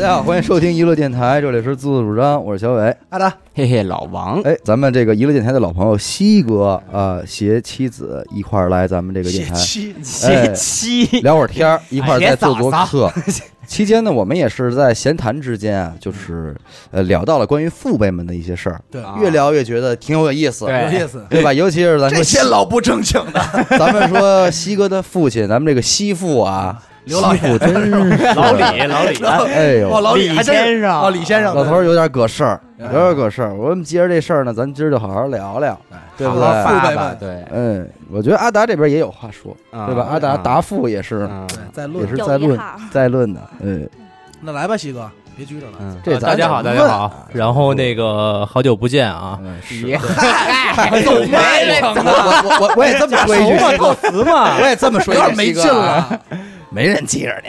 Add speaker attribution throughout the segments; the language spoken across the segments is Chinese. Speaker 1: 家好，欢迎收听娱乐电台，这里是自作主张，我是小伟。
Speaker 2: 阿达，
Speaker 3: 嘿嘿，老王，
Speaker 1: 哎，咱们这个娱乐电台的老朋友西哥啊，携妻子一块儿来咱们这个电 台
Speaker 2: 七，
Speaker 1: 哎
Speaker 3: 写七，
Speaker 1: 聊会儿天儿，一块儿在做做
Speaker 3: 哎
Speaker 1: 客。 期间呢，我们也是在闲谈之间啊，就是呃聊到了关于父辈们的一些事儿，
Speaker 2: 对
Speaker 3: 啊
Speaker 1: 越聊越觉得挺有意思，
Speaker 3: 对
Speaker 2: 有意思。
Speaker 1: 对 吧？尤其是咱
Speaker 2: 这
Speaker 1: 说西
Speaker 2: 些老不正经的，
Speaker 1: 咱们说西哥的父亲，咱们这个西父啊，
Speaker 2: 刘老爷
Speaker 1: 西父真是
Speaker 3: 老李，老李，
Speaker 1: 哎呦
Speaker 2: 哦，老
Speaker 3: 李
Speaker 2: 还真是
Speaker 3: 先生
Speaker 2: 哦，李先生，
Speaker 1: 老头儿有点葛事儿，有
Speaker 2: 嗯
Speaker 1: 点葛事儿。我们接着这事儿呢，咱今儿就好好聊聊，对不
Speaker 3: 好好
Speaker 1: 对？
Speaker 2: 发
Speaker 3: 爸
Speaker 2: 父辈
Speaker 3: 爸，
Speaker 2: 们
Speaker 3: 对，
Speaker 1: 嗯，我觉得阿达这边也有话说，
Speaker 3: 啊
Speaker 1: 对吧？阿达
Speaker 3: 啊
Speaker 1: 达父也是，
Speaker 3: 嗯
Speaker 2: 对，在
Speaker 1: 也
Speaker 2: 论
Speaker 1: 是
Speaker 4: 有
Speaker 1: 在
Speaker 4: 一
Speaker 1: 论
Speaker 4: 号
Speaker 1: 在论的，嗯，
Speaker 2: 哎那来吧，西哥，别拘着了。
Speaker 3: 嗯，
Speaker 1: 这
Speaker 5: 呃
Speaker 1: 咱
Speaker 5: 大家好，
Speaker 1: 就
Speaker 5: 大
Speaker 1: 不
Speaker 5: 家
Speaker 1: 问，
Speaker 5: 好。然后那个好久不见啊，哎
Speaker 1: 嗯，是
Speaker 3: 别嗨，走
Speaker 2: 卖
Speaker 3: 了，
Speaker 1: 我我我我也这么说一句，
Speaker 3: 嘛，套词嘛
Speaker 1: 我，也这么说一句，
Speaker 2: 有点没劲
Speaker 1: 西哥啊
Speaker 2: 了，
Speaker 1: 没人记着你，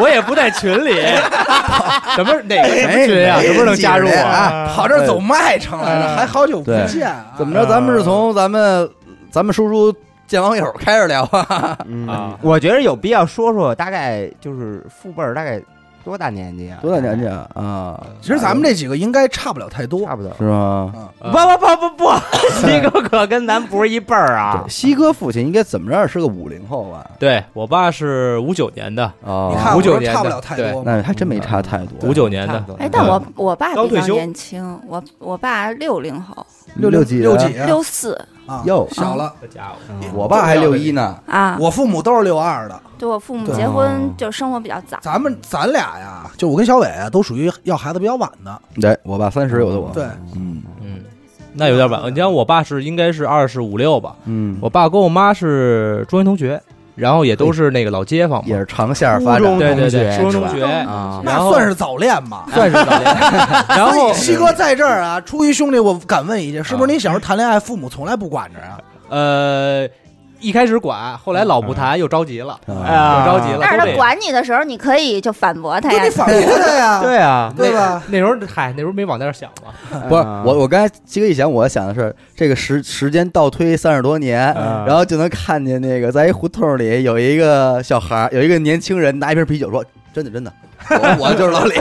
Speaker 5: 我也不在群里，什么哪个什么群呀？
Speaker 1: 没
Speaker 5: 什么时候能加入
Speaker 1: 没人记着
Speaker 5: 啊？
Speaker 1: 啊？
Speaker 2: 跑这儿走麦城来了，还好久不
Speaker 1: 对
Speaker 2: 见啊，
Speaker 1: 怎么着？咱们是从咱们咱们叔叔见网友开始聊啊，
Speaker 3: 嗯
Speaker 5: 啊，
Speaker 3: 我觉得有必要说说，大概就是父辈儿大概多大年纪啊？
Speaker 1: 多大年纪？啊？啊，
Speaker 2: 其实咱们这几个应该差不了太多
Speaker 3: 差。不多。
Speaker 1: 是吗？
Speaker 5: 嗯
Speaker 3: 不不不不不， 西哥可跟咱不是一辈儿啊
Speaker 1: 对，！西哥父亲应该怎么着也是个五零后啊吧？
Speaker 5: 对我爸是五九年的，
Speaker 1: 哦
Speaker 2: 你看，我
Speaker 5: 59
Speaker 2: 说差不
Speaker 5: 年的
Speaker 2: 了太多嘛。
Speaker 1: 那还真没差太多。
Speaker 5: 五九年
Speaker 3: 差
Speaker 5: 的
Speaker 3: 不，多
Speaker 4: 哎，但我我爸
Speaker 5: 刚
Speaker 4: 比
Speaker 5: 退
Speaker 4: 较
Speaker 5: 休
Speaker 4: 年轻，我我爸六零后，
Speaker 1: 六几
Speaker 2: 六
Speaker 1: 的
Speaker 2: 几啊
Speaker 4: 六四
Speaker 2: 啊，
Speaker 1: 哟
Speaker 2: 小了。
Speaker 5: 这家伙，
Speaker 1: 我爸还六一呢。
Speaker 4: 啊。
Speaker 2: 我父母都是六二的，
Speaker 4: 对我父母
Speaker 2: 对
Speaker 4: 结
Speaker 3: 哦
Speaker 4: 婚就生活比较早，
Speaker 2: 咱们咱俩呀，就我跟小伟啊都属于要孩子比较晚的。
Speaker 1: 对，我爸三十有的我。
Speaker 2: 对，
Speaker 1: 嗯
Speaker 5: 嗯，那有点晚。你像我爸是应该是二十五六吧，
Speaker 1: 嗯，
Speaker 5: 我爸跟我妈是中学同学，然后也都是那个老街坊
Speaker 1: 也
Speaker 5: 嘛，
Speaker 1: 是长线发展
Speaker 3: 初中。
Speaker 5: 对对
Speaker 3: 同
Speaker 5: 对，
Speaker 3: 学
Speaker 5: 初中
Speaker 3: 是
Speaker 5: 同
Speaker 3: 吧
Speaker 5: 学，
Speaker 3: 啊，
Speaker 2: 那
Speaker 5: 然后
Speaker 2: 算是早恋吧。
Speaker 5: 算是 早恋。然后
Speaker 2: 西哥在这儿啊，出于兄弟，我敢问一句，是不是你小时候谈恋爱，父母从来不管着啊？
Speaker 5: 呃，一开始管，后来老不谈又着急了，
Speaker 1: 啊，
Speaker 5: 又
Speaker 3: 啊，
Speaker 5: 着急了，
Speaker 4: 但是
Speaker 5: 都
Speaker 4: 他
Speaker 5: 得
Speaker 4: 管你的时候，你可以就反驳他
Speaker 2: 就
Speaker 4: 呀
Speaker 2: 你。反驳他呀，
Speaker 5: 对啊，
Speaker 2: 对
Speaker 5: 那
Speaker 2: 吧？
Speaker 5: 那时候嗨，那时候没往那儿想 嘛。
Speaker 1: 不
Speaker 3: 嗯
Speaker 1: 是我，我刚才这个一想，我想的是这个时时间倒推三十多年，
Speaker 3: 嗯
Speaker 1: 然后就能看见那个在一胡同里有一个小孩儿，有一个年轻人拿一瓶啤酒说：“真的真 的，我我就是老李。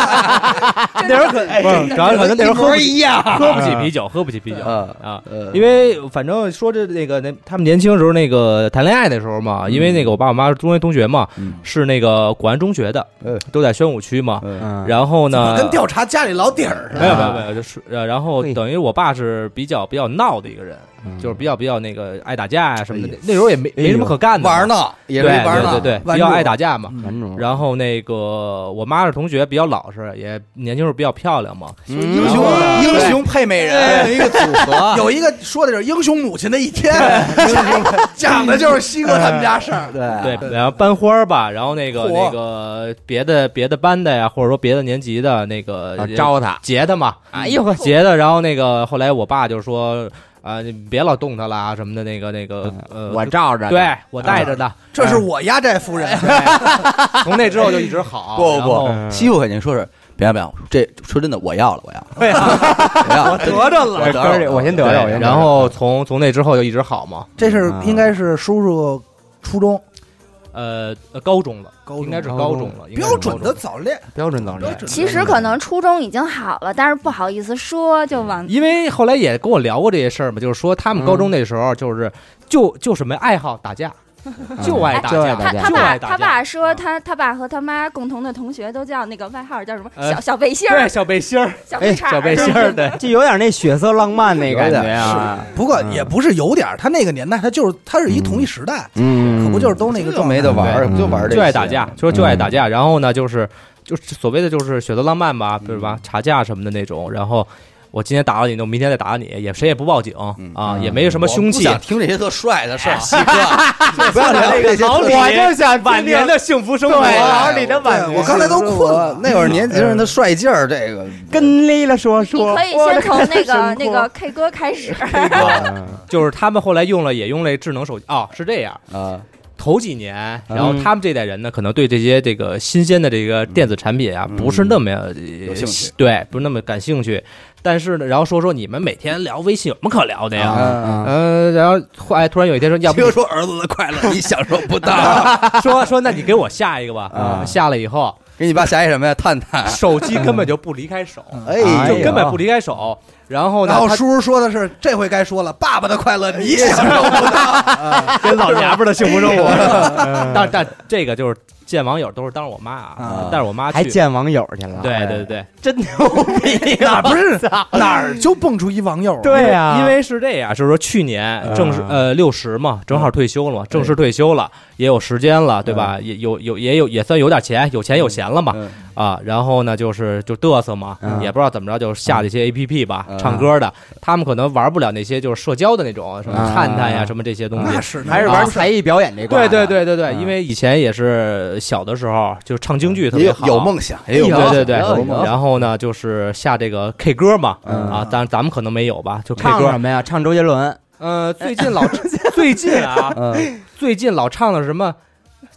Speaker 5: 那时候可
Speaker 3: 哎
Speaker 5: 不是，主要可能那时候喝不一样，喝不起啤酒，喝不起啤酒
Speaker 1: 嗯
Speaker 5: 啊”。
Speaker 1: 呃
Speaker 5: 因为反正说这那个那他们年轻时候那个谈恋爱的时候嘛，因为那个我爸我妈是中学同学嘛，
Speaker 1: 嗯
Speaker 5: 是那个古安中学的
Speaker 1: 嗯，
Speaker 5: 都在宣武区嘛。
Speaker 1: 嗯
Speaker 3: 嗯，
Speaker 5: 然后
Speaker 2: 怎么
Speaker 5: 呢，
Speaker 2: 跟调查家里老底儿似的。
Speaker 5: 没有没有没有，就是呃，然后
Speaker 3: 嘿
Speaker 5: 等于我爸是比较比较闹的一个人，就是比较比较那个爱打架呀什么
Speaker 1: 哎
Speaker 5: 的。那时候也没没什么可干的嘛，
Speaker 1: 玩呢，也
Speaker 5: 对
Speaker 1: 没玩嗯呢，
Speaker 5: 对对对，
Speaker 2: 玩
Speaker 5: 比较
Speaker 2: 住
Speaker 5: 爱打架嘛。
Speaker 3: 男主，
Speaker 5: 然后那个我妈是同学，比较老实，也年轻时候比较漂亮嘛。
Speaker 1: 英
Speaker 3: 英
Speaker 5: 嗯
Speaker 1: 雄英雄配美人一个组合，
Speaker 2: 有一个说的就是英雄母亲的一天， 讲的就是西哥他们家事
Speaker 1: 哎
Speaker 2: 儿。
Speaker 5: 对
Speaker 1: 对，，
Speaker 5: 然后班花儿吧，然后那个
Speaker 2: 嚯
Speaker 5: 那个别的别的班的呀，或者说别的年级的那
Speaker 1: 啊
Speaker 5: 个
Speaker 3: 招他，
Speaker 5: 结的嘛，嗯
Speaker 3: 哎呦呵，
Speaker 5: 结的。然后那个后来我爸就说啊，你别老动他了啊什么的，那个那个
Speaker 1: 嗯
Speaker 5: 呃，
Speaker 3: 我罩着呢，
Speaker 5: 对我带着的。
Speaker 2: 这是我压寨夫人，
Speaker 5: 从那之后就一直好。
Speaker 1: 不
Speaker 5: 然
Speaker 1: 不
Speaker 5: 后
Speaker 1: 不，西部肯定说是，别别，这说真的，我要了，我要了，
Speaker 5: 对啊，
Speaker 1: 我要了，
Speaker 3: 得着了，
Speaker 1: 我得着了
Speaker 3: 我先得着，我
Speaker 5: 对
Speaker 3: 先得着
Speaker 5: 然后从从那之后就一直好嘛。
Speaker 2: 这是应该是叔叔初中
Speaker 5: 呃，呃高中了，
Speaker 2: 高
Speaker 5: 应
Speaker 2: 中
Speaker 5: 该是
Speaker 3: 高
Speaker 5: 高
Speaker 3: 中
Speaker 5: 中了，应该是
Speaker 2: 标准
Speaker 5: 高
Speaker 2: 的
Speaker 5: 中了。
Speaker 2: 早恋，
Speaker 3: 标准早
Speaker 2: 标
Speaker 3: 恋
Speaker 2: 准，的
Speaker 4: 其实可能初中已经好了，但是不好意思说，就往
Speaker 5: 因为后来也跟我聊过这些事儿嘛，就是说他们高中那时候就是就就是没爱好打 架，哎就爱打
Speaker 3: 就爱
Speaker 5: 架，
Speaker 3: 打架
Speaker 4: 他他
Speaker 5: 就爱
Speaker 4: 爸
Speaker 5: 打
Speaker 4: 他
Speaker 5: 架
Speaker 4: 爸说
Speaker 5: 啊
Speaker 4: 他他爸和他妈共同的同学都叫那个外号叫什么
Speaker 5: 呃
Speaker 4: 小小背心
Speaker 5: 对
Speaker 4: 儿、
Speaker 5: 小背心儿，
Speaker 4: 小
Speaker 3: 哎
Speaker 4: 裤衩儿
Speaker 5: 小背心儿 对，
Speaker 3: 这有点那血色浪漫那感觉啊，
Speaker 2: 不过
Speaker 3: 嗯
Speaker 2: 也不是有点儿，他那个年代他就是他是一同一时代，
Speaker 3: 嗯
Speaker 2: 可不就是都那个
Speaker 1: 就
Speaker 2: 状态
Speaker 1: 没得玩儿，
Speaker 3: 对
Speaker 1: 就玩儿这，
Speaker 5: 就爱打架，，说就爱
Speaker 1: 嗯
Speaker 5: 打架，然后呢就是就是所谓的就是血色浪漫吧，对
Speaker 1: 嗯
Speaker 5: 吧？查架什么的那种，然后。我今天打了你，我明天再打你，也谁也不报警
Speaker 1: 嗯
Speaker 5: 啊，
Speaker 3: 嗯
Speaker 5: 也没有什么凶器。
Speaker 1: 想听这些特帅的事儿，西 哥，不要聊这些。
Speaker 3: 我就想
Speaker 5: 晚年的幸福生活，
Speaker 3: 对
Speaker 2: 啊
Speaker 3: 你的晚
Speaker 2: 对我刚才都 困了，
Speaker 1: 那会儿年轻人的帅劲儿，这 个
Speaker 3: 跟累了说
Speaker 4: 你
Speaker 3: 说，
Speaker 4: 可以
Speaker 3: 我
Speaker 4: 先
Speaker 3: 的
Speaker 4: 从那个
Speaker 3: 神
Speaker 4: 那个 K 歌 开始，
Speaker 3: 哭
Speaker 5: 就是他们后来用了也用了智能手机哦，是这样，
Speaker 1: 啊，
Speaker 5: 头几年，然后
Speaker 3: 嗯
Speaker 5: 他们这代人呢，可能对这些这个新鲜的这个电子产品啊，
Speaker 1: 嗯
Speaker 5: 不是那么呃
Speaker 1: 有兴趣
Speaker 5: 对，不是那么感兴趣。但是呢，然后说说你们每天聊微信有什么可聊的
Speaker 1: 哎
Speaker 3: 啊
Speaker 5: 呀？
Speaker 3: 啊，
Speaker 5: 呃，然后后哎，突然有一天说，要不
Speaker 1: 听说儿子的快乐你享受不到，
Speaker 5: 说说，那你给我下一个吧。
Speaker 1: 啊
Speaker 5: 下了以后，
Speaker 1: 给你爸下一什么呀？探探，
Speaker 5: 手机根本就不离开手，
Speaker 1: 哎
Speaker 5: 就
Speaker 1: 呦，
Speaker 5: 根本不离开手。然后呢，
Speaker 2: 然后
Speaker 5: 他
Speaker 2: 叔叔说的是，这回该说了，爸爸的快乐你享受不到。
Speaker 5: 跟老娘们儿的幸福生活。 但但这个就是见网友都是当着我妈
Speaker 1: 啊
Speaker 5: 啊，带着我妈
Speaker 3: 还
Speaker 5: 去。
Speaker 3: 见网友去了，
Speaker 5: 对对对，真牛逼！
Speaker 2: 哪不是哪儿就蹦出一网友啊？
Speaker 3: 对呀、
Speaker 5: 因为是这样，就是说去年正式
Speaker 3: 啊
Speaker 5: 呃六十嘛，正好退休了嘛，正式退休了，也有时间了，对吧？也有有也有也算有点钱，有钱有闲了嘛
Speaker 1: 嗯
Speaker 5: 啊。然后呢，就是就嘚瑟嘛
Speaker 3: 嗯，
Speaker 5: 也不知道怎么着，就下了一些 A P P 吧
Speaker 1: 嗯，
Speaker 5: 唱歌的，他们可能玩不了那些就是社交的那种什么
Speaker 3: 啊
Speaker 5: 探探呀什么这些东西
Speaker 2: 那，是
Speaker 3: 还是
Speaker 5: 啊
Speaker 3: 玩才艺表演这块
Speaker 5: 对
Speaker 3: 儿的，
Speaker 5: 对对对对，
Speaker 3: 嗯
Speaker 5: 因为以前也是小的时候，就唱京剧 特
Speaker 1: 也
Speaker 5: 别
Speaker 1: 有
Speaker 5: 好，
Speaker 1: 有梦想，也有
Speaker 5: 对
Speaker 1: 梦
Speaker 5: 对
Speaker 1: 想
Speaker 5: 哎对对
Speaker 1: 有
Speaker 3: 有
Speaker 1: 梦想
Speaker 5: 然后呢，就是下这个 K 歌嘛，
Speaker 3: 嗯
Speaker 5: 啊，当然咱们可能没有吧，就 K
Speaker 3: 唱
Speaker 5: 歌
Speaker 3: 什。么呀？唱周杰伦，
Speaker 5: 呃，最近 老最近啊，
Speaker 1: 嗯，
Speaker 5: 最近老唱的什么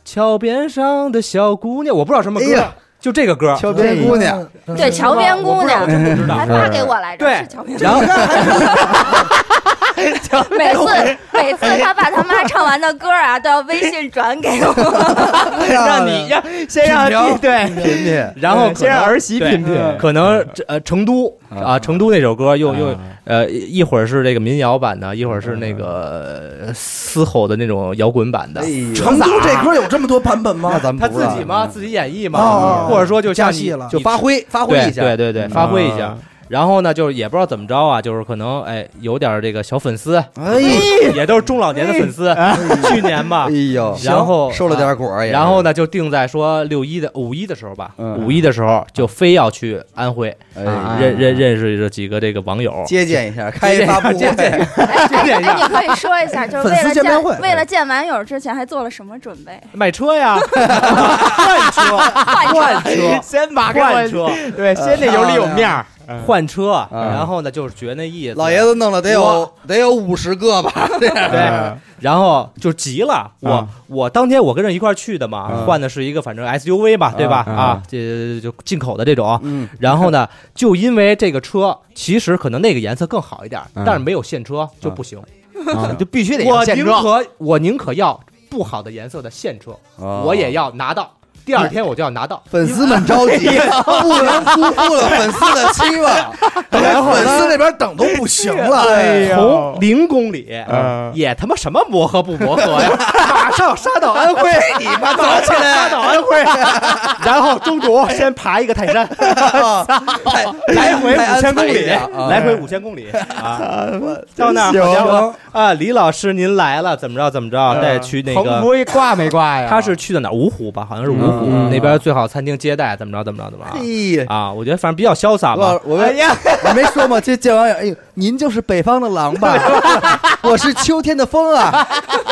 Speaker 5: 桥边上的小姑娘，我不知道什么
Speaker 1: 哎
Speaker 5: 歌
Speaker 1: 呀，
Speaker 5: 就这个歌，
Speaker 1: 桥边啊姑娘，
Speaker 4: 对，桥边姑
Speaker 5: 我
Speaker 4: 娘
Speaker 5: 不知道我真不知道
Speaker 4: 还发给我来着，
Speaker 5: 对
Speaker 4: 是桥边姑
Speaker 5: 然
Speaker 4: 娘。
Speaker 5: 后
Speaker 4: 每次每次他把他妈唱完的歌啊，都要微信转给我。
Speaker 3: 让你让先让
Speaker 2: 品评
Speaker 3: 弟对，
Speaker 1: 品品，
Speaker 5: 然后嗯可
Speaker 3: 先让
Speaker 5: 能
Speaker 3: 儿媳品品，
Speaker 1: 对
Speaker 5: 可能这呃成都啊，成都那首歌又又
Speaker 3: 啊
Speaker 5: 呃，一会儿是这个民谣版的，一会儿是那个呃嘶吼的那种摇滚版的
Speaker 1: 哎。呦
Speaker 2: 成都这歌有这么多版本吗
Speaker 1: 那？咱们
Speaker 5: 他
Speaker 1: 不
Speaker 5: 自
Speaker 1: 知道
Speaker 5: 己嘛，自己演绎
Speaker 2: 哦
Speaker 5: 嘛，或者说就
Speaker 2: 加
Speaker 5: 像你
Speaker 2: 戏了
Speaker 1: 就发挥发挥
Speaker 5: 对
Speaker 1: 一下，
Speaker 5: 对对对，
Speaker 1: 嗯
Speaker 5: 发挥一下。然后呢，就是也不知道怎么着啊，就是可能哎有点这个小粉丝，
Speaker 1: 哎
Speaker 5: 也都是中老年的粉丝，去年吧
Speaker 1: 哎。呦，
Speaker 5: 然后
Speaker 1: 收了点果儿也是，
Speaker 5: 然后呢，就定在说六一的五一的时候吧，
Speaker 1: 哎嗯
Speaker 5: 五一的时候就非要去安徽
Speaker 1: 哎
Speaker 3: 啊
Speaker 5: 认认认识这几个这个网友，
Speaker 1: 接见一下，开一发 布
Speaker 5: 接见
Speaker 1: 会，
Speaker 4: 哎哎，哎你可以说 一下，就是
Speaker 2: 粉
Speaker 4: 为
Speaker 2: 丝
Speaker 4: 了
Speaker 2: 见面
Speaker 4: 见
Speaker 2: 会嗯
Speaker 4: 为了见网友之前还做了什么准备？
Speaker 5: 买 车呀，换车，换车，
Speaker 3: 先把
Speaker 5: 换车，
Speaker 3: 对，先那油里有面儿，
Speaker 5: 换车，然后呢，就是觉那意思，
Speaker 1: 嗯
Speaker 5: 啊
Speaker 1: 老爷子弄了得有得有五十个吧，
Speaker 5: 对，然后就急了。我
Speaker 3: 啊
Speaker 5: 我当天我跟着一块儿去的嘛，
Speaker 3: 嗯
Speaker 5: 换的是一个反正 SUV 吧，对吧？
Speaker 3: 嗯
Speaker 5: 啊，这就进口的这种。
Speaker 1: 嗯，
Speaker 5: 然后呢，就因为这个车，其实可能那个颜色更好一点，
Speaker 3: 嗯
Speaker 5: 但是没有现车就不行。
Speaker 3: 啊就必须得
Speaker 5: 啊我
Speaker 3: 现
Speaker 5: 宁
Speaker 3: 装。
Speaker 5: 可我宁可要不好的颜色的现车，我也要拿到。第二天我就要拿到。
Speaker 1: 哦粉丝们着急，不能辜负了粉丝的期望。
Speaker 2: 然后粉丝那边等都不行了，
Speaker 3: 呀
Speaker 5: 哎从零公里
Speaker 3: 哎嗯，
Speaker 5: 也他妈什么磨合不磨合呀？啊 马上杀到安徽，你妈走起来，杀到安 徽，然后中途先爬一个泰山，哦 来回
Speaker 1: 太安
Speaker 5: 五千公
Speaker 1: 排一
Speaker 5: 里，
Speaker 1: 点啊
Speaker 5: 来回五千公里啊！到那儿好像说啊，李老师您来了，怎么着怎么着，再去那
Speaker 3: 嗯横
Speaker 5: 个。
Speaker 3: 幅一挂没挂呀？
Speaker 5: 他是去的哪儿？芜湖吧，好像是芜湖
Speaker 3: 嗯嗯
Speaker 5: 那边最好餐厅接待，怎么着怎么着怎么着
Speaker 1: 嘿，
Speaker 5: 啊！我觉得反正比较潇洒吧哎
Speaker 1: 老。我们
Speaker 3: 呀，
Speaker 1: 我没说嘛，这见网友，哎呦，您就是北方的狼吧？ 我是秋天的风啊！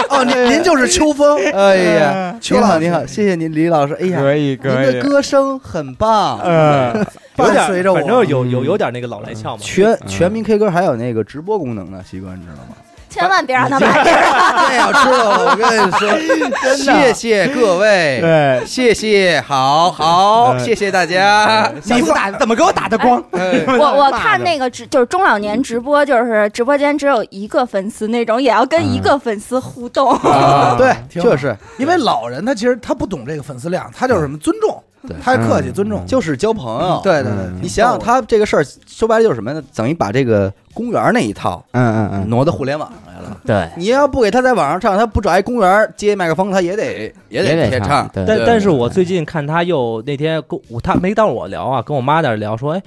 Speaker 2: 哦，您您就是秋风，
Speaker 1: 哎呀，
Speaker 2: 邱
Speaker 1: 您
Speaker 2: 老
Speaker 1: 好，
Speaker 2: 师
Speaker 1: 您好，谢谢您，李老师。哎呀，
Speaker 3: 以
Speaker 1: 您的歌声很棒，
Speaker 3: 嗯，
Speaker 5: 有点
Speaker 1: 伴随着
Speaker 5: 反正
Speaker 1: 我。
Speaker 5: 有嗯有有点那个老来俏嘛。
Speaker 1: 全全民 K 歌还有那个直播功能呢，西哥你知道 吗？
Speaker 4: 千万别让他买这个。
Speaker 1: 这要哎知道了，我跟你说，谢谢各位，
Speaker 5: 哎
Speaker 3: 对，
Speaker 1: 谢谢，好好，
Speaker 3: 嗯
Speaker 1: 谢谢大家。
Speaker 3: 你不打怎么给我打的光？
Speaker 1: 哎
Speaker 4: 我我看那个直就是中老年直播，就是直播间只有一个粉丝那种，也要跟一个
Speaker 5: 嗯
Speaker 4: 粉丝互动。
Speaker 3: 啊
Speaker 2: 对，挺好
Speaker 1: 就是
Speaker 2: 因为老人他其实他不懂这个粉丝量，他就是什么尊重，他是客气尊重，
Speaker 1: 就是交朋友，
Speaker 2: 对对对
Speaker 3: 嗯，
Speaker 1: 你想想，他这个事儿说白了就是什么呢？等于把这个公园那一套
Speaker 3: 嗯嗯
Speaker 1: 挪到互联网上来了。
Speaker 3: 嗯，对，
Speaker 1: 你要不给他在网上唱，他不找一公园接麦克风，他也得也
Speaker 3: 也
Speaker 1: 得
Speaker 3: 得
Speaker 1: 贴
Speaker 3: 唱对
Speaker 5: 但
Speaker 1: 对
Speaker 5: 但是我最近看他又那天跟我他没当我聊啊，跟我妈在那聊说，哎，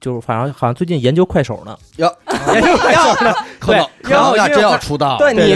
Speaker 5: 就是反正好像最近研究快手呢，
Speaker 1: 哟，
Speaker 5: 研究快手呢，
Speaker 1: 可能可
Speaker 5: 对然后
Speaker 1: 能要
Speaker 5: 因为
Speaker 1: 真要
Speaker 5: 他
Speaker 1: 出道，
Speaker 3: 对
Speaker 5: 对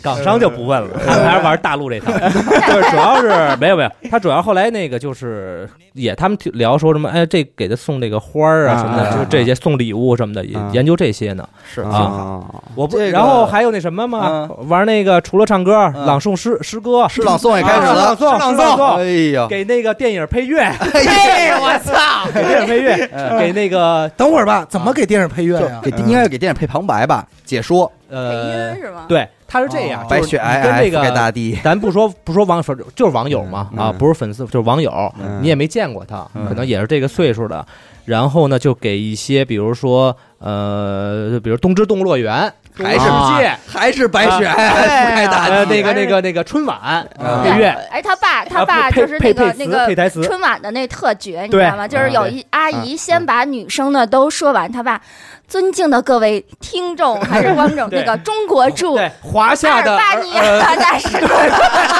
Speaker 5: 港商就不问了，他们还是玩大陆这套。就是主要是没有没有，他主要后来那个就是也他们聊说什么，哎，这给他送这个花儿啊什
Speaker 3: 啊
Speaker 5: 么的，
Speaker 3: 啊
Speaker 5: 就这些送礼物什么的，也
Speaker 3: 啊
Speaker 5: 研究这些呢。
Speaker 1: 是
Speaker 5: 啊我不，
Speaker 1: 这个
Speaker 5: 然后还有那什么嘛，玩那个除了唱歌，
Speaker 1: 嗯
Speaker 5: 朗诵诗诗歌，
Speaker 1: 诗朗诵也开始了
Speaker 5: 啊，诗朗诵诗朗诵
Speaker 1: 哎呦，
Speaker 5: 给那个电影配乐，
Speaker 1: 哎我操，
Speaker 5: 给电影配乐，给那个
Speaker 2: 等会儿吧，怎么给电影配乐呀
Speaker 1: 就？给应该是给电影配旁白吧，解说，
Speaker 4: 配
Speaker 5: 呃
Speaker 4: 音，是吗？
Speaker 5: 对，他是这样，
Speaker 2: 哦
Speaker 5: 啊就
Speaker 1: 白
Speaker 5: 是
Speaker 1: 雪
Speaker 5: 你
Speaker 1: 皑
Speaker 5: 跟
Speaker 1: 皑
Speaker 5: 那
Speaker 1: 覆盖大
Speaker 5: 个。
Speaker 1: 地，
Speaker 5: 咱不说不说网粉，就是网友嘛
Speaker 3: 嗯
Speaker 5: 啊，
Speaker 3: 嗯
Speaker 5: 不是粉丝，就是网友。你也没见过他，
Speaker 3: 嗯
Speaker 5: 可能也是这个岁数的。然后呢，就给一些，比如说，呃，比如《东之动物乐园》，
Speaker 1: 还是
Speaker 5: 世界，
Speaker 1: 还是白雪皑皑覆盖
Speaker 5: 呃，
Speaker 1: 大
Speaker 5: 那
Speaker 1: 地，哎
Speaker 5: 个那个那个春晚
Speaker 1: 啊
Speaker 5: 配
Speaker 4: 对
Speaker 5: 乐，
Speaker 4: 哎，他爸他
Speaker 5: 啊
Speaker 4: 爸
Speaker 5: 配
Speaker 4: 就是那
Speaker 5: 配
Speaker 4: 个
Speaker 5: 配
Speaker 4: 那
Speaker 5: 词
Speaker 4: 个
Speaker 5: 配台词，
Speaker 4: 春晚的那特绝，你知
Speaker 5: 对啊
Speaker 4: 道吗？就是有一阿姨先把女生的都说完，她把尊敬的各位听众还是观 众，
Speaker 5: 对
Speaker 4: 那个中国驻
Speaker 5: 对华
Speaker 4: 阿
Speaker 5: 夏
Speaker 4: 尔
Speaker 5: 的呃
Speaker 4: 巴尼亚大使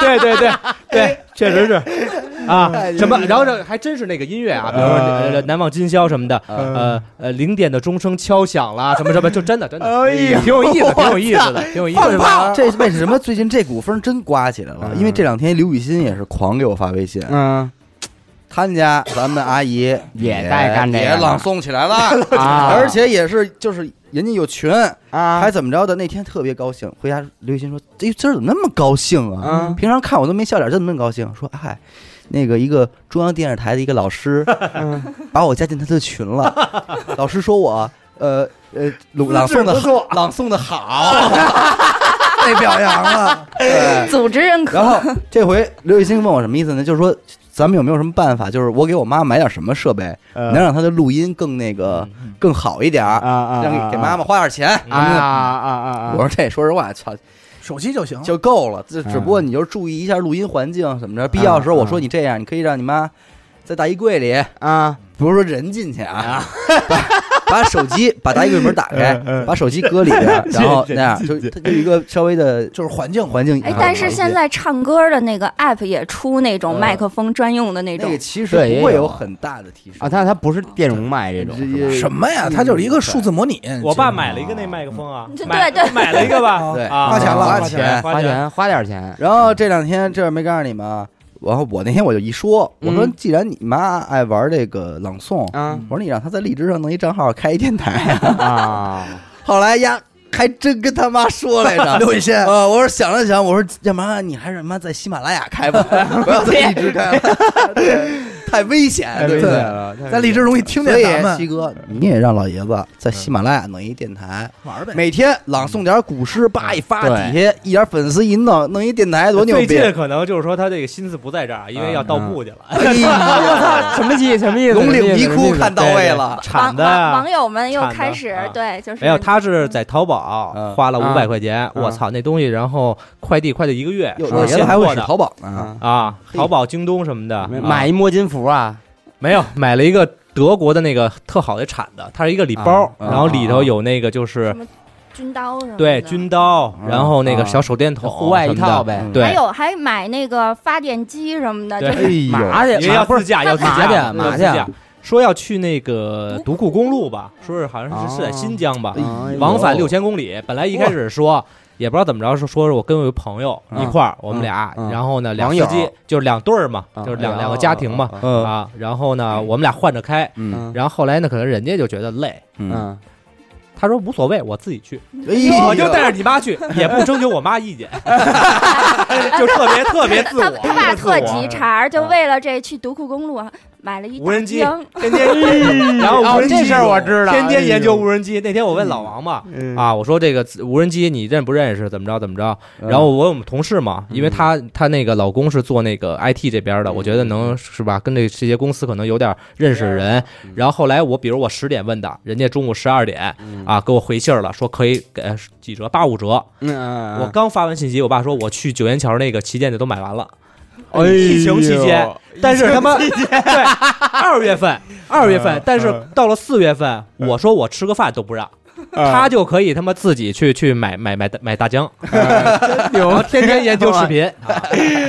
Speaker 5: 对对对对，确实是啊
Speaker 1: 太，
Speaker 5: 什么
Speaker 1: 牛？逼了
Speaker 5: 然后这还真是那个音乐啊，比如说
Speaker 6: 嗯
Speaker 5: 呃《难忘今宵》什么的，呃呃，零点的钟声敲响啦，什么什么，就真的真的，
Speaker 6: 哎呀
Speaker 5: 挺有意思，挺有意思的，挺有意思的。
Speaker 1: 这为什么最近这股风真刮起来了？
Speaker 3: 嗯
Speaker 1: 因为这两天刘雨欣也是狂给我发微信，
Speaker 3: 嗯
Speaker 1: 他们家咱们阿姨
Speaker 3: 也在干这个
Speaker 1: 也朗诵起来了，
Speaker 3: 啊
Speaker 1: 而且也是就是人家有群，
Speaker 3: 啊
Speaker 1: 还怎么着的？那天特别高兴，回家刘雨欣说：“哎，今儿怎么那么高兴啊？
Speaker 3: 嗯
Speaker 1: 平常看我都没笑脸，这怎么那么高兴？”说：“嗨，那个一个中央电视台的一个老师
Speaker 3: 嗯
Speaker 1: 把我加进他的群 了，老师说我呃呃朗诵的好， 朗诵的好，
Speaker 2: 被表扬了，
Speaker 1: 对
Speaker 4: 组织认可
Speaker 1: 啊然后这回刘雨欣问我什么意思呢？就是说咱们有没有什么办法？就是我给我妈买点什么设备，能让她的录音更那个更好一点
Speaker 3: 嗯啊
Speaker 1: 儿，
Speaker 3: 啊，
Speaker 1: 让给妈妈花点钱。
Speaker 3: 啊啊啊
Speaker 1: 我说
Speaker 3: 啊
Speaker 1: 这说实话，操，
Speaker 2: 手机就行。
Speaker 1: 就够了。这只不过你就是注意一下录音环境怎么
Speaker 3: 嗯
Speaker 1: 着，必要的时候我说你这样，你可以让你妈在大衣柜 里，
Speaker 3: 啊
Speaker 1: 不是说人进去啊，把把手机把大衣柜门打开，
Speaker 3: 嗯
Speaker 1: 把手机搁里边，然后那样就它就一个稍微的
Speaker 2: 就是环境嘛，
Speaker 1: 环境。
Speaker 4: 哎，但是现在唱歌的那个 app 也出那
Speaker 5: 嗯
Speaker 4: 种麦克风专用的
Speaker 1: 那
Speaker 4: 那种
Speaker 1: 个，其实
Speaker 3: 对也
Speaker 1: 不会
Speaker 3: 有
Speaker 1: 有很大的提升
Speaker 3: 啊，它它不是电容麦这种，
Speaker 1: 直
Speaker 3: 是吧
Speaker 1: 接
Speaker 2: 什么呀？它就是一个数字模拟。
Speaker 5: 我爸买了一个那麦克风啊，
Speaker 4: 对
Speaker 5: 买
Speaker 4: 对
Speaker 5: 买了一个吧，
Speaker 1: 对
Speaker 5: 啊
Speaker 2: 花钱了
Speaker 1: 花
Speaker 2: 花
Speaker 1: 钱
Speaker 2: 钱。
Speaker 5: 花
Speaker 3: 花，钱花点钱，
Speaker 1: 然后这两天这没告诉你吗？然后我那天我就一说，我说
Speaker 3: 嗯
Speaker 1: 既然你妈爱玩这个朗诵，
Speaker 3: 啊
Speaker 1: 我说你让她在荔枝上弄一账号开一电台啊。
Speaker 3: 啊，
Speaker 1: 后来呀，还真跟他妈说来着。
Speaker 2: 刘雨欣，
Speaker 1: 呃，我说想了想，我说要不然你还是他妈在喜马拉雅开吧，不要在荔枝开了， 太危险，哎对不对？
Speaker 3: 了，太危险了
Speaker 2: 在荔枝容易听
Speaker 1: 所
Speaker 2: 见咱
Speaker 1: 以西
Speaker 2: 们
Speaker 1: 哥，你也让老爷子在喜马拉雅弄一电台，
Speaker 2: 玩呗。
Speaker 1: 嗯每天朗诵点古诗，叭一发，
Speaker 3: 对
Speaker 1: 底下一点粉丝一弄，弄一电台多牛
Speaker 5: 最
Speaker 1: 逼！
Speaker 5: 近可能就是说他这个心思不在这儿，啊因为要盗墓去了。
Speaker 1: 哎呀
Speaker 3: 什么意什么意思？
Speaker 1: 龙岭迷
Speaker 3: 什么意
Speaker 1: 窟
Speaker 3: 思
Speaker 1: 看到位了，
Speaker 5: 铲
Speaker 4: 网
Speaker 5: 的
Speaker 4: 网
Speaker 5: 啊
Speaker 4: 网友们又
Speaker 5: 铲的
Speaker 4: 开始
Speaker 5: 啊
Speaker 4: 对，就是
Speaker 5: 没有，他是在淘宝
Speaker 1: 嗯
Speaker 5: 花了五
Speaker 3: 啊
Speaker 5: 百块钱，我操那东西，然后快递快递一个月，
Speaker 1: 哟
Speaker 5: 是
Speaker 1: 老爷子
Speaker 5: 现
Speaker 1: 还
Speaker 5: 货
Speaker 1: 会使
Speaker 5: 的
Speaker 1: 淘宝
Speaker 3: 对
Speaker 1: 呢，
Speaker 3: 啊，
Speaker 5: 啊，淘宝、京东什么的，
Speaker 3: 买
Speaker 5: 啊
Speaker 3: 买一摸金符啊，
Speaker 5: 没有买了一个德国的那个特好的铲子，它是一个礼包，
Speaker 1: 啊
Speaker 5: 然后里头有那个就是
Speaker 4: 什么军刀什么的，
Speaker 5: 对军刀，然后那个小手电
Speaker 3: 嗯
Speaker 5: 筒，
Speaker 3: 啊户外一套，呗
Speaker 1: 嗯，
Speaker 4: 还
Speaker 5: 对，
Speaker 4: 有还买那个发电机什么的，就
Speaker 5: 对
Speaker 4: 是
Speaker 1: 呦
Speaker 3: 麻去
Speaker 5: 因为要自驾，要自
Speaker 3: 麻去
Speaker 5: 驾，
Speaker 3: 麻
Speaker 5: 要
Speaker 3: 去
Speaker 5: 自驾，说要去那个独库公路吧，说是好像
Speaker 3: 哦
Speaker 5: 是是在新疆吧，
Speaker 1: 哎呦
Speaker 5: 啊往返六千公里。本来一开始说。也不知道怎么着，说说是我跟我一朋友
Speaker 3: 嗯
Speaker 5: 一块儿，我们俩，
Speaker 3: 嗯
Speaker 5: 然后呢，俩
Speaker 3: 网
Speaker 5: 司
Speaker 3: 友
Speaker 5: 机就是两对儿嘛，
Speaker 3: 啊
Speaker 5: 就是两
Speaker 3: 哎
Speaker 5: 两个家庭嘛，
Speaker 1: 嗯
Speaker 5: 啊，然后呢，我们俩换着开，
Speaker 1: 嗯
Speaker 3: 嗯
Speaker 5: 然后后来呢，可能人家就觉得累，
Speaker 1: 嗯，
Speaker 3: 嗯，
Speaker 5: 他说无所谓，我自己去，
Speaker 1: 哎呦
Speaker 5: 我就带着你妈去，也不征求我妈意见， 就特别特别自
Speaker 4: 他
Speaker 5: 我，
Speaker 4: 他爸特
Speaker 5: 别自我啊嗯
Speaker 4: 急茬儿，就为了这去独库公路啊买了一
Speaker 5: 无人机
Speaker 4: 大箱
Speaker 5: 天天， 然后无人机
Speaker 3: 哦这事儿我知道哎
Speaker 5: 天天研究无人机。那天我问老王嘛，
Speaker 3: 嗯
Speaker 5: 啊，我说这个无人机你认不认识？怎么着怎么着？
Speaker 3: 嗯
Speaker 5: 然后我问我们同事嘛，因为她她那个老公是做那个 IT 这
Speaker 3: 嗯
Speaker 5: 边的，我觉得能是吧，跟这这些公司可能有点认识人。
Speaker 3: 嗯
Speaker 5: 然后后来我比如我十点问的，人家中午十二点
Speaker 3: 嗯
Speaker 5: 啊给我回信儿了，说可以给呃几折，八五折。
Speaker 3: 嗯
Speaker 5: 我
Speaker 3: 我
Speaker 5: 刚发完信息，我爸说我去九元桥那个旗舰的都买完了。
Speaker 3: 哎呦
Speaker 5: 疫情期间， 但是他妈 对
Speaker 3: 嗯
Speaker 5: 二月份，二月份，但是到了四月份，我说我吃个饭都不让，
Speaker 3: 嗯
Speaker 5: 他就可以他妈自己去去买买买大买大疆，然后天天研究视 频，啊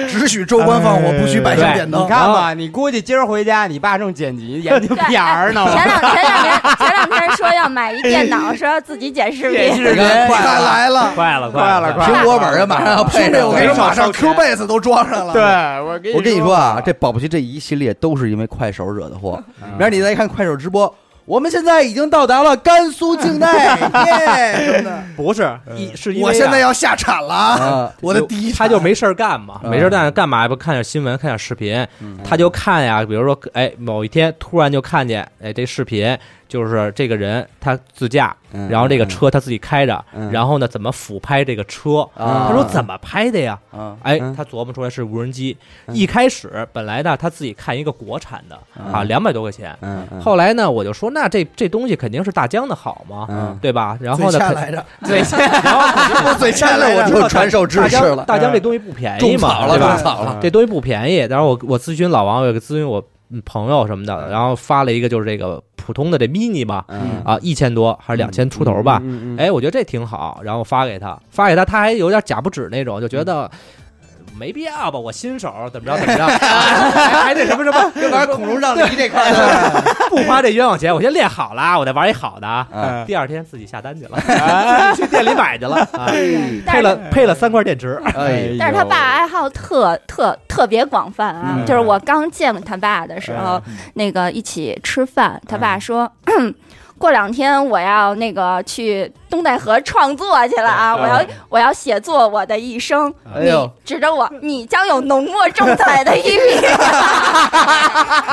Speaker 2: 只许州官放火，不许百姓点
Speaker 3: 你
Speaker 2: 灯。
Speaker 3: 看吧，你估计今儿回家，你爸正剪辑研究片儿呢。
Speaker 4: 哎前两前两天前两天说要买一电脑，说要自己剪 视 频，
Speaker 2: 你
Speaker 1: 哎
Speaker 2: 看快来了，
Speaker 5: 快了
Speaker 3: 啊快了快了
Speaker 1: 苹果本啊，马上要
Speaker 2: 兄
Speaker 1: 配
Speaker 2: 弟，
Speaker 1: 上
Speaker 2: 我跟你
Speaker 1: 了。
Speaker 2: 说，马上 Q base 都装上了。
Speaker 3: 对，我跟
Speaker 1: 我跟你说啊，这保不齐这一系列都是因为快手惹的祸。明儿你再看快手直播，我们现在已经到达了甘肃境 内，耶！什么的
Speaker 5: 不是
Speaker 3: 嗯
Speaker 5: 一是因为啊
Speaker 2: 我现在要下产了啊
Speaker 1: 啊！
Speaker 2: 我的第一
Speaker 5: 他
Speaker 2: 产
Speaker 5: 就没事儿干嘛，
Speaker 1: 嗯
Speaker 5: 没事儿干干嘛？不看点新闻，看点视频，他就看呀。比如说，哎，某一天突然就看见，哎，这视频就是这个人他自驾，
Speaker 3: 嗯
Speaker 5: 然后这个车他自己开着，
Speaker 3: 嗯
Speaker 5: 然后呢怎么俯拍这个车？
Speaker 1: 啊
Speaker 5: 他说怎么拍的呀？
Speaker 1: 啊，
Speaker 5: 哎
Speaker 3: 嗯，
Speaker 5: 他琢磨出来是无人机。
Speaker 3: 嗯
Speaker 5: 一开始本来呢他自己看一个国产的啊，两百多块钱。
Speaker 3: 嗯嗯
Speaker 5: 后来呢，我就说那这这东西肯定是大疆的好嘛，
Speaker 3: 嗯
Speaker 5: 对吧？然
Speaker 2: 嘴
Speaker 5: 后呢，
Speaker 2: 欠
Speaker 5: 肯
Speaker 2: 来着，
Speaker 5: 对，然后肯定
Speaker 2: 我嘴欠来
Speaker 5: 我
Speaker 2: 着
Speaker 5: 知。道
Speaker 1: 又传授知识了
Speaker 5: 大疆大疆这东西不便宜
Speaker 1: 种
Speaker 5: 嘛，
Speaker 1: 草
Speaker 5: 对
Speaker 1: 了，
Speaker 5: 吧
Speaker 1: 种？草
Speaker 3: 嗯
Speaker 1: 了。
Speaker 5: 这东西不便宜。然后我我咨询老王，我有个咨询我嗯朋友什么的，然后发了一个就是这个普通的这 mini 吧，
Speaker 3: 嗯
Speaker 5: 啊，一千多还是两千出头吧？
Speaker 3: 嗯嗯嗯
Speaker 5: 哎，我觉得这挺好，然后发给他，发给他，他还有点假不指那种，就觉得。
Speaker 3: 嗯
Speaker 5: 没必要吧，我新手怎么着怎么着， 还还得什么什么，
Speaker 1: 这玩意儿孔融让梨这块儿 的，
Speaker 5: 不花这冤枉钱，我先练好了，我再玩一好的啊。
Speaker 3: 嗯
Speaker 1: 啊
Speaker 5: 第二天自己下单去了， 自己去店里买去了，啊
Speaker 3: 哎
Speaker 5: 配了配了三块 电池，
Speaker 1: 哎，
Speaker 4: 但是他爸爱好特特特别广泛啊，
Speaker 1: 嗯
Speaker 4: 就是我刚见他爸的时候，那个一起吃饭，他爸
Speaker 1: 嗯
Speaker 4: 说。过两天我要那个去东戴河创作去了啊！我要我要写作我的一生。
Speaker 1: 嗯哎呦
Speaker 4: 你指着我，你将有浓墨重彩的一笔。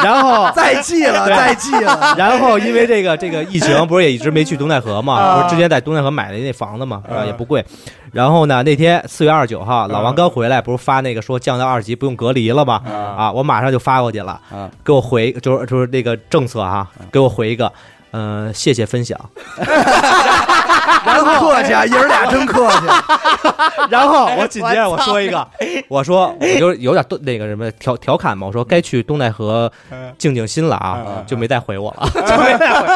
Speaker 5: 然后
Speaker 2: 再记了，再记了。
Speaker 5: 然后因为这个这个疫情，不是也一直没去东戴河嘛？
Speaker 6: 啊
Speaker 5: 不是之前在东戴河买的那房子嘛，啊也不贵。然后呢，那天四月二十九号，老王刚回来，不是发那个说降到二级不用隔离了吗？啊，我马上就发过去了
Speaker 1: 啊，
Speaker 5: 给我回就是就是那个政策哈，给我回一个。嗯，谢谢分 享。
Speaker 2: 然后客气啊，爷儿俩真客气。
Speaker 5: 然后我紧接着我说一个，我说我就是有点顿那个什么调调侃嘛，我说该去东戴河静静心了啊，就没再回我了。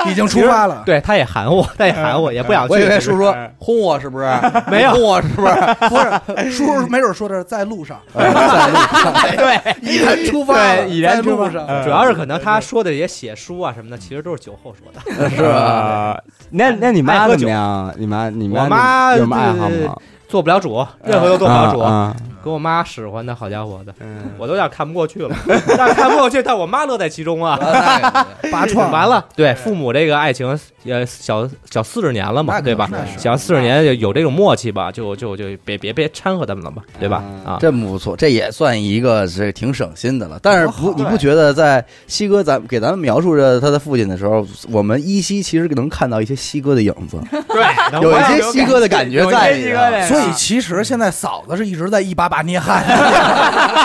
Speaker 2: 已经出发了，
Speaker 5: 对，他也喊我，他也喊我，也不想 去。
Speaker 1: 我以为叔叔轰我是不是？
Speaker 5: 没有
Speaker 1: 你轰我是不 是？
Speaker 2: 不是叔叔没 准说的是在路上，
Speaker 5: 哎 对，
Speaker 2: 已然出发了，
Speaker 5: 对已然
Speaker 2: 在
Speaker 5: 出发
Speaker 2: 路上。
Speaker 1: 呃
Speaker 5: 主要是可能他说的也写书啊
Speaker 1: 嗯
Speaker 5: 什么的，其实都是酒后说 的。
Speaker 1: 是吧？
Speaker 3: 那那你
Speaker 5: 爱
Speaker 3: 妈
Speaker 5: 喝
Speaker 3: 怎
Speaker 5: 酒
Speaker 3: 么样？你妈你
Speaker 5: 我妈
Speaker 3: 有什么爱好
Speaker 5: 呃
Speaker 3: 吗？
Speaker 5: 做不了主，
Speaker 1: 嗯
Speaker 5: 任何都做不了主，
Speaker 3: 啊
Speaker 5: 给我妈使唤的好家伙的，
Speaker 1: 嗯
Speaker 5: 我都有点看不过去了， 有点看不过去，但我妈乐在 其中啊。
Speaker 1: 哎
Speaker 2: 拔创
Speaker 5: 完了，对父母这个爱情，呃，小小四十年了嘛，
Speaker 1: 那可
Speaker 5: 对吧？小四十年有有这种默契吧，就就就别别别掺和他们了吧，对吧？啊，
Speaker 1: 真不错，嗯这也算一个是挺省心的了。但是不，你不觉得在西哥咱给咱们描述着他的父亲的时候，我们依稀其实能看到一些西哥的影 子，
Speaker 5: 对
Speaker 1: 有一些西哥的感觉在里头。
Speaker 2: 所以其实现在嫂子是一直在一把把捏汗，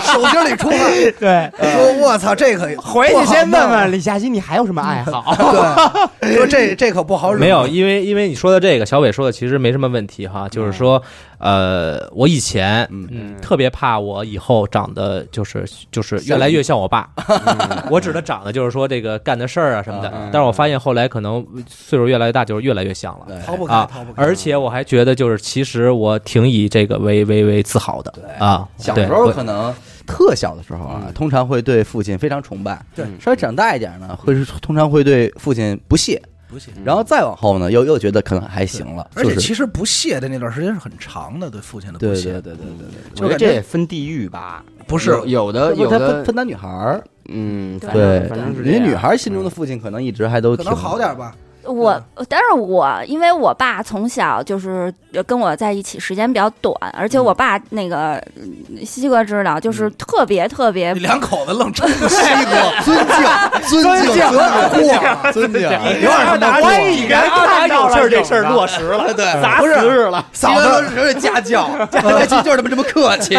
Speaker 2: 手心里出汗。
Speaker 3: 对，
Speaker 2: 说我操，这可
Speaker 3: 回
Speaker 2: 不
Speaker 3: 去
Speaker 2: 好
Speaker 3: 先
Speaker 2: 弄
Speaker 3: 问问李佳琦，你还有什么爱好？
Speaker 2: 对，说这这可不
Speaker 1: 哦
Speaker 2: 好惹。
Speaker 5: 没有，因为因为你说的这个，小伟说的其实没什么问题哈，就是说，呃，我以前
Speaker 1: 嗯
Speaker 5: 嗯特别怕我以后长得就是就是越来越像我爸，
Speaker 1: 嗯
Speaker 5: 我指的长得就是说这个干的事儿啊什么的，但是我发现后来可能岁数越来越大，就是越来越像了。
Speaker 1: 对
Speaker 2: 逃不开，
Speaker 5: 啊
Speaker 2: 逃不，开。
Speaker 5: 而且我还觉得，就是其实我挺以这个为为为自豪的啊。
Speaker 1: 小
Speaker 5: 对
Speaker 1: 时候
Speaker 5: 我
Speaker 1: 可能特小的时候啊，通常会对父亲非常崇拜。
Speaker 2: 对
Speaker 1: 稍微长大一点呢，会是通常会对父亲不屑，
Speaker 2: 不屑。
Speaker 1: 然后再往后呢，又又觉得可能还行了。
Speaker 2: 嗯而且
Speaker 1: 就是
Speaker 2: 其实不屑的那段时间是很长的，对父亲的
Speaker 1: 对
Speaker 2: 不
Speaker 1: 对
Speaker 2: 屑
Speaker 1: 对。对对对
Speaker 2: 就
Speaker 3: 我觉得
Speaker 2: 感觉
Speaker 3: 这也分地域吧，
Speaker 2: 不是
Speaker 3: 有有的
Speaker 1: 对，
Speaker 3: 有
Speaker 1: 他分
Speaker 3: 的
Speaker 1: 分担女孩儿，
Speaker 3: 嗯，反
Speaker 1: 对
Speaker 3: 正反正，是这
Speaker 1: 人
Speaker 3: 样
Speaker 1: 家女孩心中的父亲可能一直还都
Speaker 2: 可
Speaker 1: 挺
Speaker 2: 能好点 吧，
Speaker 4: 我，
Speaker 1: 嗯
Speaker 4: 但是我因为我爸从小就是跟我在一起时间比较短，而且我爸那个嗯西哥知道，
Speaker 1: 嗯
Speaker 4: 就是特别特别
Speaker 2: 你两口子愣冲 着
Speaker 1: 西哥，尊敬，尊敬，有点过，尊敬，
Speaker 2: 有点什么
Speaker 5: 我已然看到了这事儿落实了，对，砸实了。
Speaker 1: 嫂子是家教， 来其实就是他妈这么客气。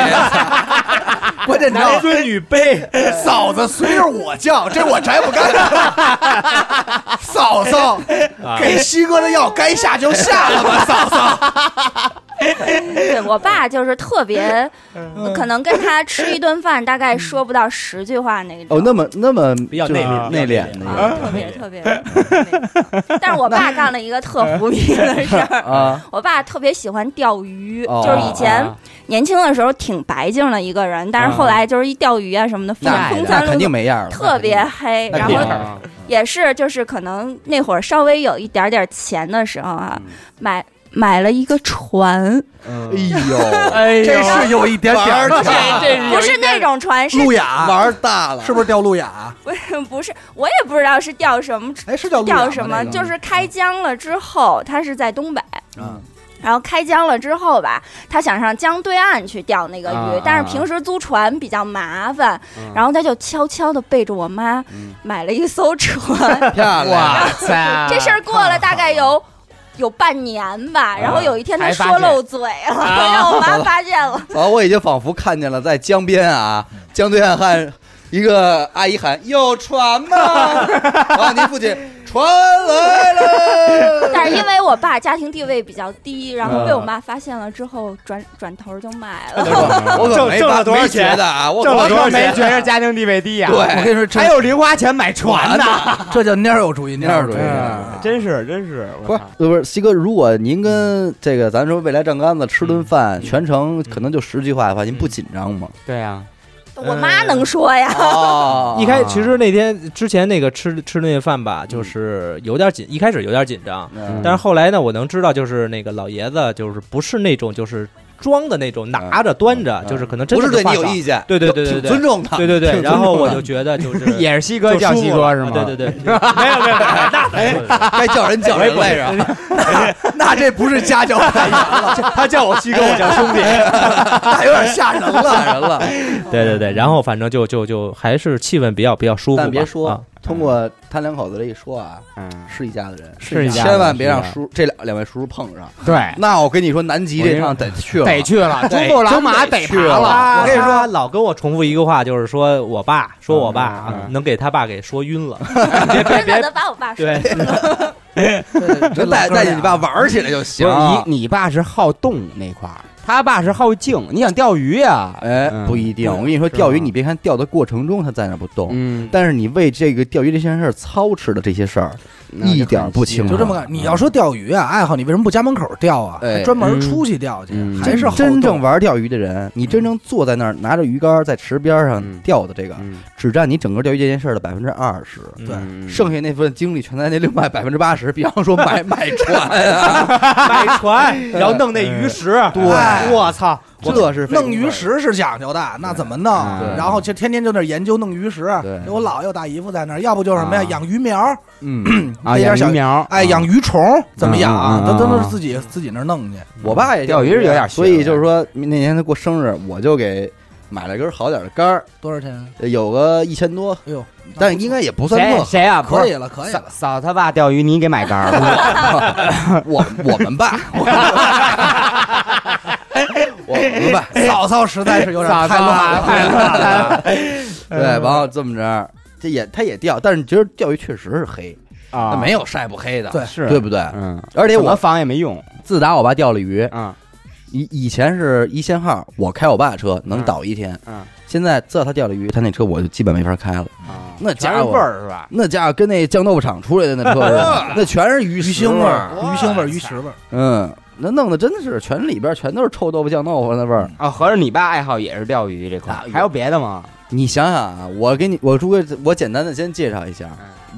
Speaker 2: 关键你知道
Speaker 5: 男尊女 卑，
Speaker 2: 嫂子随着我叫，这我摘不干。 啊嫂嫂，给西哥的药该下就下了吧，嫂嫂。
Speaker 4: 对我爸就是特别，
Speaker 1: 嗯
Speaker 4: 可能跟他吃一顿饭大概说不到十句话那种。
Speaker 1: 哦，那么那么
Speaker 5: 比较
Speaker 1: 就是
Speaker 5: 内敛
Speaker 1: 内敛
Speaker 5: 比较内敛
Speaker 1: 那
Speaker 4: 啊，特别特别，特别但是我爸干了一个特胡逼的事儿
Speaker 1: 个，啊，
Speaker 4: 我爸特别喜欢钓鱼，
Speaker 1: 哦
Speaker 4: 就是以前
Speaker 5: 啊
Speaker 4: 年轻的时候挺白净的一个人，但是后来就是一钓鱼啊什么的，风
Speaker 1: 那
Speaker 4: 风
Speaker 1: 那
Speaker 4: 餐
Speaker 1: 肯
Speaker 4: 露
Speaker 1: 定
Speaker 4: 宿，
Speaker 1: 没样了，
Speaker 4: 特别黑。
Speaker 1: 那
Speaker 4: 然
Speaker 1: 肯定
Speaker 4: 后
Speaker 1: 啊
Speaker 5: 啊
Speaker 4: 也是就是可能那会儿稍微有一点点钱的时候啊，买买了一个船，
Speaker 1: 嗯
Speaker 2: 哎
Speaker 6: 哎
Speaker 2: 呦， 这是有一点点儿
Speaker 1: 玩儿
Speaker 2: 大
Speaker 5: 这
Speaker 1: 嗯
Speaker 5: 是
Speaker 4: 不是那种船，是
Speaker 2: 路亚，
Speaker 1: 玩大了，
Speaker 2: 是不是掉路
Speaker 1: 啊
Speaker 2: 亚？
Speaker 4: 不是不是，我也不知道是钓什么
Speaker 2: 哎，是叫路亚
Speaker 4: 钓
Speaker 2: 吗
Speaker 4: 什么，
Speaker 2: 那个
Speaker 4: 就是开江了之后，他是在东北。
Speaker 1: 嗯
Speaker 4: 然后开江了之后吧，他想上江对岸去钓那个鱼，
Speaker 5: 啊
Speaker 4: 但是平时租船比较麻烦，然后他就悄悄的背着我妈、买了一 艘船。
Speaker 1: 漂亮？
Speaker 5: 塞
Speaker 4: 这事儿过了大概有有半年吧，然后有一天他
Speaker 5: 才发
Speaker 4: 说漏嘴了，让我妈发现 了。
Speaker 1: 完，哦我已经仿佛看见了在江边啊，江对岸汉一个阿姨喊：“有船吗？”然后您父亲船 来了。
Speaker 4: 但是因为我爸家庭地位比较低，然后被我妈发现了之后，转转头就买了。
Speaker 1: 我可
Speaker 6: 挣
Speaker 1: 没
Speaker 6: 挣了
Speaker 1: 把
Speaker 6: 多少
Speaker 1: 没觉
Speaker 6: 钱
Speaker 1: 得啊，我
Speaker 6: 挣了
Speaker 1: 可
Speaker 6: 多少钱啊
Speaker 3: 没觉着家庭地位低呀、
Speaker 1: 对
Speaker 3: 我跟你说，这
Speaker 6: 还有零花钱买船呢，
Speaker 2: 这叫蔫儿有主意，
Speaker 1: 蔫儿有主意
Speaker 2: 嗯
Speaker 3: 真是真哎是，
Speaker 1: 不
Speaker 3: 我
Speaker 1: 是
Speaker 3: 操
Speaker 1: 不是，西哥，如果您跟这个咱说未来站杆子吃顿饭，全程可能就十句话的话，您不紧张吗？
Speaker 3: 对啊呀、
Speaker 4: 我妈能说呀，
Speaker 1: 哦
Speaker 5: 一开其实那天之前那个吃吃那饭吧，就是有点紧，一开始有点紧张，
Speaker 1: 嗯
Speaker 5: 但是后来呢，我能知道就是那个老爷子就是不是那种就是装的那种，拿着端着，就是可能
Speaker 1: 嗯
Speaker 5: 真
Speaker 1: 不
Speaker 5: 的
Speaker 1: 是对你
Speaker 5: 话
Speaker 1: 有
Speaker 5: 少
Speaker 1: 意见，
Speaker 5: 对对对
Speaker 1: 就
Speaker 5: 对
Speaker 1: 挺
Speaker 5: 对
Speaker 1: 尊重他，
Speaker 5: 对对
Speaker 1: 挺
Speaker 5: 对，
Speaker 1: 尊
Speaker 5: 然后
Speaker 1: 重
Speaker 5: 我
Speaker 1: 的
Speaker 5: 就觉得就是
Speaker 3: 也是西哥叫西哥是吗？
Speaker 5: 啊对对对，没有没有，那
Speaker 1: 该叫人叫人来着。
Speaker 2: 那这不是家教，
Speaker 6: 他叫我西哥，我叫 兄弟。
Speaker 2: 那有点吓人了。
Speaker 1: 吓人了。
Speaker 5: 对对对，然后反正就就就还是气氛比较比较舒服吧。
Speaker 1: 但别说，
Speaker 5: 啊
Speaker 1: 通过他两口子这一说啊，
Speaker 3: 嗯，
Speaker 1: 是一家子人，
Speaker 3: 是一家子
Speaker 1: 千万别让
Speaker 3: 是一家
Speaker 1: 叔这两两位叔叔碰上。
Speaker 3: 对，
Speaker 1: 那我跟你说，南极这趟得去了，
Speaker 3: 得 去了，珠穆朗玛得爬
Speaker 1: 真得去
Speaker 3: 了
Speaker 1: 了，
Speaker 5: 啊我跟你说，老跟我重复一个话，就是说我爸，说我爸
Speaker 3: 嗯
Speaker 5: 啊
Speaker 3: 嗯，
Speaker 5: 能给他爸给说晕了。
Speaker 4: 真的能把我爸说。
Speaker 5: 对，
Speaker 1: 就带带着你爸玩起来就行
Speaker 3: 不。是你，你爸是好动那块儿，他爸是好静。你想钓鱼呀、
Speaker 1: 哎，
Speaker 3: 嗯
Speaker 1: 不一定。我跟你说，
Speaker 3: 是
Speaker 1: 钓鱼
Speaker 3: 吗
Speaker 1: 你别看钓的过程中他在那不动，
Speaker 3: 嗯，
Speaker 1: 但是你为这个钓鱼这件事儿操持的这些事儿，一点儿不轻
Speaker 2: 就这么干，你要说钓鱼啊，爱好你为什么不家门口钓啊？
Speaker 1: 嗯哎
Speaker 2: 还专门出去钓去，啊
Speaker 3: 嗯
Speaker 2: 还是好
Speaker 1: 真正
Speaker 2: 动
Speaker 1: 玩钓鱼的人，你真正坐在那儿拿着鱼竿在池边上
Speaker 3: 嗯
Speaker 1: 钓的这个，
Speaker 3: 嗯，
Speaker 1: 只占你整个钓鱼这件事儿的百分之二十。
Speaker 2: 对
Speaker 3: 嗯
Speaker 1: 剩下那份精力全在那另外百分之八十，比方说 买买船啊，
Speaker 5: 买船，然后弄那鱼食。
Speaker 3: 哎
Speaker 2: 对
Speaker 5: 我操，
Speaker 1: 这是非
Speaker 2: 哎弄鱼食是讲究的，那怎么弄
Speaker 3: 对？
Speaker 2: 然后就天天就那儿研究弄鱼食
Speaker 1: 嗯对。
Speaker 2: 我姥爷有大姨夫在那儿，要不就是什么呀，
Speaker 3: 啊
Speaker 2: 养鱼苗，
Speaker 1: 嗯，
Speaker 3: 啊，
Speaker 2: 那点
Speaker 3: 养
Speaker 2: 小
Speaker 3: 鱼苗，
Speaker 2: 哎，养鱼虫怎么养
Speaker 3: 嗯嗯嗯嗯
Speaker 2: 啊？
Speaker 3: 嗯
Speaker 2: 他都是自己自己那儿弄去。
Speaker 1: 我爸也啊
Speaker 3: 钓鱼是有点学问
Speaker 1: 所以就是说那年他过生日，我就给买了根好点的杆儿，
Speaker 2: 多少钱？啊
Speaker 1: 有个一千多，
Speaker 2: 哎呦，那
Speaker 1: 但
Speaker 2: 不
Speaker 1: 应该也不算
Speaker 3: 谁
Speaker 1: 特。
Speaker 3: 谁啊？
Speaker 2: 可以了，可以
Speaker 3: 嫂
Speaker 2: 了。
Speaker 3: 嫂他爸钓鱼，你给买杆儿了，
Speaker 1: 我我们爸，
Speaker 3: 哎
Speaker 1: 我们爸，
Speaker 2: 嫂嫂实在是有点
Speaker 1: 哎
Speaker 3: 嫂
Speaker 2: 太
Speaker 3: 嫂
Speaker 2: 乱
Speaker 3: 啊
Speaker 2: 了，
Speaker 3: 太乱 了
Speaker 1: 对，然后这么着，这也他也钓，但是觉得钓鱼确实是黑，
Speaker 3: 啊
Speaker 1: 那没有晒不黑的，
Speaker 2: 对
Speaker 3: 是
Speaker 1: 对不对？
Speaker 3: 嗯，
Speaker 1: 而且
Speaker 3: 怎么
Speaker 1: 我
Speaker 3: 防也没用
Speaker 1: 自打我爸钓了鱼，
Speaker 3: 啊，
Speaker 1: 以以前是一限号，我开我爸车能倒一天。
Speaker 3: 嗯嗯
Speaker 1: 现在自打他钓了鱼，他那车我就基本没法开了。
Speaker 3: 啊
Speaker 1: 那
Speaker 3: 全
Speaker 1: 家
Speaker 3: 是
Speaker 1: 伙
Speaker 3: 味儿是吧？
Speaker 1: 那家伙跟那酱豆腐厂出来的那车似 的，那全是鱼
Speaker 2: 鱼
Speaker 1: 鱼
Speaker 2: 腥味儿、
Speaker 1: 儿。
Speaker 2: 鱼腥味儿、鱼食味儿。
Speaker 1: 嗯，那弄的真的是全里边全都是臭豆腐酱豆腐那味儿。
Speaker 3: 啊，合着你爸爱好也是钓鱼这块
Speaker 1: 啊
Speaker 3: 儿，还有别的吗？
Speaker 1: 你想想啊，我给你我诸位，我简单的先介绍一下，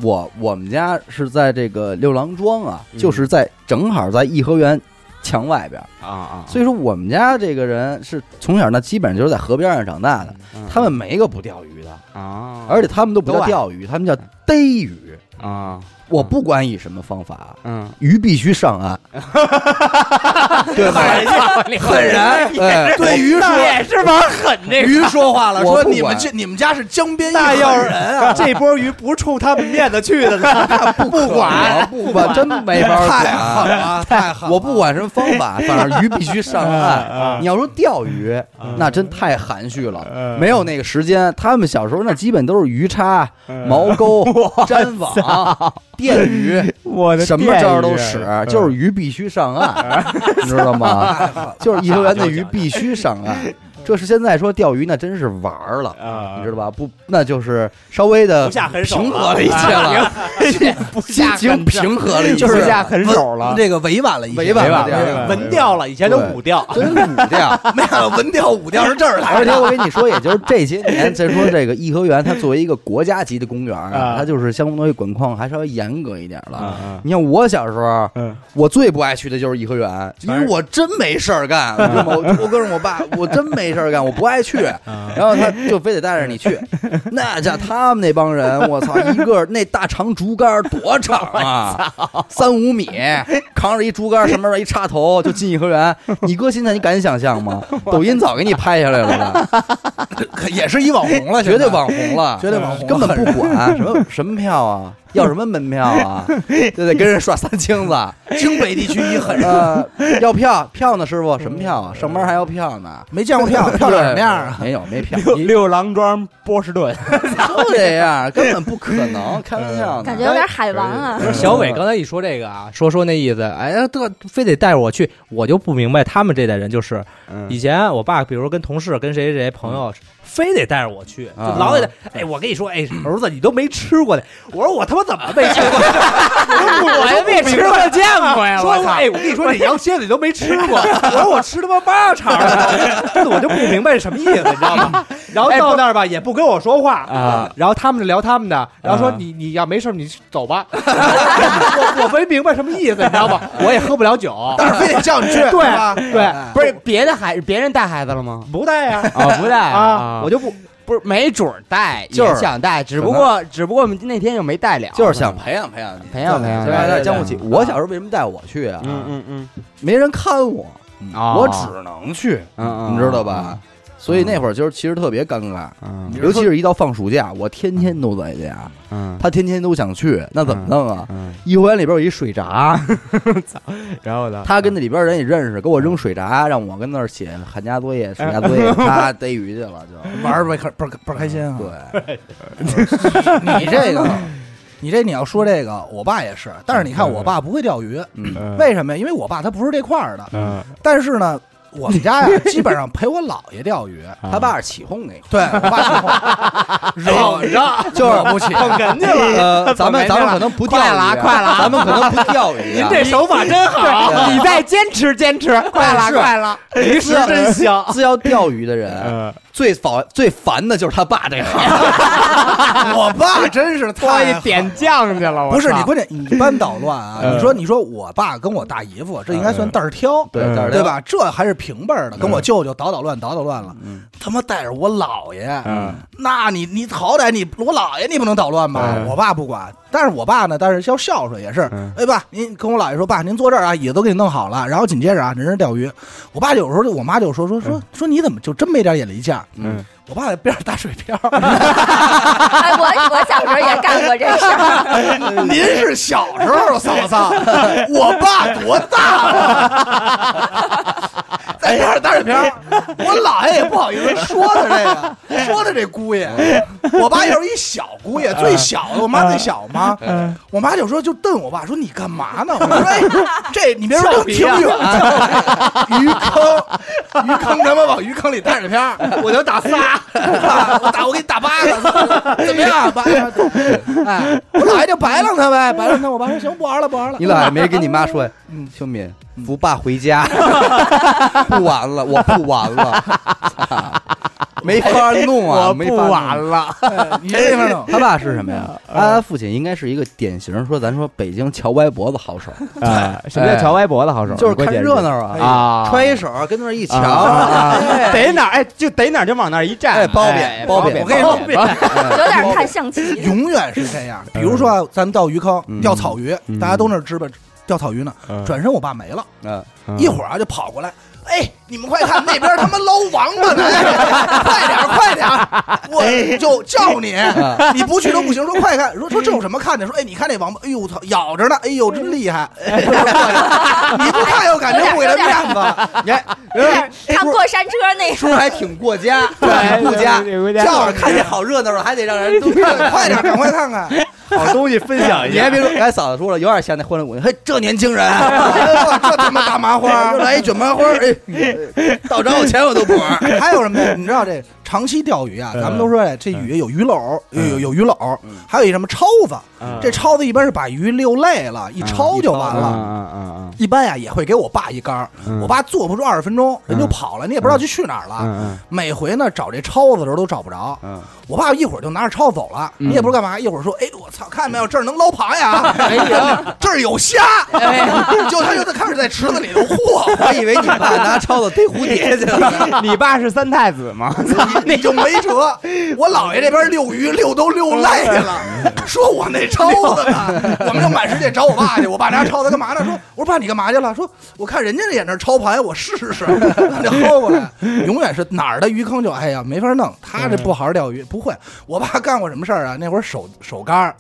Speaker 1: 我我们家是在这个六郎庄啊，
Speaker 3: 嗯
Speaker 1: 就是在正好在颐和园墙外边，
Speaker 3: 啊啊，
Speaker 1: 所以说我们家这个人是从小那基本上就是在河边上长大的，
Speaker 3: 嗯
Speaker 1: 他们没个不钓鱼的。
Speaker 3: 啊，
Speaker 1: 而且他们都不
Speaker 3: 都
Speaker 1: 叫
Speaker 3: 爱
Speaker 1: 钓鱼，他们叫逮鱼。
Speaker 3: 啊，
Speaker 1: 我不管以什么方法，
Speaker 3: 嗯，
Speaker 1: 鱼必须上岸， 对
Speaker 3: 哎
Speaker 1: 吧？
Speaker 2: 狠人，
Speaker 1: 哎，
Speaker 2: 对鱼说，
Speaker 3: 也是玩狠这
Speaker 2: 鱼说话了，
Speaker 1: 我
Speaker 2: 说
Speaker 1: 不
Speaker 2: 你们
Speaker 1: 管
Speaker 2: 这你们家是江边一
Speaker 6: 那要
Speaker 2: 狠
Speaker 6: 是
Speaker 2: 人
Speaker 6: 这波鱼不是冲他们面子去的呢，
Speaker 1: 不管不管，真没法
Speaker 2: 太
Speaker 1: 管。
Speaker 2: 狠了，太狠了！
Speaker 1: 我不管什么方法，反正鱼必须上岸。你要说钓鱼，那真太含蓄
Speaker 3: 呃
Speaker 1: 了，没有那
Speaker 3: 呃嗯
Speaker 1: 个时间。他们小时候那基本都是鱼叉、毛钩、粘网、电鱼
Speaker 3: 我的嗯
Speaker 1: 什么
Speaker 3: 天
Speaker 1: 招儿都
Speaker 3: 爷
Speaker 1: 使，就是鱼必须上岸，你知道吗？就是颐和园那鱼必须上岸。这是现在说钓鱼，那真是玩儿了，
Speaker 3: 呃
Speaker 6: 啊
Speaker 1: 你知道吧？不，那就是稍微的
Speaker 6: 不下狠手了啊
Speaker 1: 平和了一些了，
Speaker 6: 不
Speaker 1: 心
Speaker 6: 下
Speaker 1: 情平和了一些，
Speaker 3: 就是下狠手了。
Speaker 2: 这个委婉了一些，
Speaker 1: 委婉了啊点
Speaker 2: 了
Speaker 5: 嗯
Speaker 1: 儿，
Speaker 6: 文调了，以前都武调，
Speaker 1: 真武调。
Speaker 2: 没想到文调武调是这儿来
Speaker 1: 而且我跟你说，也就是这些年， 再说这个颐和园，它作为一个国家级的公园啊
Speaker 6: 啊，
Speaker 1: 它就是相关东西管控还稍微严格一点了。
Speaker 6: 啊
Speaker 1: 你看我小时候，
Speaker 6: 嗯
Speaker 1: 我最不爱去的就是颐和园，因为我真没事儿干，你知道吗？我我跟着我爸，我真没事儿干，我不爱去，
Speaker 6: 啊
Speaker 1: 然后他就非得带着你去。那家他们那帮人，我操，一个那大长竹竿多长啊，三五米，扛着一竹竿，上面一插头就进颐和园。你搁现在你敢想象吗？抖音早给你拍下来了吧，
Speaker 2: 了，也是一网红了，
Speaker 1: 绝对
Speaker 2: 现在
Speaker 1: 网红了，
Speaker 2: 绝对网红了，
Speaker 1: 根本不管什么什么票啊，要什么门票啊，就得跟人耍三清子。
Speaker 2: 京北地区一狠人，
Speaker 1: 呃，要票票呢，师傅什么票啊？上班还要票呢？
Speaker 2: 没见过票，票长什么样啊？
Speaker 1: 没有，没票，
Speaker 3: 六
Speaker 1: 你
Speaker 3: 六郎庄波士顿，
Speaker 1: 就这样，根本不可能，开玩
Speaker 3: 呃
Speaker 1: 笑呢。
Speaker 4: 感觉有点海王啊
Speaker 5: 不。是小伟刚才一说这个啊，说说那意思，哎呀，这非得带我去，我就不明白他们这代人就是，
Speaker 1: 嗯
Speaker 5: 以前我爸比如跟同事跟谁谁谁朋友，非得带着我去，就
Speaker 1: 啊
Speaker 5: 老得带，哎，我跟你说，哎，儿子你都没吃过的，我说我他妈怎么没吃过？ 我也没吃过见过呀！说哎，我跟你说这羊蝎子你都没吃过，我说我吃他妈八肠了，真的我就不明白是什么意思，你知 道吗？然后到那儿吧，
Speaker 1: 哎
Speaker 5: 也不跟我说话
Speaker 3: 啊，
Speaker 5: 然后他们就聊他们的，然后说你你要没事儿你走吧， 我我没明白什么意思，你知道吗？我也喝不了酒，
Speaker 2: 但是非得叫你去，
Speaker 5: 对
Speaker 2: 是吧？
Speaker 5: 对，
Speaker 3: 不是别的孩，别人带孩子了吗？
Speaker 5: 不带呀
Speaker 3: 啊，不带
Speaker 5: 啊，我就不
Speaker 3: 不是没准儿带，
Speaker 1: 就是
Speaker 3: 也想带，只不过只不过我们那天就没带了，
Speaker 1: 就是想培养培养你，
Speaker 3: 培养培养
Speaker 1: 对
Speaker 3: 对
Speaker 1: 吧？
Speaker 3: 对
Speaker 1: 江湖气。我小时候为什么带我去啊？
Speaker 3: 嗯嗯嗯
Speaker 1: 没人看我，
Speaker 5: 嗯
Speaker 3: 哦
Speaker 1: 我只能去，
Speaker 3: 嗯，
Speaker 1: 你知道吧？所以那会儿就是其实特别尴尬，
Speaker 3: 嗯？
Speaker 1: 尤其是一到放暑假，我天天都在家，
Speaker 3: 嗯嗯
Speaker 1: 他天天都想去，那怎么弄啊？
Speaker 3: 嗯，
Speaker 1: 颐和园里边有一水闸，
Speaker 3: 然后呢？
Speaker 1: 嗯他跟那里边人也认识，给我扔水闸，让我跟那儿写寒假作业、暑假作业， 他逮鱼去了就。
Speaker 2: 玩儿呗，可倍儿倍儿开心啊！
Speaker 1: 对，
Speaker 2: 你这个，你这你要说这个，我爸也是，但是你看我爸不会钓鱼，
Speaker 1: 嗯，
Speaker 3: 嗯
Speaker 2: 为什么呀？因为我爸他不是这块儿的，
Speaker 3: 嗯
Speaker 2: 但是呢，我们家呀基本上陪我姥爷钓鱼，
Speaker 1: 他爸是起哄那个，
Speaker 2: 对我爸起哄，
Speaker 5: 嚷嚷，
Speaker 1: 就是不起
Speaker 6: 捧哏去了。
Speaker 1: 呃，咱们
Speaker 3: 捧
Speaker 1: 咱们
Speaker 3: 人家了
Speaker 1: 可能不钓
Speaker 3: 快
Speaker 1: 鱼，
Speaker 3: 了啊快了啊
Speaker 1: 咱们可能不钓鱼啊。
Speaker 5: 手法真好，
Speaker 3: 对，你再坚持坚持，快了
Speaker 2: 是
Speaker 3: 快了，
Speaker 5: 鱼食真香。
Speaker 1: 自要钓鱼的人，最烦最烦的就是他爸这行，
Speaker 2: 我爸真是
Speaker 3: 我
Speaker 2: 太
Speaker 3: 一点酱去了，我
Speaker 2: 不是
Speaker 3: 操
Speaker 2: 你，关键你一般捣乱啊！
Speaker 3: 嗯
Speaker 2: 你说你说我爸跟我大姨夫，这应该算蛋儿挑，
Speaker 1: 对
Speaker 3: 嗯
Speaker 1: 但是
Speaker 2: 对？吧？这还是平辈儿的，跟我舅舅捣捣乱，捣捣乱了
Speaker 1: 嗯，
Speaker 2: 他妈带着我姥爷，
Speaker 3: 嗯
Speaker 2: 那你你好歹你我姥爷你不能捣乱吧？
Speaker 3: 嗯
Speaker 2: 我爸不管，但是我爸呢，但是要孝顺也是
Speaker 3: 嗯，
Speaker 2: 哎爸，您跟我姥爷说，爸您坐这儿啊，椅子都给你弄好了，然后紧接着啊，人是钓鱼，我爸有时候就我妈就说说说说你怎么就真没点眼力见儿？
Speaker 3: 嗯，
Speaker 2: 我爸在边上打水漂，
Speaker 4: 哎，我我小时候也干过这事 儿，
Speaker 2: 您是小时候嫂嫂，我爸多大了？ 在这儿打水漂，我姥爷也不好意思说他这个，说他这姑爷。我爸又是一小姑爷，最小的，我妈最小嘛。我妈就说就瞪我爸说你干嘛呢？我说哎，这你别说能挺远，鱼坑，鱼坑咱们往鱼坑里打水漂，我就打仨， 我打我给你打 八个，怎么样？八个。哎，我姥爷就白楞他呗，白楞他。我爸说行，不玩了，不玩了。
Speaker 1: 你姥爷没跟你妈说，秀敏扶爸回家，不玩了，我不玩了，没法弄啊，
Speaker 3: 我
Speaker 1: 没法
Speaker 3: 不
Speaker 1: 弄
Speaker 3: 玩了，
Speaker 2: 你这地方弄，
Speaker 1: 他爸是什么呀？他父亲应该是一个典型说咱说北京翘歪脖子好手，
Speaker 3: 啊，什么叫乔歪脖子好手？
Speaker 1: 就是
Speaker 3: 关
Speaker 1: 看
Speaker 3: 键
Speaker 1: 热闹啊，
Speaker 3: 啊，
Speaker 1: 揣一手跟那儿一
Speaker 3: 啊
Speaker 1: 瞧，
Speaker 3: 啊逮哪儿哎就逮哪儿就往那儿一
Speaker 1: 哎
Speaker 3: 站，
Speaker 1: 包
Speaker 3: 哎
Speaker 1: 贬包
Speaker 3: 包
Speaker 1: 贬
Speaker 3: 贬，
Speaker 2: 我跟你说
Speaker 4: 有点看象
Speaker 1: 哎
Speaker 4: 棋。
Speaker 2: 永远是这样。比如说啊，咱们钓鱼坑
Speaker 1: 嗯
Speaker 2: 钓草鱼
Speaker 3: 嗯，
Speaker 2: 大家都那儿支吧钓草鱼呢，
Speaker 3: 嗯
Speaker 2: 转身我爸没了，
Speaker 1: 嗯，
Speaker 3: 嗯
Speaker 2: 一会儿啊就跑过来。哎，你们快看那边他妈捞王八呢，哎快点儿快点儿，
Speaker 1: 哎
Speaker 2: 我就 叫你，
Speaker 1: 嗯
Speaker 2: 你不去都不行。说快看，说说这有什么看的？说哎，你看那王八，哎呦我操，咬着呢，哎呦真厉 害，哎说快点你不看又感觉不给他面子，
Speaker 1: 你看
Speaker 4: 有点像过山车那
Speaker 1: 叔
Speaker 4: 种。
Speaker 1: 还挺过家，
Speaker 6: 对
Speaker 1: 顾家
Speaker 6: 对顾，家
Speaker 1: 叫着看见好热闹了，还得让人都看
Speaker 2: 快点儿赶快看看。
Speaker 6: 好东西分享一
Speaker 1: 你
Speaker 6: 下
Speaker 1: 还。别说，刚才嫂子说了，有点像那《欢乐谷》，嘿，这年轻人，
Speaker 2: 哇哎这他妈大麻花，
Speaker 1: 又来一卷麻花，哎，到找我钱我都不玩。
Speaker 2: 还有什么呀？你知道这长期钓鱼啊，咱们都说哎这鱼有鱼篓，有有有鱼篓，
Speaker 3: 嗯
Speaker 2: 还有一什么抄子。这抄子一般是把鱼遛累了，一抄就完了。
Speaker 3: 嗯嗯嗯
Speaker 2: 一般呀也会给我爸一杆儿，
Speaker 3: 嗯
Speaker 2: 我爸坐不住二十分钟，人就跑了，你也不知道去去哪儿了。
Speaker 3: 嗯
Speaker 2: 每回呢找这抄子的时候都找不着，
Speaker 3: 嗯
Speaker 2: 我爸一会儿就拿着抄走了，你也不知道干嘛。一会儿说：“哎，我操，看见没有，这儿能捞螃蟹 啊！哎呀， 这儿有虾。”
Speaker 3: 哎
Speaker 2: 就他就在开始在池子里头晃，
Speaker 1: 我以为你爸拿抄子逮蝴蝶去了，
Speaker 3: 嗯，你爸是三太子吗？
Speaker 2: 你就没辙。我姥爷这边遛鱼遛都遛累了，说我那抄子呢，我们就满世界找我爸去。我爸拿抄子干嘛呢？说我说爸你干嘛去了？说我看人家也那抄螃蟹，我试试，那薅过来。永远是哪儿的鱼坑就哎呀没法弄，他这不好好钓鱼不会。我爸干过什么事儿啊？那会儿手手杆儿。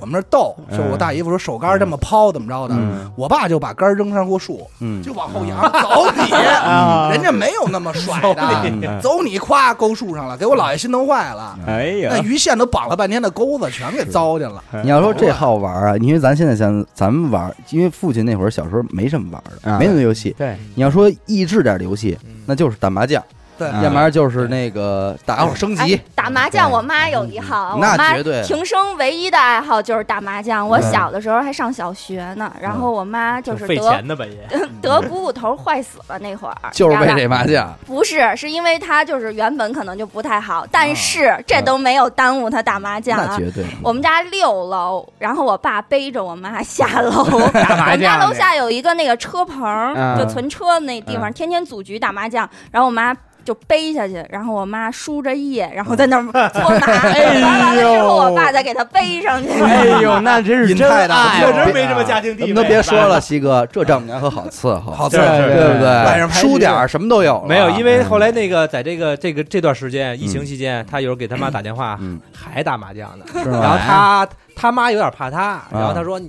Speaker 2: 我们那儿逗，就是我大姨夫说手杆儿这么抛怎么着的，我爸就把杆儿扔上过树，
Speaker 3: 嗯
Speaker 2: 就往后仰，走 你，
Speaker 1: 啊
Speaker 2: 人家没有那么甩
Speaker 1: 嗯
Speaker 2: 的，走你夸勾树上了，给我姥爷心疼坏了。
Speaker 3: 哎
Speaker 1: 啊
Speaker 2: 那，鱼线都绑了半天的钩子全给糟践了，
Speaker 1: 你要说这好玩啊，因为咱现在想咱们玩，因为父亲那会儿小时候没什么玩的，
Speaker 3: 啊
Speaker 1: 没什么游戏。
Speaker 3: 对，
Speaker 1: 你要说益智点的游戏，那就是打麻将，
Speaker 2: 对
Speaker 1: 嗯要不然就是那个打会儿啊哦 升级
Speaker 4: 哎。打麻将，我妈有一号，我
Speaker 1: 那
Speaker 4: 妈
Speaker 1: 绝对嗯
Speaker 4: 平生唯一的爱好就是打麻将。我小的时候还上小学呢，然后我妈就是
Speaker 5: 费
Speaker 4: 得
Speaker 5: 钱的吧也。
Speaker 4: 得股骨头坏死了那会儿，
Speaker 1: 就是
Speaker 4: 然
Speaker 1: 为
Speaker 4: 后
Speaker 1: 这麻将，
Speaker 4: 不是，是因为他就是原本可能就不太好，但是这都没有耽误他打麻将
Speaker 1: 啊嗯那
Speaker 4: 啊。
Speaker 1: 绝对。
Speaker 4: 我们家六楼，然后我爸背着我妈下楼，
Speaker 3: 打
Speaker 4: 我
Speaker 3: 麻
Speaker 4: 们家
Speaker 3: 将，
Speaker 4: 楼下有一个那个车棚儿，
Speaker 3: 嗯
Speaker 4: 就存车那地方，天天组局打麻将，然后我妈。就背下去，然后我妈输着液，然后在那儿搓 麻，完了之后我爸再给她背上去。
Speaker 3: 哎呦，那真是
Speaker 1: 瘾
Speaker 3: 真
Speaker 1: 太大
Speaker 3: 爱
Speaker 1: 了
Speaker 3: 啊，
Speaker 6: 确实没什么家庭
Speaker 1: 哎咱
Speaker 6: 地位。
Speaker 1: 们都别
Speaker 5: 哎
Speaker 1: 说了，西哥，这丈母娘可好伺候，
Speaker 2: 好
Speaker 6: 对
Speaker 2: 刺激。啊
Speaker 1: 对不
Speaker 2: 晚上
Speaker 1: 对？
Speaker 2: 排局
Speaker 1: 输点儿什么都有了，
Speaker 5: 没有，因为后来那个在这个这个这段时间，疫情期间，他有时候给他妈打电话
Speaker 1: 嗯，
Speaker 5: 还打麻将呢。
Speaker 1: 是
Speaker 5: 然
Speaker 1: 吗？
Speaker 5: 后他他妈有点怕他，然后他说，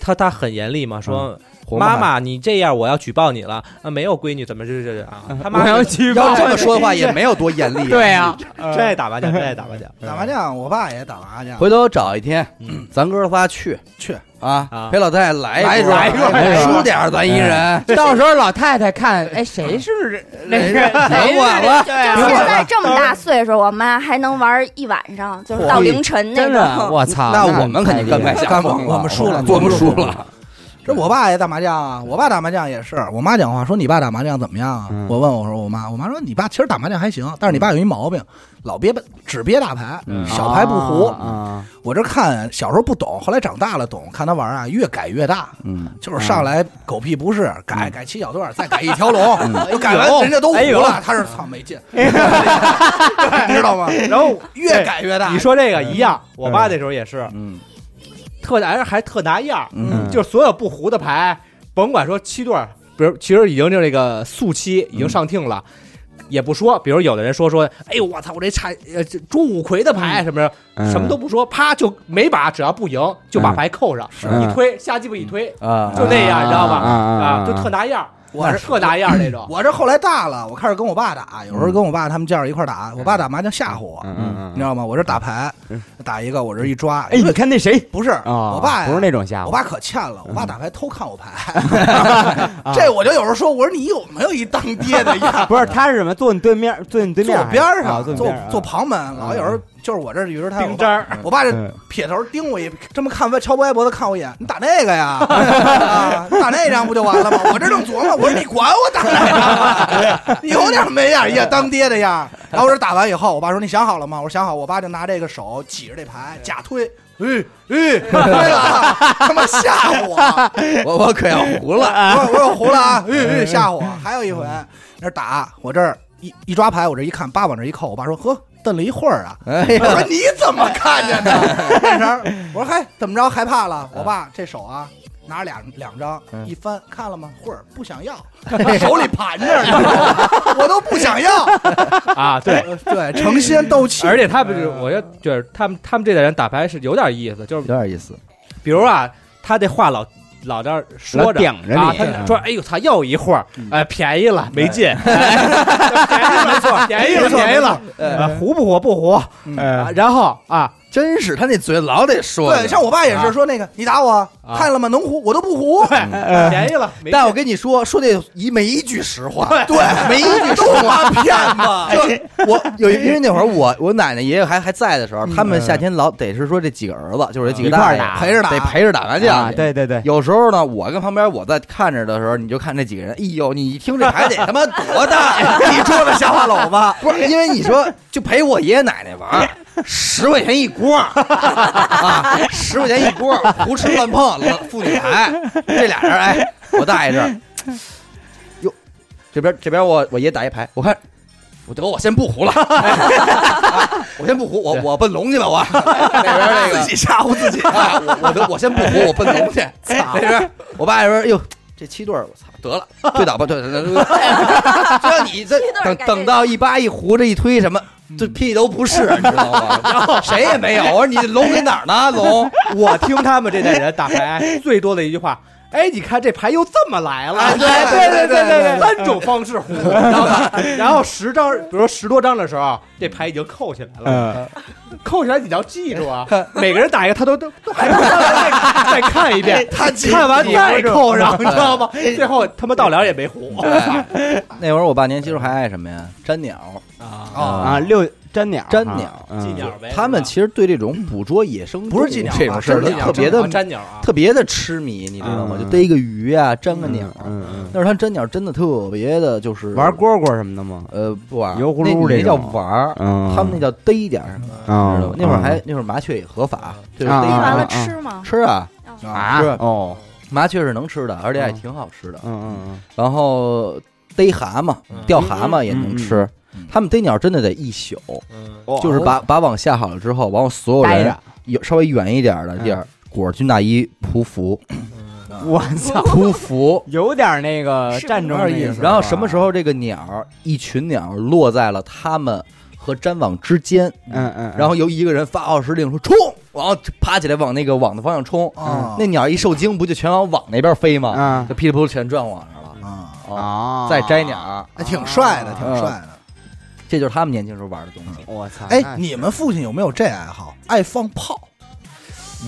Speaker 5: 他他很严厉嘛，说
Speaker 1: 活
Speaker 5: 妈妈你这样我要举报你了啊，没有闺女怎么这这这啊？他妈
Speaker 3: 我要举
Speaker 1: 要
Speaker 3: 报
Speaker 1: 这么说的 话也没有多严厉。
Speaker 3: 对啊，
Speaker 5: 真爱打麻将，真爱打麻将，
Speaker 2: 打麻将，我爸也打麻将，
Speaker 1: 啊回头找一天
Speaker 5: 嗯，
Speaker 1: 咱哥仨去
Speaker 2: 去
Speaker 1: 啊
Speaker 5: 啊，
Speaker 1: 陪老太太来
Speaker 2: 来一
Speaker 1: 一
Speaker 2: 桌来一桌
Speaker 1: 输点儿咱一人，
Speaker 3: 到时候老太太看，哎，谁是那个
Speaker 1: 甭管了。
Speaker 3: 对啊
Speaker 4: 就现在这么大岁数，我妈还能玩一晚上，就是到凌晨那
Speaker 3: 真的，啊
Speaker 4: 种。
Speaker 3: 我操！
Speaker 1: 那我们肯定甘拜
Speaker 3: 干
Speaker 1: 下风
Speaker 2: 我们输
Speaker 3: 哎
Speaker 2: 了
Speaker 1: 我们输了。
Speaker 2: 这我爸也打麻将啊，我爸打麻将也是。我妈讲话说你爸打麻将怎么样啊？
Speaker 3: 嗯
Speaker 2: 我问我说我妈，我妈说你爸其实打麻将还行，但是你爸有一毛病，老憋只憋大牌，
Speaker 1: 嗯
Speaker 2: 小牌不胡。
Speaker 3: 啊，
Speaker 2: 我这看小时候不懂，后来长大了懂，看他玩啊，越改越大，
Speaker 1: 嗯，
Speaker 2: 就是上来狗屁不是，改改七小段，再改一条龙，就改
Speaker 5: 哎
Speaker 2: 完
Speaker 5: 呦
Speaker 2: 人家都糊
Speaker 5: 哎呦
Speaker 2: 了，他是操没劲，你知道吗？
Speaker 5: 然后
Speaker 2: 越改越大。
Speaker 5: 你说这个一样，我爸那时候也是，
Speaker 1: 嗯，
Speaker 5: 特拿还特拿样儿，
Speaker 1: 嗯
Speaker 5: 就是所有不胡的牌，甭管说七对儿，比如其实已经就这个速七
Speaker 3: 嗯
Speaker 5: 已经上听了。也不说，比如有的人说说，哎呦我操，我这产呃这钟五魁的
Speaker 3: 嗯
Speaker 5: 牌什么的，什么都不说，啪就每把只要不赢就把牌扣上，
Speaker 3: 嗯
Speaker 5: 一推瞎鸡巴一推，
Speaker 1: 啊，
Speaker 5: 就那样，你知道吧？
Speaker 3: 啊啊啊啊
Speaker 5: 啊，就特拿样儿，
Speaker 2: 我是
Speaker 5: 特拿样儿那种。
Speaker 2: 我这后来大了，我开始跟我爸打，有时候跟我爸他们叫着一块儿打，我爸打麻将吓唬我，
Speaker 3: 嗯
Speaker 2: 你知道吗？我这打牌，打一个我这一抓，
Speaker 3: 哎，你看那谁
Speaker 2: 不是
Speaker 3: 啊？
Speaker 2: 我爸呀，
Speaker 3: 不是那种吓唬，？
Speaker 2: 我爸可欠了，我爸打牌偷看我牌，这我就有时候说，我说你有没有一当爹的样
Speaker 3: 不是，他是什么？坐你对面，坐你对面还
Speaker 2: 坐我
Speaker 3: 是，
Speaker 2: 边儿
Speaker 3: 啊
Speaker 2: 上，
Speaker 3: 坐你
Speaker 2: 坐
Speaker 3: 边儿啊
Speaker 2: 坐旁门，老有时候就是我这儿有时候他
Speaker 5: 钉针儿，
Speaker 2: 我爸这
Speaker 3: 嗯
Speaker 2: 撇头盯我一，这么看歪敲歪脖子看我一眼，你打那个呀？啊你打那张不就完了吗？我这正琢磨，我说你管我打哪张啊？你有点没样儿，也当爹的样儿。然后我这打完以后，我爸说你想好了吗？我说想好，我爸就拿这个手挤着这牌假推。哎哎，推了啊，他妈吓唬我！
Speaker 1: 我我可要糊了。
Speaker 2: 我我有胡了啊！哎哎，吓唬我！还有一回，那儿打我这儿一一抓牌，我这一看，叭往这一扣，我爸说呵，瞪了一会儿啊，
Speaker 1: 哎
Speaker 2: 我说
Speaker 1: 呀，
Speaker 2: 你怎么看见的？那啥，我说嗨，怎么着害怕了？我爸这手啊，拿着俩两张
Speaker 3: 嗯
Speaker 2: 一翻，看了吗？会儿不想要，手里盘着，你知道吗 我都不想要。
Speaker 5: 啊，对。
Speaker 3: 哎
Speaker 2: 呃对，成仙斗气，
Speaker 5: 而且他们，
Speaker 3: 嗯
Speaker 5: 我觉得就是他们，他们这代人打牌是有点意思，就是
Speaker 1: 有点意思。
Speaker 5: 比如啊，他这话老老这儿说
Speaker 3: 老
Speaker 5: 着，
Speaker 3: 顶着
Speaker 5: 啊，
Speaker 3: 你
Speaker 5: 他说：“哎呦，操，又一会儿，哎，便宜了，没劲，哎便 宜了，没错，便宜了，便宜了，啊，糊不糊？不糊啊
Speaker 3: 哎，
Speaker 5: 然后啊，
Speaker 1: 真是他那嘴老得说
Speaker 2: 对，
Speaker 1: 着。
Speaker 2: 像我爸也是
Speaker 5: 啊
Speaker 2: 说那个，你打我
Speaker 5: 啊
Speaker 2: 看了吗？能胡我都不胡，
Speaker 5: 对，便宜了，没劲
Speaker 1: 但我跟你说，说那一没一句实话，
Speaker 2: 对，
Speaker 1: 没一句实话，骗子。就我有一，因为那会儿我我奶奶爷爷还还在的时候，他们夏天老得是说这几个儿子，就是这几个
Speaker 3: 一块儿
Speaker 1: 大爷
Speaker 3: 打
Speaker 2: 陪着打
Speaker 1: 得陪着打麻
Speaker 3: 啊，
Speaker 1: 将。
Speaker 3: 对对对，
Speaker 1: 有时候呢，我跟旁边我在看着的时候，你就看这几个人，哎呦，你一听这牌得他妈多大 呀？一桌子下话篓吧？不是，因为你说就陪我爷爷奶奶玩儿，十块钱一锅 儿，啊，十块钱一锅儿，胡吃乱碰，老妇女牌，这俩人，哎，我大爷这儿，哟，这边这边我我爷打一牌，我看。我得我先不胡了， 啊我先不胡，我我奔龙去吧，我那边那个自己吓唬自己啊，我我得我先不胡，我奔龙去。那边我爸也说，哟，这七对儿，我操，得了，对倒吧， 对对对对，只要你这
Speaker 4: 七对
Speaker 1: 等
Speaker 4: 儿感觉
Speaker 1: 等到一扒一胡这一推什么，这屁都不是，你知道 吗？谁也没有。我说你龙在哪儿呢？龙，
Speaker 5: 我听他们这代人打牌 最多的一句话。”哎，你看这牌又这么来了，
Speaker 1: 哎对对
Speaker 5: 对对
Speaker 1: 对
Speaker 5: 对，三种方式胡，然后 然后十张，比如说十多张的时候，这牌已经扣起来了，
Speaker 3: 嗯，
Speaker 5: 扣起来你要记住 啊，每个人打一个，他都都都还不知道再再看一遍，他 看完再扣上，你知道 吗？最后他妈到了也没胡
Speaker 1: 嗯那会儿我爸年轻时候还爱什么呀？粘鸟。
Speaker 5: 啊，
Speaker 3: 啊，六粘鸟，
Speaker 1: 粘鸟
Speaker 3: 嗯，
Speaker 5: 鸡鸟呗，
Speaker 1: 哦他们其实对这种捕捉野生
Speaker 2: 不是禁
Speaker 3: 啊
Speaker 2: 鸟
Speaker 1: 动物这
Speaker 2: 吧
Speaker 1: 种事儿
Speaker 2: 真是禁鸟
Speaker 1: 特别的
Speaker 5: 啊粘鸟啊，
Speaker 1: 特别的痴迷，你知道吗？
Speaker 3: 嗯
Speaker 1: 就逮个鱼啊，粘个
Speaker 3: 嗯
Speaker 1: 鸟。
Speaker 3: 嗯嗯，
Speaker 1: 但是他粘鸟真的特别的，就是
Speaker 3: 玩蝈蝈什么的吗？
Speaker 1: 呃不玩
Speaker 3: 油葫
Speaker 1: 那你
Speaker 3: 芦这
Speaker 1: 那叫
Speaker 3: 种
Speaker 1: 玩儿，
Speaker 3: 嗯，
Speaker 1: 他们那叫逮点儿什么，
Speaker 3: 啊
Speaker 1: 知道吧？那会儿还那会儿麻雀也合法，就是
Speaker 3: 啊
Speaker 1: 逮
Speaker 4: 听完
Speaker 1: 麻
Speaker 4: 了
Speaker 1: 雀
Speaker 4: 吃
Speaker 3: 嗯
Speaker 4: 吗？
Speaker 1: 吃啊，
Speaker 3: 啊
Speaker 1: 是
Speaker 3: 哦，
Speaker 1: 麻雀是能吃的，而且还
Speaker 3: 嗯
Speaker 1: 挺好吃的。
Speaker 3: 嗯嗯
Speaker 1: 然后逮蛤蟆
Speaker 5: 嗯、
Speaker 1: 钓蛤蟆也能吃。他们逮鸟真的得一宿，
Speaker 5: 嗯，
Speaker 3: 嗯，
Speaker 1: 就是把把网下好了之后，往所有
Speaker 3: 待
Speaker 1: 人
Speaker 3: 着，
Speaker 1: 有稍微远一点的地儿裹着军大衣匍匐，
Speaker 3: 我操，
Speaker 1: 匍 匐。
Speaker 3: 有点那个啊
Speaker 4: 是
Speaker 3: 战争的意思。
Speaker 1: 然后什么时？候这个鸟，一群鸟落在了他们和粘网之间，
Speaker 3: 嗯嗯，
Speaker 1: 然后由一个人发号施令说冲，然后爬起来往那个网的方向冲。
Speaker 2: 啊
Speaker 1: 嗯那鸟一受惊，不就全往网那边飞吗？
Speaker 3: 嗯
Speaker 1: 就噼里扑噜全转网上了。
Speaker 2: 啊，
Speaker 1: 啊，
Speaker 3: 啊，
Speaker 1: 再摘，鸟，
Speaker 2: 还挺帅的，挺
Speaker 1: 嗯
Speaker 2: 帅的。
Speaker 1: 这就是他们年轻时候玩的东西。
Speaker 3: 我操！
Speaker 2: 哎，你们父亲有没有这爱好？爱放炮？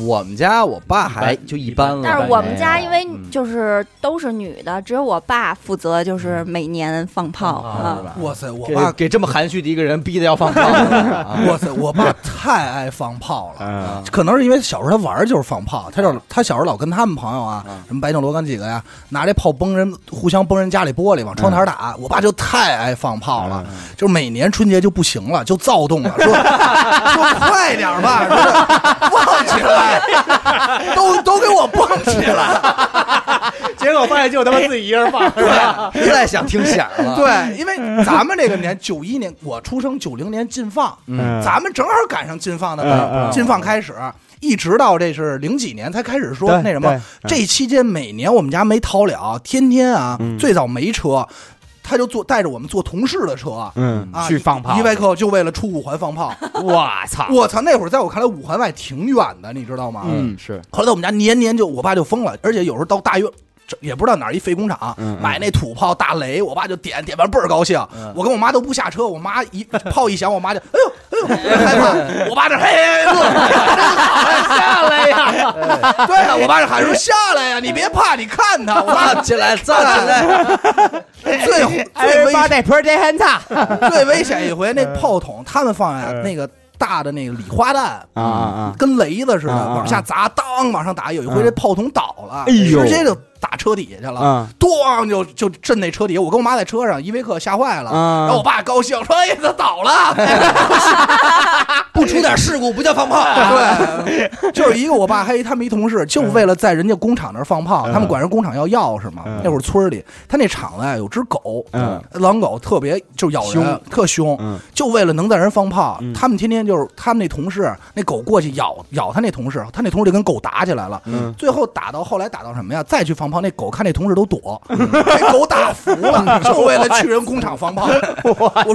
Speaker 1: 我们家我爸还
Speaker 5: 一般
Speaker 1: 就一般了，
Speaker 4: 但是我们家因为
Speaker 1: 嗯
Speaker 4: 就是都是女的，只有我爸负责就是每年放
Speaker 3: 哦
Speaker 4: 炮
Speaker 5: 啊
Speaker 4: 啊。
Speaker 2: 哇塞，我
Speaker 1: 给
Speaker 2: 爸，
Speaker 1: 给这么含蓄的一个人逼得要放炮了。
Speaker 2: 哇塞，我爸太爱放炮了。
Speaker 3: 嗯
Speaker 2: 可能是因为小时候他玩儿就是放炮，他就是他小时候老跟他们朋友啊
Speaker 1: 嗯，
Speaker 2: 什么白正罗刚几个呀，拿这炮崩人，互相崩人家里玻璃，往窗
Speaker 1: 嗯
Speaker 2: 台打。我爸就太爱放炮了，就是每年春节就不行了，就躁动了， 说说快点儿吧，说放起来，都都给我蹦起来。 哎
Speaker 5: 结果发现就他妈自己一人放，是吧？
Speaker 1: 实在想听响了，
Speaker 2: 对，因为咱们这个年九一年，我出生九零年禁放，
Speaker 1: 嗯
Speaker 2: 咱们正好赶上禁放
Speaker 3: 嗯
Speaker 2: 的
Speaker 3: 嗯
Speaker 2: 禁放开始。一直到这是零几年才开始说
Speaker 3: 对
Speaker 2: 那什么
Speaker 3: 对，
Speaker 2: 这期间每年我们家没逃了，天天啊，
Speaker 3: 嗯
Speaker 2: 最早没车，他就坐带着我们坐同事的车
Speaker 3: 嗯
Speaker 2: 啊，
Speaker 3: 去放炮，
Speaker 2: 一外客就为了出五环 放炮。
Speaker 5: 我操！
Speaker 2: 我操，那会儿在我看来五环外挺远的，你知道吗？
Speaker 3: 嗯
Speaker 1: 是
Speaker 2: 后来在我们家年年就我爸就疯了，而且有时候到大院。这也不知道哪儿一废工厂，
Speaker 3: 嗯嗯
Speaker 2: 买那土炮大雷，我爸就点点完倍儿高兴。
Speaker 1: 嗯
Speaker 2: 我跟我妈都不下车，我妈一炮一响，我妈就哎呦
Speaker 1: 嗯
Speaker 2: 哎呦害怕，我爸这嘿嘿嘿乐，下
Speaker 1: 哎
Speaker 2: 来呀！对啊，我爸就喊说下来呀，你别怕，你看他，我爸
Speaker 1: 站 起来，站起来，
Speaker 2: 最最危
Speaker 3: ，Everybody put your hands up
Speaker 2: 最危险一回，那
Speaker 1: 嗯
Speaker 2: 炮筒他们放呀，那个大的那个礼花弹
Speaker 3: 啊啊啊
Speaker 2: 跟雷子似的
Speaker 3: 啊啊啊啊
Speaker 2: 往下砸，当往上打。有一回这炮筒倒了，
Speaker 3: 哎呦
Speaker 2: 直接就打车底
Speaker 3: 嗯
Speaker 2: 下去了，
Speaker 6: 啊
Speaker 2: 咣就就震那车底下。我跟我妈在车上，依维柯吓坏了，然后我
Speaker 6: 啊！
Speaker 2: 爸高兴说：“哎呀，他倒 了。
Speaker 1: 不出点事故不叫放炮”啊。
Speaker 2: 哎对， 就是一个我爸还有一他们一同事，就为了在人家工厂那儿放炮，他们管人工厂要钥匙嘛
Speaker 6: 嗯。
Speaker 2: 那会儿村儿里，他那厂子呀有只狗，
Speaker 6: 嗯
Speaker 2: 狼狗特别就咬人
Speaker 6: 凶，
Speaker 2: 特凶。
Speaker 6: 嗯
Speaker 2: 就为了能在人放炮
Speaker 6: 嗯，
Speaker 2: 他们天天就是他们那同事，那狗过去咬咬他那同事，他那同事就跟狗打起来了。
Speaker 6: 嗯
Speaker 2: 最后打到后来打到什么呀？再去放炮，那狗看那同事都躲，
Speaker 6: 嗯
Speaker 2: 那狗打服 了，就为了去人工厂放炮。我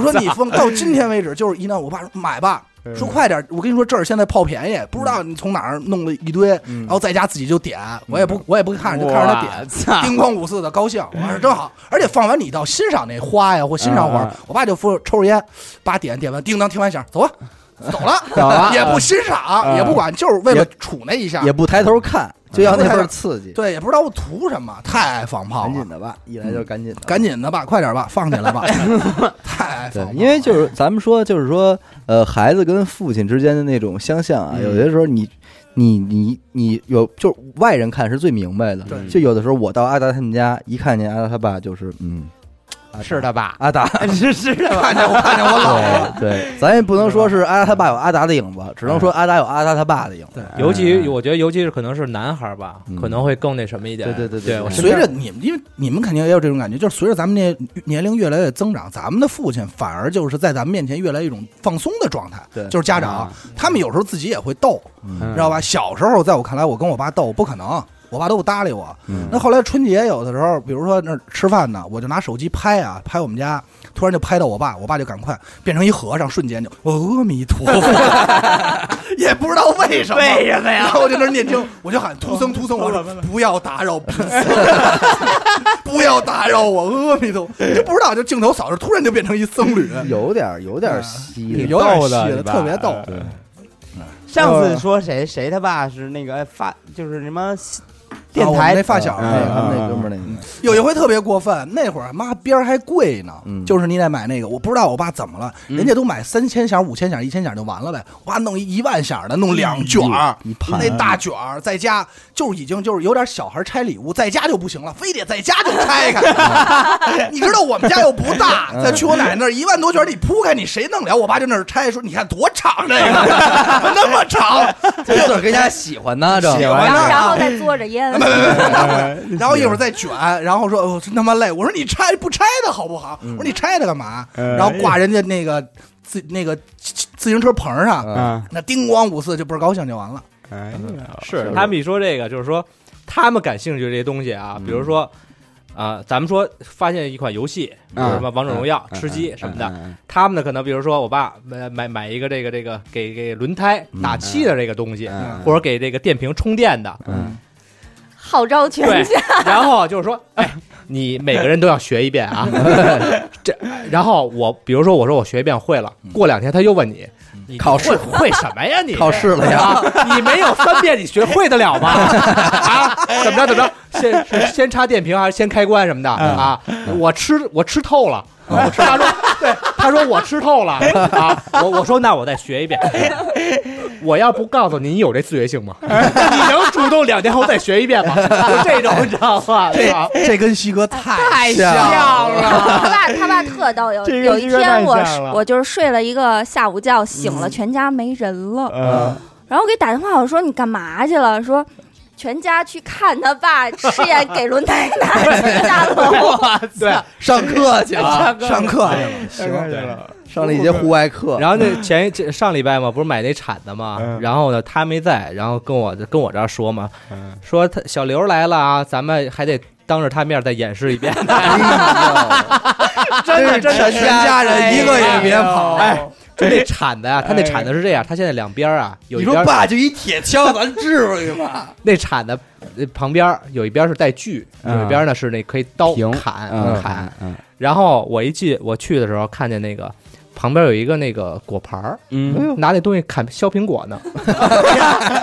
Speaker 2: 说你放到今天为止就是一难，我爸说买吧。说快点！我跟你说，这儿现在炮便宜，不
Speaker 1: 嗯
Speaker 2: 知道你从哪儿弄了一堆，然后在家自己就点，我也不我也不看，就看着他点，
Speaker 3: 啊
Speaker 2: 叮咣五四的高兴，我说
Speaker 1: 嗯
Speaker 2: 真好。而且放完你到欣赏那花呀或欣赏会
Speaker 6: 嗯
Speaker 2: 儿，我爸就抽抽着烟，把点点完，叮当听完响，走吧，走了，
Speaker 6: 走了
Speaker 2: 也不欣赏，
Speaker 6: 嗯
Speaker 2: 也不管，就是为了
Speaker 1: 也
Speaker 2: 杵那一下
Speaker 1: 也。不抬头看，就要那份刺 激。
Speaker 2: 对，也不知道我图什么，太爱放炮
Speaker 1: 赶
Speaker 2: 了
Speaker 1: 紧，的吧，一来就嗯赶紧的，
Speaker 2: 赶紧的吧，快点吧，放起来吧， 太爱放
Speaker 1: 对
Speaker 2: 炮，了。
Speaker 1: 因为就是咱们说，就是说，呃，孩子跟父亲之间的那种相像啊，
Speaker 6: 嗯
Speaker 1: 有些时候你。你你你有，就是外人看是最明白的。
Speaker 2: 对
Speaker 1: 就有的时候我到阿达他们家，一看见阿达他爸，就是嗯，阿达
Speaker 3: 是的 吧？
Speaker 1: 阿达，
Speaker 3: 是是的吧？
Speaker 2: 看见我看见我姥爷了，
Speaker 1: 对 对，咱也不能说是阿达他爸有阿达的影子，只能说阿达有阿达他爸的影子。
Speaker 5: 尤其我觉得，尤其是可能是男孩儿吧
Speaker 1: 嗯，
Speaker 5: 可能会更那什么一点。
Speaker 1: 对对对
Speaker 5: 对
Speaker 1: 对
Speaker 5: 我
Speaker 1: 对
Speaker 5: 身
Speaker 2: 随
Speaker 5: 边
Speaker 2: 着你们，因为你们肯定也有这种感觉，就是随着咱们那年龄越来越增长，咱们的父亲反而就是在咱们面前越来越一种放松的状态。
Speaker 1: 对
Speaker 2: 就是家长
Speaker 6: 啊，
Speaker 2: 他们有时候自己也会逗，
Speaker 1: 嗯
Speaker 2: 知道吧？小时候在我看来，我跟我爸逗不可能，我爸都不搭理我。
Speaker 1: 嗯
Speaker 2: 那后来春节有的时候，比如说那儿吃饭呢，我就拿手机拍啊，拍我们家，突然就拍到我爸，我爸就赶快变成一和尚，瞬间就阿弥陀佛， 也不知道为什么，为什么呀？然后我就在那儿念经，我就喊秃僧秃僧，我说不要打扰彼此， 不要打扰我，阿弥陀，佛，就不知道就镜头扫着，突然就变成一僧侣，
Speaker 1: 有点儿有点儿稀的
Speaker 2: 有点
Speaker 6: 逗
Speaker 2: 戏
Speaker 6: 的
Speaker 2: 了，
Speaker 6: 你爸
Speaker 2: 特别逗。
Speaker 3: 上次说谁谁他爸是那个哎发，就是什么电
Speaker 2: 啊我啊们
Speaker 3: 台
Speaker 2: 那发小
Speaker 1: 那
Speaker 6: 嗯
Speaker 1: 个
Speaker 6: 嗯
Speaker 1: 他们那哥们儿那个，
Speaker 2: 有一回特别过分，那会儿妈边儿还贵呢，
Speaker 1: 嗯
Speaker 2: 就是你得买那个，我不知道我爸怎么了，人家都买三千响、五千响、一千响就完了呗，我爸弄一一万响的，弄两卷儿。
Speaker 1: 哎一盘
Speaker 2: 那大卷儿在家就已经就是有点小孩拆礼物，在家就不行了，非得在家就拆开。 你知道我们家又不大，
Speaker 1: 嗯
Speaker 2: 再去我奶奶那儿一万多卷儿，你铺开你谁弄了？我爸就那儿拆，说你看多长 这个，那么长，
Speaker 1: 这自个儿跟家喜欢呢，这
Speaker 2: 喜
Speaker 6: 哎
Speaker 2: 欢
Speaker 4: 然
Speaker 2: 呢
Speaker 4: 后然后再嘬着烟，
Speaker 2: 然后一会儿再卷，然后说哦真他妈累。我说你拆不拆的好不好？我说你拆它干嘛？
Speaker 1: 哎
Speaker 6: 嗯
Speaker 2: 然后挂人家那个自那个自自行车棚上，
Speaker 1: 啊
Speaker 6: 啊，
Speaker 2: 那叮咣五四就倍儿高兴就完了。
Speaker 6: 哎呀，
Speaker 1: 是
Speaker 5: 他们一说这个，就是说他们感兴趣这些东西
Speaker 1: 嗯
Speaker 5: 啊，比如说啊、咱们说发现一款游戏，
Speaker 1: 啊
Speaker 5: 比如
Speaker 6: 嗯
Speaker 5: 什么王者荣耀、
Speaker 6: 嗯
Speaker 5: 吃鸡什么的，，
Speaker 6: 嗯
Speaker 5: 他们呢可能比如说我爸买买买一个这个这个给给轮胎
Speaker 1: 嗯
Speaker 5: 打气的这个东西，
Speaker 6: 嗯
Speaker 5: 或者给这个电瓶充电的，
Speaker 6: 嗯
Speaker 4: 号召全家。
Speaker 5: 然后就是说，哎，你每个人都要学一遍啊。 这，然后我比如说我说我学一遍会了，过两天他又问你。你
Speaker 1: 考试
Speaker 5: 会会什么呀你？
Speaker 1: 嗯考试了呀
Speaker 5: 啊！ 你没有三遍，你学会得了吗？啊，怎么着怎么着？先是先插电瓶还是先开关什么的啊？我吃我吃透了，我吃他说对，他说我吃透了啊！我我说那我再学一遍，我要不告诉你，你有这自觉性吗？你能主动两年后再学一遍吗？就这种，你知道吧？对吧？
Speaker 2: 这跟西哥太
Speaker 3: 太
Speaker 1: 像
Speaker 3: 像了，
Speaker 4: 他爸他爸特逗，有
Speaker 6: 哎这个
Speaker 4: 有一
Speaker 6: 这个太
Speaker 4: 天我
Speaker 6: 像
Speaker 4: 是
Speaker 6: 了嗯
Speaker 4: 我就是睡了一个下午觉，醒了全家没人了，
Speaker 6: 呃
Speaker 4: 然后我给打电话，我说你干嘛去了？说。全家去看他爸试验给轮胎打气下 楼，
Speaker 5: 对。
Speaker 1: 上课去了，
Speaker 2: 上课去了，
Speaker 6: 行了，
Speaker 1: 上了一节户外课，
Speaker 5: 然后那前一这上礼拜嘛，不是买那铲子嘛，
Speaker 6: 嗯
Speaker 5: 然后呢他没在，然后跟我跟我这儿说嘛，
Speaker 6: 嗯
Speaker 5: 说他小刘来了啊，咱们还得当着他面再演示一遍。
Speaker 1: 真的
Speaker 5: 真的哎
Speaker 1: 全
Speaker 5: 全
Speaker 1: 家
Speaker 5: 家
Speaker 1: 人
Speaker 5: 人
Speaker 1: 一
Speaker 5: 一
Speaker 1: 个
Speaker 5: 个
Speaker 1: 也
Speaker 5: 也
Speaker 1: 别
Speaker 5: 别
Speaker 1: 跑。哎呦，
Speaker 5: 就那铲子啊，他那铲子是这样，他现在两边儿啊有
Speaker 1: 你
Speaker 5: 一
Speaker 1: 说
Speaker 5: 边
Speaker 1: 爸就一铁锹，咱至于吗？
Speaker 5: 那铲子呃旁边儿有一边儿是带锯，
Speaker 6: 嗯
Speaker 5: 有一边儿呢是那可以刀
Speaker 6: 平
Speaker 5: 砍
Speaker 6: 嗯
Speaker 5: 砍。
Speaker 6: 嗯
Speaker 5: 然后我一进我去的时候，看见那个旁边有一个那个果盘儿，
Speaker 6: 嗯，
Speaker 5: 拿那东西砍削苹果呢，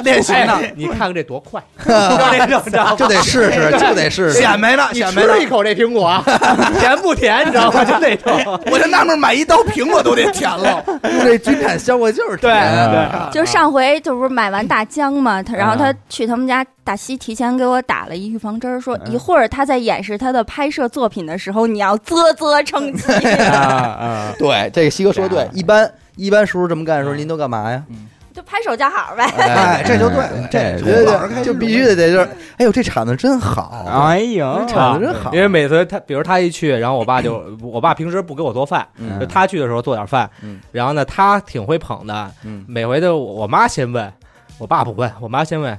Speaker 5: 练习 呢。你看看这多快，
Speaker 1: 就得试试，就得试试。
Speaker 2: 显摆呢，
Speaker 5: 你
Speaker 2: 显摆
Speaker 5: 吃
Speaker 2: 呢。
Speaker 5: 一口这苹果 啊，甜不甜？你知道吗？就那种。
Speaker 2: 我就纳闷，买一刀苹果都得舔了。
Speaker 1: 用这军铲削过就是
Speaker 5: 对
Speaker 1: 甜
Speaker 6: 对嗯
Speaker 4: 就上回就不是买完大姜嘛，他然后他去他们家大西提前给我打了一预防针儿，
Speaker 6: 嗯
Speaker 4: 说一会儿他在演示他的拍摄作品的时候，你要啧啧称 奇。
Speaker 3: 啊
Speaker 1: 对，这个西哥说对，一般一般叔叔这么干的时候，您都干嘛呀？
Speaker 4: 就拍手叫好呗。
Speaker 1: 哎，
Speaker 2: 这就对了
Speaker 1: 这
Speaker 2: 这
Speaker 1: 绝
Speaker 2: 老师开
Speaker 1: 对
Speaker 2: 始
Speaker 1: 就必须得得就是，哎呦，这铲子真好，
Speaker 3: 哎呦，
Speaker 1: 铲子真好
Speaker 5: 因，为每次他，比如他一去，然后我爸就，我爸平时不给我做饭，
Speaker 1: 嗯
Speaker 5: 就他去的时候做点饭
Speaker 1: 嗯，
Speaker 5: 然后呢，他挺会捧的
Speaker 1: 嗯，
Speaker 5: 每回都我我妈先问，我爸不问，我妈先问，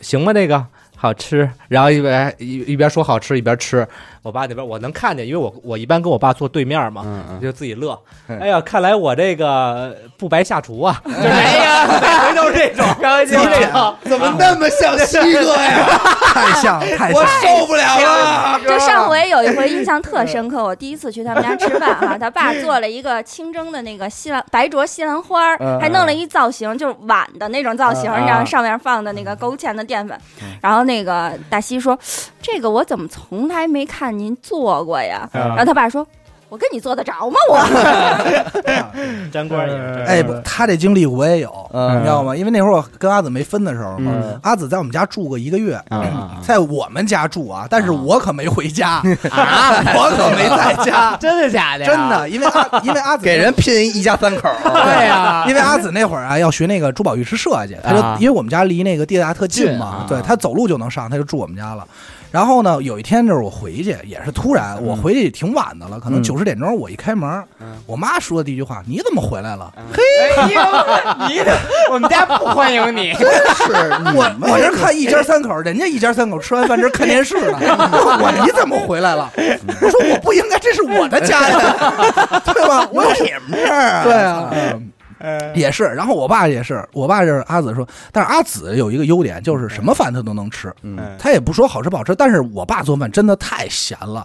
Speaker 5: 行吗？这个好吃，然后一边一一边说好吃一边吃，我爸那边我能看见，因为我我一般跟我爸坐对面嘛，就自己乐，哎呀，看来我这个不白下厨啊，就是 哎呀，每回都是这 种，就是这种。
Speaker 1: 怎么那么像西哥呀？
Speaker 2: 太像了太像了。
Speaker 1: 受不了了！
Speaker 4: 就上回有一回印象特深刻，我第一次去他们家吃饭哈，他爸做了一个清蒸的那个西兰白灼西兰花
Speaker 1: 嗯
Speaker 4: 儿，还弄了一造型，就是碗的那种造型，
Speaker 5: 嗯
Speaker 4: 然后上面放的那个勾芡的淀粉。然后那个大西说：“这个我怎么从来没看您做过呀？”然后他爸说。我跟你做得着吗？我
Speaker 5: 粘锅也是。
Speaker 2: 哎，不他这经历我也有，
Speaker 1: 嗯
Speaker 2: 你知道吗？因为那会儿我跟阿紫没分的时候嘛
Speaker 1: 嗯，
Speaker 2: 阿紫在我们家住过一个月，
Speaker 3: 啊
Speaker 2: 在我们家住啊，但是
Speaker 1: 嗯
Speaker 2: 我可没 回
Speaker 1: 啊
Speaker 2: 家，我可没在家，
Speaker 6: 真的假的？
Speaker 2: 真，的，因为阿因为阿 紫
Speaker 1: 给人拼一家三 口，
Speaker 6: 对呀，
Speaker 2: 啊因为阿紫那会儿啊，要学那个珠宝玉石设计，他就
Speaker 6: 啊
Speaker 2: 因为我们家离那个地大特近嘛，
Speaker 6: 近啊
Speaker 2: 对他走路就能上，他就住我们家了。然后呢，有一天就是我回去，也是突然，我回去也挺晚的了，可能九十点钟，我一开门，我妈说的第一句话：“你怎么回来了？”嘿，
Speaker 6: 哎呦，你的我们家不欢迎你，
Speaker 2: 是我我这看一家三口，人家一家三口吃完饭这看电视呢，我你怎么回来了？我说我不应该，这是我的家呀，对吧？我有
Speaker 1: 你们这儿
Speaker 2: 对啊，
Speaker 6: 嗯
Speaker 2: 也是。然后我爸也是，我爸就是阿紫说，但是阿紫有一个优点，就是什么饭他都能吃，
Speaker 1: 嗯
Speaker 2: 他也不说好吃不好吃，但是我爸做饭真的太咸了，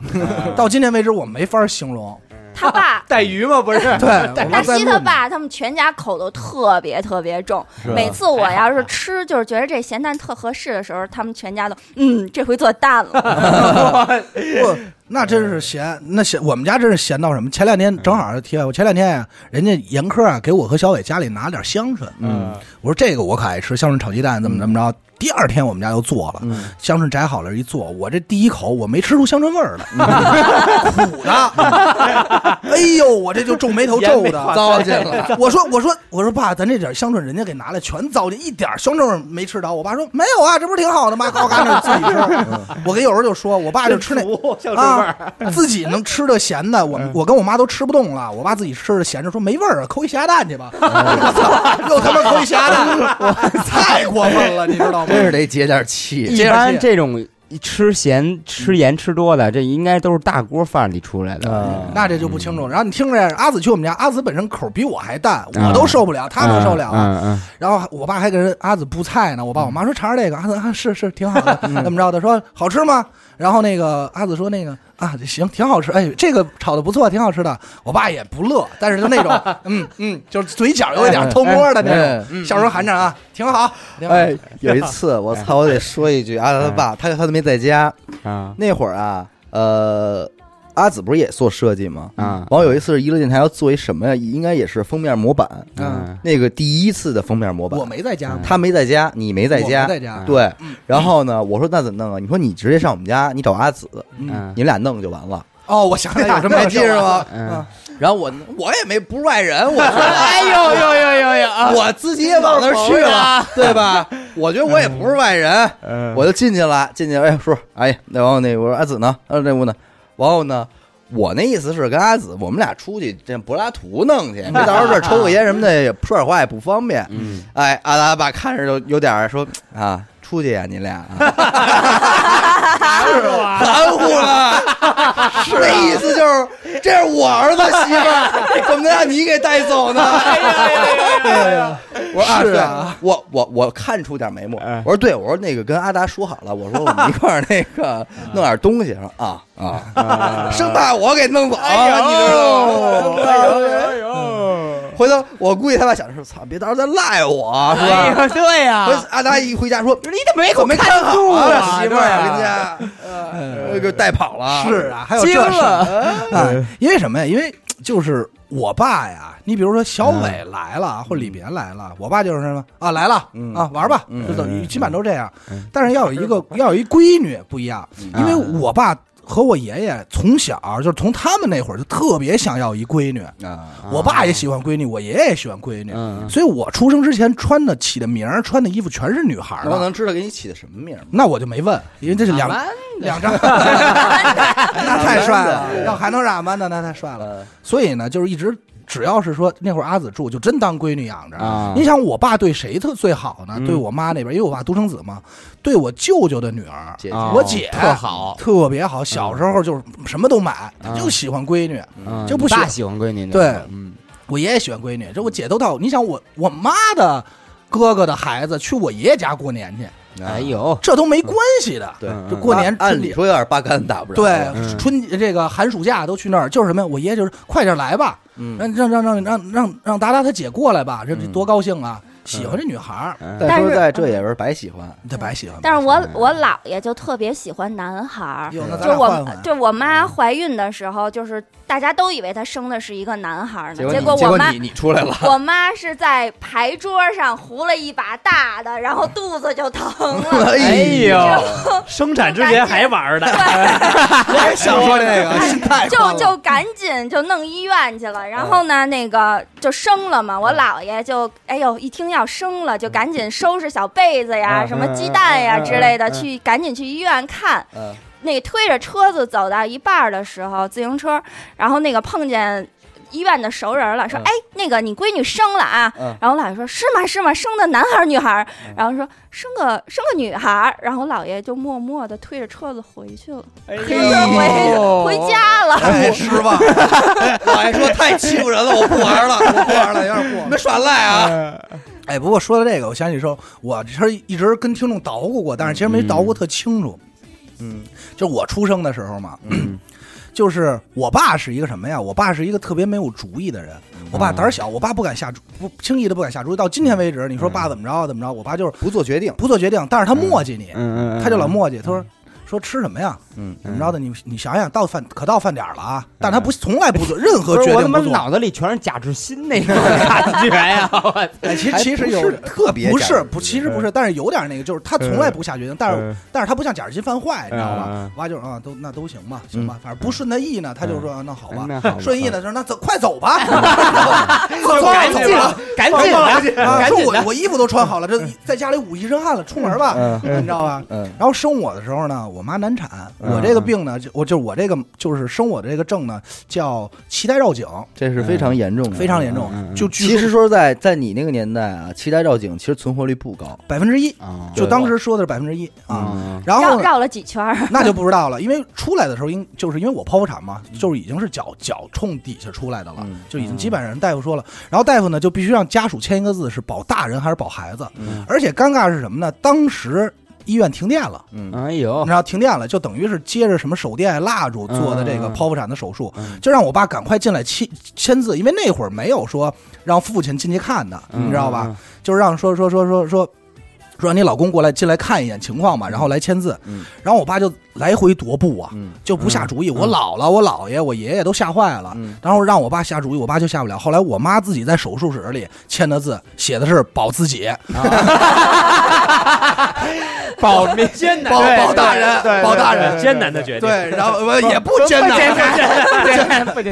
Speaker 2: 到今天为止我没法形容。
Speaker 4: 他爸
Speaker 6: 带鱼吗？不是，
Speaker 2: 对，我
Speaker 4: 大
Speaker 2: 们在
Speaker 4: 西他
Speaker 2: 问
Speaker 4: 爸他们全家口都特别特别重，每次我要是吃就是觉得这咸淡特合适的时候，他们全家都嗯，这回做淡了。
Speaker 2: 不，那真是闲，那闲我们家真是闲到什么？前两天正好是题外，我前两天呀、人家严科啊给我和小伟家里拿了点香椿，
Speaker 1: 嗯，
Speaker 2: 我说这个我可爱吃，香椿炒鸡蛋怎么怎么着。第二天我们家就做了，香椿摘好了，一做，我这第一口我没吃出香椿味儿来， 苦的，哎呦，我这就皱眉头皱
Speaker 6: 盐没化
Speaker 2: 的。
Speaker 1: 糟践了，
Speaker 2: 我说我说我说爸，咱这点香椿人家给拿来全糟践，一点香椿味儿没吃着。我爸说没有啊，这不是挺好的吗？高嘎那自己吃。我跟有时候就说，我爸就吃那
Speaker 6: 服像什么味儿？
Speaker 2: 啊，自己能吃的咸的，我我跟我妈都吃不动了。我爸自己吃的咸着，说没味儿啊，抠一咸鸭蛋去吧。我 操，又他妈抠一咸鸭 蛋，太过分了，你知道吗？
Speaker 1: 真是得解点气。
Speaker 3: 一般这种吃咸、
Speaker 6: 嗯
Speaker 3: 吃盐吃多的，这应该都是大锅饭里出来
Speaker 6: 呃
Speaker 3: 的。
Speaker 2: 那这就不清楚了。然后你听着，阿紫去我们家，阿紫本身口比我还淡，
Speaker 3: 嗯
Speaker 1: 啊
Speaker 2: 我都受不了，她能受不了。
Speaker 3: 嗯嗯
Speaker 2: 然后我爸还给人阿紫布菜呢，我爸我妈说尝尝这个，阿紫啊是是挺好的，
Speaker 1: 嗯
Speaker 2: 怎么着的？说好吃吗？然后那个阿紫说那个啊行，挺好吃，哎这个炒的不错，挺好吃的。我爸也不乐，但是就 那种嗯嗯，就是嘴角有一
Speaker 1: 哎
Speaker 2: 点偷摸的那种，小时候含着啊，挺好。挺 好，
Speaker 1: 哎，有一 次我操，我得说一句，阿达他爸，他他都没在家，
Speaker 3: 啊
Speaker 1: 那会儿啊，呃，阿紫不是也做设计吗？
Speaker 3: 啊
Speaker 1: 完后有一次娱乐电台要做一什么呀？应该也是封面模板，
Speaker 2: 嗯，
Speaker 1: 那个第一次的封面模板
Speaker 2: 我，没在家，
Speaker 1: 嗯他没在家，你没在
Speaker 2: 我
Speaker 1: 家
Speaker 2: 没，在家，
Speaker 1: 对。然后呢，我说那怎么弄啊？你说你直接上我们家，你找阿紫，
Speaker 3: 嗯
Speaker 1: 你们俩弄就完了。
Speaker 2: 哦，我想起来有这么
Speaker 1: 还
Speaker 2: 个
Speaker 1: 记 着 吗？
Speaker 3: 嗯，
Speaker 1: 然后我我也没不是外人，我
Speaker 6: 哎呦呦呦呦呦！啊
Speaker 1: 我自己也往那儿去了，对吧？我觉得我也不是外人，我就进去了，进去，哎，叔，哎，那完后那我说阿紫呢？啊，那屋呢？完后呢？我那意思是跟阿紫，我们俩出去这柏拉图弄去，没到时候这儿抽个烟什么的，也说点话也不方便。嗯，哎，阿达爸看着就有点儿说啊，出去呀、你 俩、啊，含糊了， 是啊那意思就是这是我儿子媳妇 儿，怎么能让你给带走呢？哎 我说啊，哎
Speaker 2: 是
Speaker 1: 对
Speaker 2: 啊，
Speaker 1: 我我我看出点眉目。我说对，我说那个跟阿达说好了，我说我们一块儿那 个弄点东西。说啊啊，生怕我给弄走，啊你知道吗？哎呦哎呦！回头我估计他爸想的是，操，别到时候再赖我，
Speaker 3: 嗯
Speaker 1: 是
Speaker 6: 哎
Speaker 1: 吧？
Speaker 6: 呦，对呀
Speaker 3: 啊
Speaker 1: 回，阿达一回家说，
Speaker 6: 你怎么没
Speaker 1: 我没看好
Speaker 6: 住啊
Speaker 1: 媳妇
Speaker 6: 对
Speaker 1: 儿
Speaker 6: 啊
Speaker 1: 人家呃给带跑了。
Speaker 2: 是啊，还有
Speaker 6: 惊
Speaker 1: 嗯
Speaker 2: 这事儿哎
Speaker 6: 了，
Speaker 2: 啊，因为什么呀？因为就是我爸呀，你比如说小
Speaker 1: 嗯
Speaker 2: 伟来了，或者李别来了，我爸就是什么啊来了、
Speaker 1: 嗯
Speaker 2: 啊玩吧，
Speaker 1: 嗯
Speaker 2: 就等于基本都这样。
Speaker 6: 嗯
Speaker 2: 但是要有一个要有一闺女不一样，
Speaker 1: 嗯
Speaker 2: 因为我爸和我爷爷从小就是从他们那会儿就特别想要一闺女，
Speaker 1: 啊，
Speaker 2: 我爸也喜欢闺女，我爷爷也喜欢闺女，
Speaker 6: 嗯
Speaker 2: 所以我出生之前穿的起的名儿、穿的衣服全是女孩儿
Speaker 1: 那我
Speaker 2: 的。
Speaker 1: 能知道给你起的什么名吗？
Speaker 2: 那我就没问，因为这是两两张，那太帅了，要还能是阿曼达，那太帅了。所以呢，就是一直只要是说那会儿阿紫住，就真当闺女养
Speaker 3: 嗯
Speaker 2: 着。
Speaker 6: 啊
Speaker 2: 你想，我爸对谁特最好呢？对我妈那边，因为我爸独生子嘛，对我舅舅的女儿，
Speaker 1: 姐
Speaker 6: 啊
Speaker 2: 我姐
Speaker 3: 特好，
Speaker 2: 特别好。小时候就是什么都买，她
Speaker 6: 啊
Speaker 2: 就喜欢闺女。
Speaker 6: 嗯
Speaker 2: 就不
Speaker 6: 你爸
Speaker 2: 喜
Speaker 6: 喜欢闺女那
Speaker 2: 对
Speaker 6: 种嗯
Speaker 2: 我爷爷喜欢闺女，这我姐都到。你想我我妈的哥哥的孩子去我爷爷家过年去，
Speaker 6: 哎呦，
Speaker 2: 这都没关系的。
Speaker 1: 啊对，
Speaker 6: 嗯
Speaker 2: 就过年
Speaker 1: 按理说有点八竿子打不着。
Speaker 2: 对，
Speaker 6: 嗯
Speaker 2: 春这个寒暑假都去那儿，就是什么呀？我爷爷就是快点来吧，
Speaker 1: 嗯
Speaker 2: 让让让让让让让达达他姐过来吧，这这多高兴
Speaker 1: 嗯
Speaker 2: 啊！喜欢这女孩儿，
Speaker 6: 嗯
Speaker 1: 但
Speaker 4: 但
Speaker 1: 说
Speaker 4: 是
Speaker 1: 在这也是白喜欢，
Speaker 2: 你得白喜欢吧。
Speaker 4: 但是我我姥爷就特别喜欢男孩儿，
Speaker 2: 哟，那咱
Speaker 4: 就
Speaker 2: 俩
Speaker 4: 我
Speaker 2: 换换。
Speaker 4: 就我妈怀孕的时候，就是大家都以为她生的是一个男孩儿呢，
Speaker 1: 结
Speaker 4: 结果我
Speaker 1: 果
Speaker 4: 妈
Speaker 1: 你你出 来了，
Speaker 4: 我妈是在牌桌上糊了一把大的，然后肚子就疼了。
Speaker 1: 哎
Speaker 6: 呦，
Speaker 7: 生 产之前还玩呢，
Speaker 2: 我也想说这个，心态宽
Speaker 4: 就
Speaker 2: 了
Speaker 4: 就赶紧就弄医院去了，然后呢，那个就生了嘛。我姥爷就哎呦，一听要生了，就赶紧收拾小被子呀、
Speaker 6: 嗯
Speaker 4: 什么鸡蛋呀
Speaker 6: 嗯嗯
Speaker 4: 之类
Speaker 6: 嗯
Speaker 4: 的，
Speaker 6: 嗯
Speaker 4: 去赶紧去医院看。
Speaker 1: 嗯
Speaker 4: 那推着车子走到一半儿的时候，自行车，然后那个碰见医院的熟人了，说：“
Speaker 1: 嗯
Speaker 4: 哎，那个你闺女生了啊？”
Speaker 1: 嗯
Speaker 4: 然后我姥爷说：“是吗？是吗？生的男孩儿女孩儿？”然后说：“生个生个女孩儿。”然后我姥爷就默默的推着车子回去了，推着
Speaker 3: 哎哦
Speaker 4: 回回家了。
Speaker 1: 太哎失望。哎我还说太欺负人了，我不玩了，我不玩了，有 点过。你们耍赖啊！
Speaker 2: 哎，不过说到这个，我想起说，我其实一直跟听众捣鼓过，但是其实没捣鼓特清楚。
Speaker 1: 嗯，
Speaker 2: 就我出生的时候嘛，
Speaker 3: 嗯
Speaker 2: 就是我爸是一个什么呀？我爸是一个特别没有主意的人。
Speaker 1: 嗯
Speaker 2: 我爸胆儿小，我爸不敢下主，不轻易的不敢下主意。到今天为止，你
Speaker 1: 嗯
Speaker 2: 说爸怎么着怎么着，我爸就是
Speaker 1: 不做决定，
Speaker 2: 不做决定，但是他磨叽你，
Speaker 6: 嗯嗯，
Speaker 2: 他就老磨叽，他说。说吃什么呀？
Speaker 1: 嗯，
Speaker 2: 怎么着的？你你想想，到饭可到饭点儿了啊！但他不从来不做任何
Speaker 3: 不
Speaker 2: 决
Speaker 3: 是我他
Speaker 2: 定，
Speaker 3: 妈
Speaker 2: 不做。
Speaker 3: 脑子里全是贾志新那种感觉呀！我
Speaker 2: 哎，其实
Speaker 1: 还
Speaker 2: 其实
Speaker 1: 不
Speaker 2: 有
Speaker 1: 是特别
Speaker 2: 不
Speaker 1: 假
Speaker 2: 是
Speaker 1: 如
Speaker 2: 不，其实不
Speaker 1: 嗯
Speaker 2: 是，但是有点那个，就是他从来不下决定，但是但是他不像贾志新犯坏，你知道
Speaker 6: 嗯嗯
Speaker 2: 吧
Speaker 6: 嗯？
Speaker 2: 我爸就是啊，都那都行
Speaker 1: 嗯
Speaker 2: 吧，行吧，反正不顺他意呢，他就说啊那好吧。
Speaker 6: 吧
Speaker 2: 顺意呢，说那走，快走吧， 走吧，走吧，
Speaker 3: 赶紧的，
Speaker 2: 啊！
Speaker 3: 赶
Speaker 2: 说
Speaker 3: 紧
Speaker 2: 我
Speaker 3: 的，
Speaker 2: 我衣服都穿好了，这在家里捂一身汗了，出门吧，你知道吧？
Speaker 1: 嗯
Speaker 2: 然后生我的时候呢，我妈难产，
Speaker 6: 嗯
Speaker 2: 我这个病呢，就我就是我这个就是生我的这个症呢，叫脐带绕颈，
Speaker 1: 这是非常严重的，
Speaker 2: 非常严重啊
Speaker 6: 嗯嗯嗯，
Speaker 2: 就
Speaker 1: 其
Speaker 2: 据
Speaker 1: 实说实在在你那个年代啊，脐带绕颈其实存活率不高，
Speaker 2: 百分之一，
Speaker 6: 啊
Speaker 2: 就当时说的是百分之一
Speaker 3: 嗯
Speaker 2: 啊。
Speaker 6: 啊
Speaker 1: 哦
Speaker 2: 然后
Speaker 4: 绕
Speaker 2: 呢
Speaker 4: 绕了几圈儿，
Speaker 2: 那就不知道了，因为出来的时候应就是因为我剖腹产嘛，就是已经是脚脚冲底下出来的了
Speaker 1: 嗯，
Speaker 2: 就已经基本上大夫说了，然后大夫呢就必须让家属签一个字，是保大人还是保孩子
Speaker 1: 嗯。
Speaker 2: 而且尴尬是什么呢？当时医院停电了。
Speaker 1: 嗯，
Speaker 6: 哎呦
Speaker 3: 哦
Speaker 2: 你知道停电了，就等于是接着什么手电、蜡烛做的这个
Speaker 6: 嗯嗯嗯
Speaker 2: 剖腹产的手术
Speaker 6: 嗯，
Speaker 2: 就让我爸赶快进来签签字，因为那会儿没有说让父亲进去看的，
Speaker 3: 嗯
Speaker 2: 你知道吧？？就是让说说说说说说让你老公过来进来看一眼情况嘛，然后来签字。
Speaker 1: 嗯
Speaker 2: 然后我爸就来回踱步啊，
Speaker 1: 嗯
Speaker 2: 就不下主意。我姥姥、我姥爷、我爷爷都吓坏了。
Speaker 1: 嗯
Speaker 2: 然后让我爸下主意，我爸就下不了。后来我妈自己在手术室里签的字，写的是保自己，
Speaker 6: 保民间
Speaker 2: 保保大人，保大人。
Speaker 7: 艰难的决定。
Speaker 2: 对，然后我也不艰难，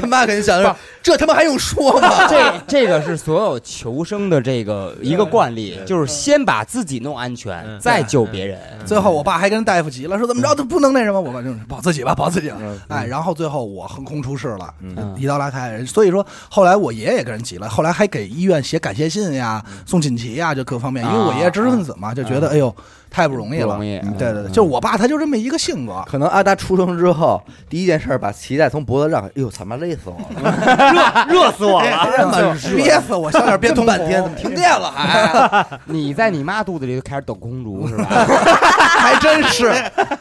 Speaker 1: 他妈肯定想着这他妈还用说吗？
Speaker 3: 这这个是所有求生的这个一个惯例，就是先把自己弄安全，
Speaker 7: 嗯
Speaker 3: 再救别人。
Speaker 2: 最后我爸还跟大夫急了，说怎么着他不能那什么，我爸就是保自己吧，保自己吧
Speaker 1: 嗯。
Speaker 2: 哎，然后最后我横空出世了，
Speaker 1: 嗯
Speaker 2: 一刀拉开。所以说后来我爷爷跟人急了，后来还给医院写感谢信呀、送锦旗呀，就各方面。因为我爷爷知识分子嘛，就觉得哎呦太不容易
Speaker 6: 不
Speaker 2: 了
Speaker 6: 容易。
Speaker 2: 嗯对对对，就是我爸他就这么一个性 格。
Speaker 1: 可能阿达出生之后，第一件事儿把脐带从脖子绕开，哎呦，他妈累死我了！
Speaker 7: 热死我了！。
Speaker 2: 憋死我，小点憋
Speaker 1: 这
Speaker 2: 通
Speaker 1: 么半天，怎么停电了还？
Speaker 3: 你在你妈肚子里就开始抖空竹是吧？
Speaker 2: 还真是，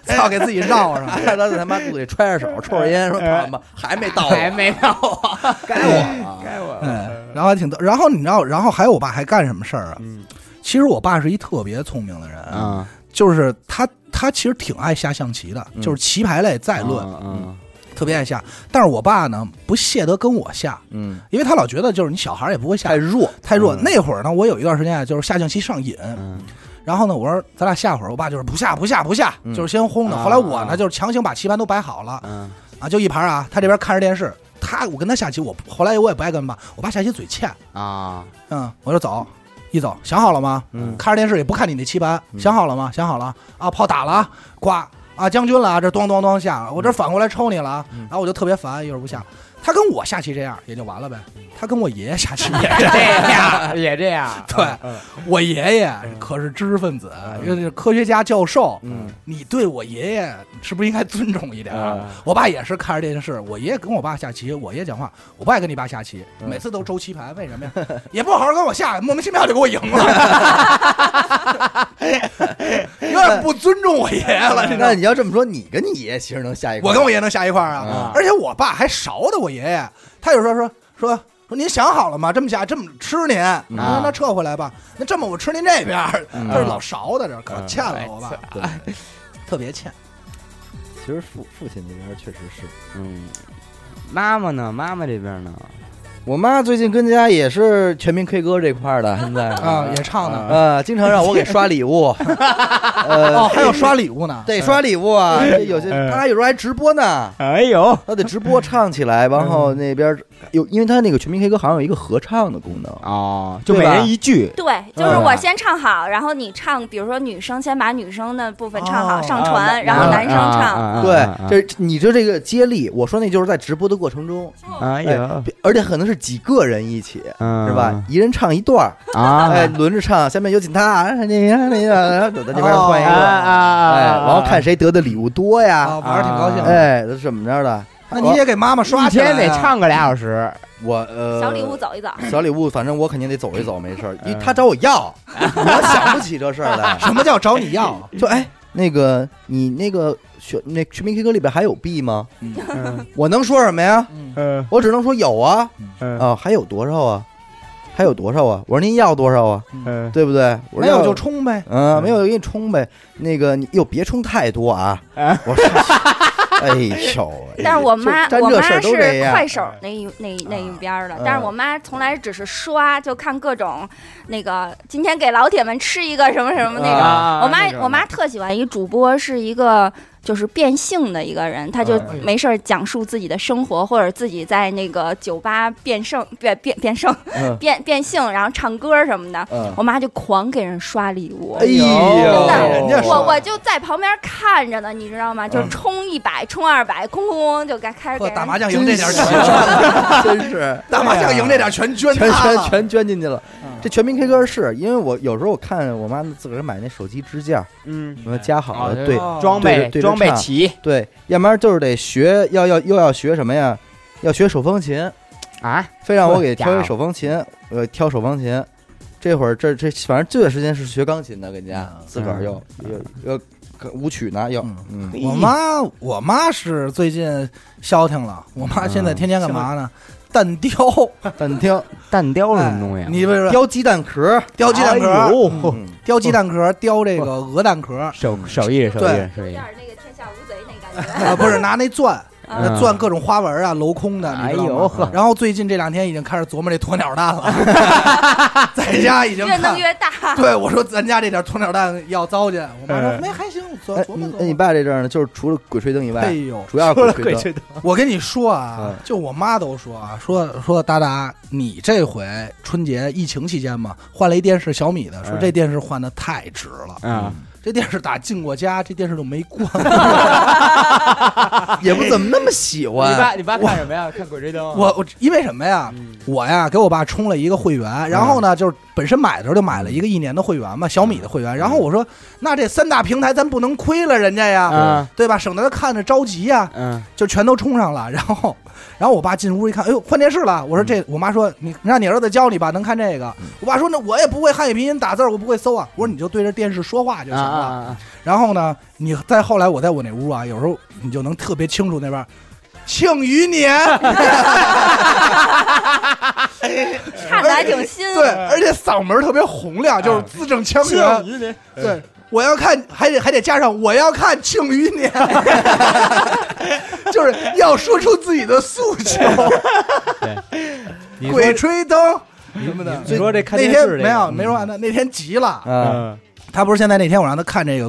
Speaker 2: 操，给自己绕上。
Speaker 1: 阿达在哎他妈肚子里揣着手，抽着烟，说他妈哎还没到我，
Speaker 5: 哎
Speaker 3: 还没到啊，
Speaker 1: 该我啊。
Speaker 2: 嗯，然后还挺逗。然后你知道，然后还有我爸还干什么事儿啊？其实我爸是一特别聪明的人
Speaker 6: 啊，
Speaker 2: 就是他他其实挺爱下象棋的，
Speaker 1: 嗯
Speaker 3: 哎啊
Speaker 2: 就是棋牌类再论，
Speaker 6: 嗯
Speaker 2: 特别爱下。但是我爸呢，不屑得跟我下，
Speaker 1: 嗯，
Speaker 2: 因为他老觉得就是你小孩儿也不会下，太弱太弱。那会儿呢，我有一段时间啊，就是下象棋上瘾。然后呢，我说咱俩下会儿，我爸就是不下不下不下，
Speaker 1: 嗯
Speaker 2: 就是先轰的。后来我呢，就是强行把棋盘都摆好了，啊，就一盘啊，他这边看着电视，他我跟他下棋，我后来我也不爱跟爸，我爸下棋嘴欠，
Speaker 3: 啊，
Speaker 2: 嗯，我就走。一走，想好了吗？
Speaker 1: 嗯
Speaker 2: 看着电视也不看你那棋盘，想好了吗？想好了啊，炮打了啊，呱啊，将军了啊，这咚咚咚下，我这反过来抽你了啊，然后我就特别烦，一会儿不下。他跟我下棋这样也就完了呗，他跟我爷爷下棋也这样，
Speaker 3: 也这 样，
Speaker 2: 对，我爷爷可是知识分子，又是科学家、教授。
Speaker 1: 嗯，
Speaker 2: 你对我爷爷是不是应该尊重一点啊？我爸也是看着电视，我爷爷跟我爸下棋，我爷爷讲话，我不爱跟你爸下棋，每次都周棋盘，为什么呀？ 也不好好跟我下，莫名其妙就给我赢了， 有点不尊重我爷爷了。你知道吗
Speaker 1: 那你要这么说，你跟你爷其实能下一块儿。
Speaker 2: 我跟我爷爷能下一块儿啊，而且我爸还勺的我爷爷，他有时候说说说您想好了吗？这么下这么吃您，那那撤回来吧，那这么我吃您这边儿，
Speaker 1: 嗯
Speaker 2: 他是老勺的这，可欠了我爸，
Speaker 1: 对
Speaker 2: 特别欠。
Speaker 1: 其实父父亲那边确实是，
Speaker 3: 嗯，妈妈呢？妈妈这边呢？
Speaker 1: 我妈最近跟家也是全民 K 歌这块儿的，现 在
Speaker 2: 啊，也唱呢。
Speaker 1: 呃，经常让我给刷礼 物，呃，
Speaker 2: 哦，还有刷礼物呢，
Speaker 1: 得刷礼物啊，这有些
Speaker 6: 嗯
Speaker 1: 他有时候还直播呢，
Speaker 6: 哎呦，
Speaker 1: 他得直播唱起来，然后那边有，因为他那个全民 K 歌好像有一个合唱的功能，
Speaker 3: 哦，
Speaker 6: 就每
Speaker 1: 对吧
Speaker 6: 人一句，
Speaker 4: 对，就是
Speaker 1: 嗯
Speaker 4: 我先唱好，然后你唱，比如说女生先把女生的部分唱好
Speaker 2: 哦
Speaker 4: 上
Speaker 1: 啊
Speaker 4: 传，然后男生唱。
Speaker 1: 对，这你就这个接力，我说那就是在直播的过程中，
Speaker 3: 哎呦，
Speaker 1: 而且可能是几个人一起，
Speaker 3: 嗯，
Speaker 1: 是吧？一人唱一段儿，
Speaker 3: 啊，
Speaker 1: 哎，轮着唱，下面有请他，哎那个那个，然后等哎到那边换一
Speaker 6: 啊
Speaker 1: 个，
Speaker 6: 啊，
Speaker 1: 哎，然后看谁得的礼物多
Speaker 2: 啊，
Speaker 1: 呀，
Speaker 2: 玩儿挺高兴的。
Speaker 1: 哎，都是怎么着的？
Speaker 2: 那你也给妈妈刷
Speaker 3: 一
Speaker 2: 起来
Speaker 3: 天
Speaker 2: 啊
Speaker 3: 得，唱个俩小时，
Speaker 1: 我呃，
Speaker 4: 小礼物走一走，
Speaker 1: 小礼物，反正我肯定得走一走，没事儿，
Speaker 6: 嗯
Speaker 1: 因为他找我 要，我想不起这事儿来。
Speaker 2: 什么叫找你要？
Speaker 1: 就哎，那个你那个选那全民 K 歌里边还有 B 吗？
Speaker 6: 嗯
Speaker 1: 我能说什么呀？
Speaker 6: 嗯
Speaker 1: 我只能说有啊，
Speaker 6: 嗯
Speaker 1: 啊，还有多少啊？还有多少啊？我说您要多少啊？
Speaker 6: 嗯，
Speaker 1: 对不对？我说
Speaker 2: 没有
Speaker 1: 要
Speaker 2: 就。冲呗。
Speaker 1: 嗯，没有给你冲呗。那个你又别冲太多啊。我说， 哎呦喂，
Speaker 4: 但是我妈
Speaker 1: 就沾
Speaker 4: 我
Speaker 1: 这
Speaker 4: 妈
Speaker 1: 事儿
Speaker 4: 是
Speaker 1: 都这样嗯啊
Speaker 4: 快手那一那那一边儿的，但是我妈从来只是刷，就看各种那个今天给老铁们吃一个什么什么那种。
Speaker 3: 啊
Speaker 4: 我妈我妈特喜欢一主播，是一个就是变性的一个人，她
Speaker 1: 啊哎
Speaker 4: 就没事儿讲述自己的生活，或者自己在那个酒吧变性变变变性
Speaker 1: 嗯
Speaker 4: 变变性，然后唱歌什么的。
Speaker 1: 嗯，
Speaker 4: 我妈就狂给人刷礼物，
Speaker 1: 哎呦，
Speaker 4: 真的，
Speaker 1: 哎
Speaker 2: 人家
Speaker 4: 我
Speaker 2: 说
Speaker 4: 我就在旁边看着呢，你知道吗？就充一百，充二百，空空空就该开始给
Speaker 2: 呵，
Speaker 4: 人
Speaker 2: 打麻将赢这点儿钱，
Speaker 1: 真是嗯
Speaker 2: 打麻将赢这点儿全捐
Speaker 1: 啊全
Speaker 2: 他
Speaker 1: 全
Speaker 2: 了。
Speaker 1: 全捐进去了。这全民 K 歌是因为我有时候我看我妈自个儿买那手机支架，
Speaker 3: 嗯，
Speaker 1: 我加好了，对
Speaker 3: 装
Speaker 1: 对
Speaker 3: 备
Speaker 1: 着对着
Speaker 3: 装备
Speaker 1: 唱
Speaker 3: 齐
Speaker 1: 对，要不然就是得学，要要又要学什么呀？要学手风琴，
Speaker 3: 啊，
Speaker 1: 非让我
Speaker 3: 这
Speaker 1: 给
Speaker 3: 家
Speaker 1: 挑一
Speaker 3: 伙
Speaker 1: 手风琴，呃，挑手风琴。这会儿这这反正这段时间是学钢琴的，跟家自个儿又又又舞曲呢，又嗯
Speaker 2: 我妈，我妈是最近消停了。我妈现在天天干嘛呢？蛋雕，
Speaker 1: 单挑
Speaker 3: 蛋雕是什么东西啊？
Speaker 2: 你不是
Speaker 1: 雕鸡蛋壳，
Speaker 2: 雕鸡蛋壳，
Speaker 1: 哦
Speaker 3: 哦，
Speaker 2: 雕鸡蛋壳，雕这个鹅蛋 壳，啊，
Speaker 3: 手手艺手艺
Speaker 2: 对
Speaker 3: 手
Speaker 4: 有
Speaker 3: 艺
Speaker 4: 点，那个天下无贼那感觉。
Speaker 2: 呃不是拿那钻，
Speaker 4: 啊
Speaker 2: 那钻各种花纹啊，镂空的，你知道
Speaker 3: 哎呦
Speaker 2: 吗
Speaker 3: 呵
Speaker 2: 然后最近这两天已经开始琢磨这鸵鸟蛋了，在家 已经
Speaker 4: 越弄
Speaker 2: 看。
Speaker 4: 越大，
Speaker 2: 对，我说咱家这点鸵鸟蛋要糟践，我妈说
Speaker 6: 嗯
Speaker 2: 没还行，我
Speaker 1: 哎
Speaker 2: 琢琢磨
Speaker 1: 你
Speaker 2: 琢
Speaker 1: 哎你
Speaker 2: 磨。
Speaker 1: 爸这阵儿呢，就是除了鬼吹灯以
Speaker 2: 哎
Speaker 1: 外，
Speaker 2: 呦，
Speaker 1: 主要是鬼吹灯。
Speaker 6: 的，
Speaker 2: 我跟你说啊
Speaker 1: 嗯，
Speaker 2: 就我妈都说啊，说说达达，你这回春节疫情期间嘛，换了一电视小米的，说
Speaker 6: 嗯
Speaker 2: 这电视换的太值了，
Speaker 3: 啊，
Speaker 2: 这电视打进过家，这电视就没关过。
Speaker 1: 也不怎么那么喜欢。啊
Speaker 3: 你爸看什么呀？看《鬼吹灯》
Speaker 2: 我我因为什么呀？我呀给我爸充了一个会员，然后呢就是本身买的时候就买了一个一年的会员嘛，小米的会员。然后我说，那这三大平台咱不能亏了人家呀
Speaker 3: 嗯，
Speaker 2: 对吧？省得他看着着急呀，
Speaker 3: 嗯
Speaker 2: 就全都充上了。然后， 然后我爸进屋一看，哎呦换电视了。我说
Speaker 3: 嗯
Speaker 2: 这，我妈说你让你儿子教你吧，能看这个。我爸说那我也不会汉语拼音打字儿，我不会搜啊。我说你就对着电视说话就
Speaker 3: 啊
Speaker 2: 行
Speaker 3: 嗯啊
Speaker 2: 了。
Speaker 3: 啊，
Speaker 2: 然后呢，你再后来我在我那屋啊，有时候你就能特别清楚那边。庆余年，
Speaker 4: 看着还挺新。
Speaker 3: 嗯
Speaker 2: 对，而且嗓门儿特别洪亮，就是字正腔圆。对，我要看，还得还得加上我要看《庆余年》，就是要说出自己的诉求。
Speaker 5: 你说
Speaker 2: 鬼吹灯
Speaker 5: 你
Speaker 2: 什么的，
Speaker 5: 你说这看
Speaker 2: 那
Speaker 5: 电
Speaker 2: 天
Speaker 5: 视这
Speaker 2: 没
Speaker 5: 个嗯
Speaker 2: 有没说完呢，那天急了，
Speaker 1: 嗯，
Speaker 2: 他不是现在那天我让他看这个，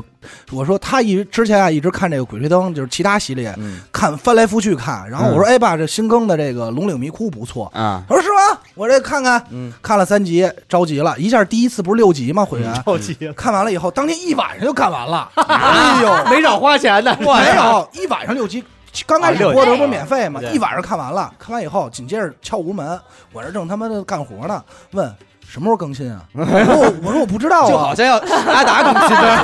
Speaker 2: 我说他一之前啊一直看这个《鬼吹灯》，就是其他系列，
Speaker 1: 嗯
Speaker 2: 看翻来覆去看。然后我
Speaker 5: 嗯
Speaker 2: 说：“哎爸，这新更的这个《龙岭迷窟》不错。
Speaker 1: 啊”，
Speaker 2: 他说：“是吗？我这看看。”
Speaker 1: 嗯，
Speaker 2: 看了三集，着急了，一下第一次不是六集吗？会员
Speaker 6: 着急了，
Speaker 2: 看完了以后，当天一晚上就看完了，
Speaker 6: 哎呦，没少花钱呢，
Speaker 2: 没 有一晚上六集。刚开始播的时候不是免费吗？
Speaker 6: 对
Speaker 2: 一晚上看完了，看完以后紧接着敲无门，我这正他妈的干活呢，问什么时候更新啊？我说我我说我不知道啊，
Speaker 1: 就好像要阿达更新的，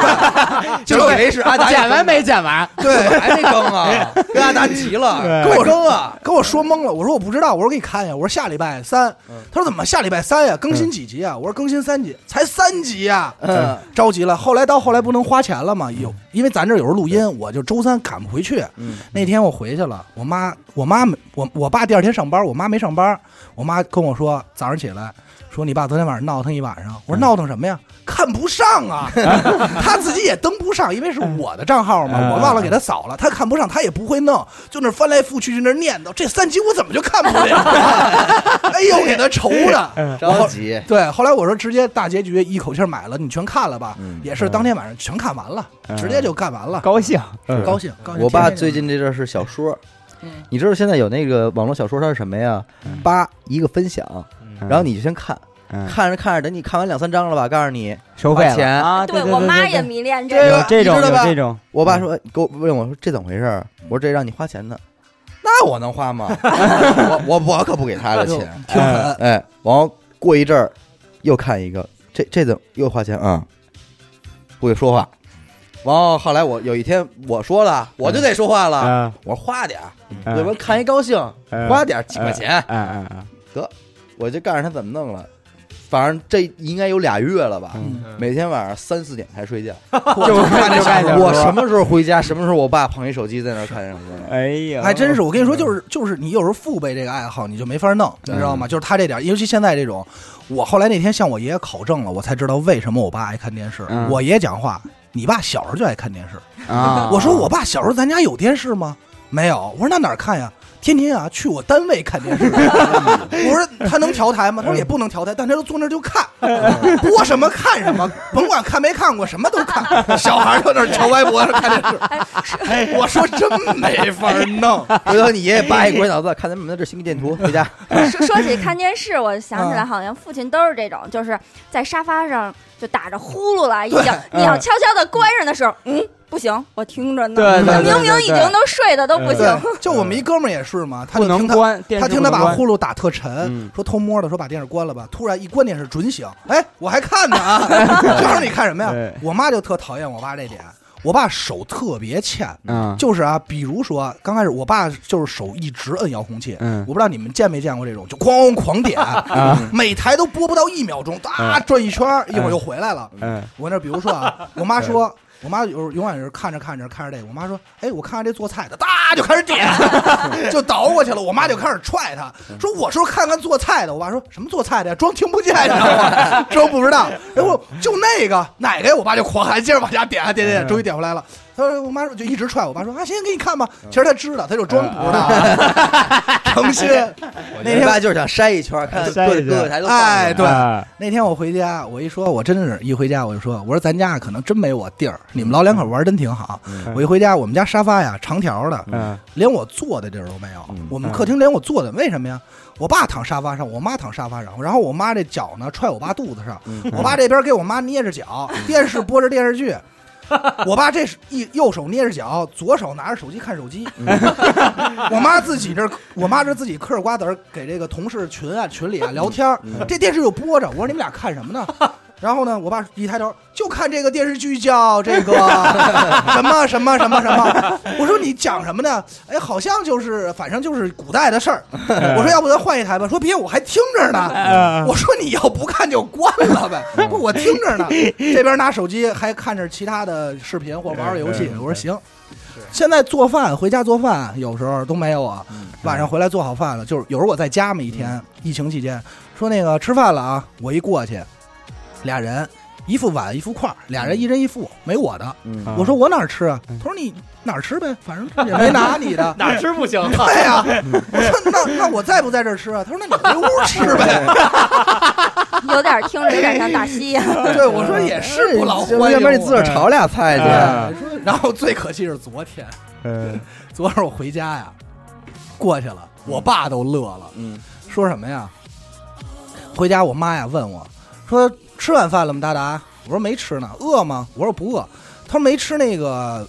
Speaker 1: 就以为是阿达
Speaker 6: 剪完没剪完？
Speaker 2: 对，
Speaker 1: 还没更啊，跟阿达急了，
Speaker 6: 对
Speaker 2: 跟我
Speaker 1: 更
Speaker 2: 说
Speaker 1: 啊，
Speaker 2: 跟我说懵了，我说我不知道，我说给你看一下，我说下礼拜三，
Speaker 1: 嗯
Speaker 2: 他说怎么下礼拜三呀？更新几集啊？我说更新三集，才三集呀、
Speaker 1: 嗯
Speaker 2: 着急了。后来到后来不能花钱了嘛，有因为咱这有时候录音，我就周三赶不回去。
Speaker 1: 嗯
Speaker 2: 那天我回去了，我妈我妈没我我爸第二天上班，我妈没上班，我妈跟我说早上起来。说你爸昨天晚上闹腾一晚上，我说闹腾什么呀？看不上啊，他自己也登不上，因为是我的账号嘛，我忘了给他扫了，他看不上，他也不会弄，就那翻来覆去就那念叨，这三集我怎么就看不了？哎呦，给他愁的。
Speaker 1: 着急，
Speaker 2: 对，后来我说直接大结局一口气儿买了，你全看了吧？
Speaker 1: 嗯
Speaker 2: 也是当天晚上全看完了，直接就看完了，
Speaker 6: 高兴，
Speaker 2: 高兴高兴。
Speaker 1: 我爸
Speaker 2: 天天
Speaker 1: 最近这阵儿是小说，你知道现在有那个网络小说，它是什么呀？八一个分享，然后你就先看，
Speaker 3: 嗯
Speaker 1: 看着看着，等你看完两三章了吧，告诉你
Speaker 3: 收费
Speaker 1: 花
Speaker 3: 了
Speaker 1: 钱
Speaker 3: 啊！对
Speaker 4: 对
Speaker 3: 对
Speaker 4: 我
Speaker 3: 对
Speaker 4: 妈
Speaker 3: 对
Speaker 4: 也迷恋这
Speaker 1: 对
Speaker 4: 个
Speaker 1: 吧
Speaker 3: 有这种
Speaker 1: 你知道吧
Speaker 3: 有这种，
Speaker 1: 我爸说给我问我说这怎么回事儿？我说这让你花钱呢，那我能花 吗？我我我可不给他 的钱，
Speaker 2: 挺狠，
Speaker 1: 哎，完后过一阵儿又看一个，这这怎么又花钱啊、不会说话。完后后来我有一天我说了，我就得说话了，
Speaker 6: 嗯
Speaker 3: 啊
Speaker 1: 我说花点儿，
Speaker 6: 嗯
Speaker 1: 我说看一高兴，
Speaker 6: 嗯
Speaker 1: 花点儿几块钱，
Speaker 3: 啊
Speaker 6: 嗯嗯嗯，
Speaker 1: 我就告诉他怎么弄了。反正这应该有俩月了吧，
Speaker 2: 嗯
Speaker 1: 每天晚上三四点 才睡觉，
Speaker 6: 就看
Speaker 1: 那
Speaker 6: 就看小
Speaker 1: 我
Speaker 6: 说
Speaker 1: 什么时候回家，什么时候我爸捧一手机在那儿看小说。
Speaker 3: 哎呀，
Speaker 2: 还真是，我跟
Speaker 3: 嗯
Speaker 2: 你说，就是就是，你有时候父辈这个爱好，你就没法弄，你知道
Speaker 3: 嗯
Speaker 2: 吗？就是他这点儿，尤其现在这种，我后来那天向我爷爷考证了，我才知道为什么我爸爱看电视。
Speaker 3: 嗯
Speaker 2: 我爷讲话，你爸小时候就爱看电视。
Speaker 3: 啊！
Speaker 2: 我说我爸小时候咱家有电视吗？没有。我说那哪儿看呀？天天啊去我单位看电视。 我说他能调台吗？他说也不能调台，但他就坐那儿 就看，播什么看什么，甭管看没看过，什么都看。小孩儿就那儿朝歪脖子看电视。我说真没法弄。
Speaker 1: 回头你爷爷扒一鬼脑子，看咱们那这星际电
Speaker 2: 嗯
Speaker 1: 图回家。
Speaker 4: 说说起看电视，我想起来
Speaker 2: 啊
Speaker 4: 好像父亲都是这种，就是在沙发上就打着呼噜了，已经
Speaker 2: 嗯
Speaker 4: 你要悄悄的关上的时候，嗯，不行，我听着呢，
Speaker 3: 对对对对嗯
Speaker 4: 明明已经都睡的都不行
Speaker 2: 对，，就我们一哥们儿也是嘛，他
Speaker 3: 不
Speaker 2: 就
Speaker 3: 能
Speaker 2: 听他
Speaker 3: 关，电
Speaker 2: 他
Speaker 3: 视
Speaker 2: 听
Speaker 3: 不
Speaker 2: 他
Speaker 3: 能
Speaker 2: 把
Speaker 3: 关
Speaker 2: 呼噜打特沉
Speaker 3: 嗯，
Speaker 2: 说偷摸的说把电视关了吧，突然一关电视准醒，哎，我还看呢啊！ 就说你看什么呀
Speaker 3: 对？
Speaker 2: 我妈就特讨厌我爸这点，我爸手特别欠，
Speaker 3: 嗯
Speaker 2: 就是啊，比如说刚开始我爸就是手一直摁遥控器，
Speaker 3: 嗯啊
Speaker 2: 我不知道你们见没见过这种，就哐狂点，每台都播不到一秒钟，哒转一圈儿，一会儿又回来了。
Speaker 3: 嗯
Speaker 2: 我那比如说啊，我妈说，我妈有永远是看着看着看着这个，我妈说，哎，我看看这做菜的，哒就开始点， 就倒过去了。我妈就开始踹他，说我说看看做菜的，我爸说什么做菜的呀，装听不见，你知道吗？ 装不知道。然后就那个哪个呀，我爸就狂喊，接着往下点啊点点点，终于点回来了。他说：“我妈说就一直踹我爸说啊，行，给你看吧。其实他知道，他就装不知道， 诚心。那
Speaker 1: 那
Speaker 2: 天
Speaker 1: 爸就是想筛一圈，看
Speaker 6: 筛
Speaker 1: 各
Speaker 6: 一圈
Speaker 1: 各个台都放
Speaker 2: 哎，
Speaker 1: 着
Speaker 2: 对，
Speaker 3: 啊
Speaker 6: 哎
Speaker 2: 那天我回家，我一说，我真是一回家我就说，我说咱家可能真没我地儿，你们老两口玩儿真挺好。
Speaker 3: 嗯
Speaker 2: 我一回家，我们家沙发呀长条的，
Speaker 6: 嗯
Speaker 2: 连我坐的地儿都没有。我们客厅连我坐的，为什么呀？我爸躺沙发上，我妈躺沙发上，然后我妈这脚呢踹我爸肚子上，嗯
Speaker 3: 嗯
Speaker 2: 我爸这边给我妈捏着脚，电视播着电视剧。我爸这是一右手捏着脚，左手拿着手机看手机。我妈自己这儿，我妈这自己嗑着瓜子儿给这个同事群啊群里啊聊天儿，这电视就播着。我说你们俩看什么呢？ 然后呢，我爸一抬头就看这个电视剧叫这个什么什么什么什么。我说你讲什么呢？哎，好像就是反正就是古代的事儿。我说要不咱换一台吧？说别，我还听着呢。我说你要不看就关了呗。不，我听着呢。 这边拿手机还看着其他的视频或玩会儿游戏。我说行。现在做饭，回家做饭有时候都没有啊。晚上回来做好饭了，就是有时候我在嗯家嘛，一天疫情期间说那个吃饭了啊，我一过去，俩人一副碗一副筷儿，俩人一人一副，没我的。
Speaker 1: 嗯
Speaker 2: 我说我哪儿吃啊？他说你哪儿吃 呗，反正也没拿你的
Speaker 7: 哪吃不行？
Speaker 2: 对呀、我 说那那我在不在这儿吃啊？他说那你回屋吃 呗。
Speaker 4: 有点听着有点像大西呀。
Speaker 2: 哎对，我
Speaker 1: 嗯
Speaker 2: 说也是不老欢迎我。
Speaker 1: 要不然你自个儿炒俩菜去。
Speaker 2: 哎 说然后最可气是昨天，
Speaker 6: 嗯
Speaker 2: 昨儿我回家呀，过去了，我爸都乐了，
Speaker 1: 嗯，
Speaker 2: 说什么呀？回家我妈呀问我，说吃晚饭了吗？达达，我说没吃呢，饿吗？我说不饿。他说没吃那个，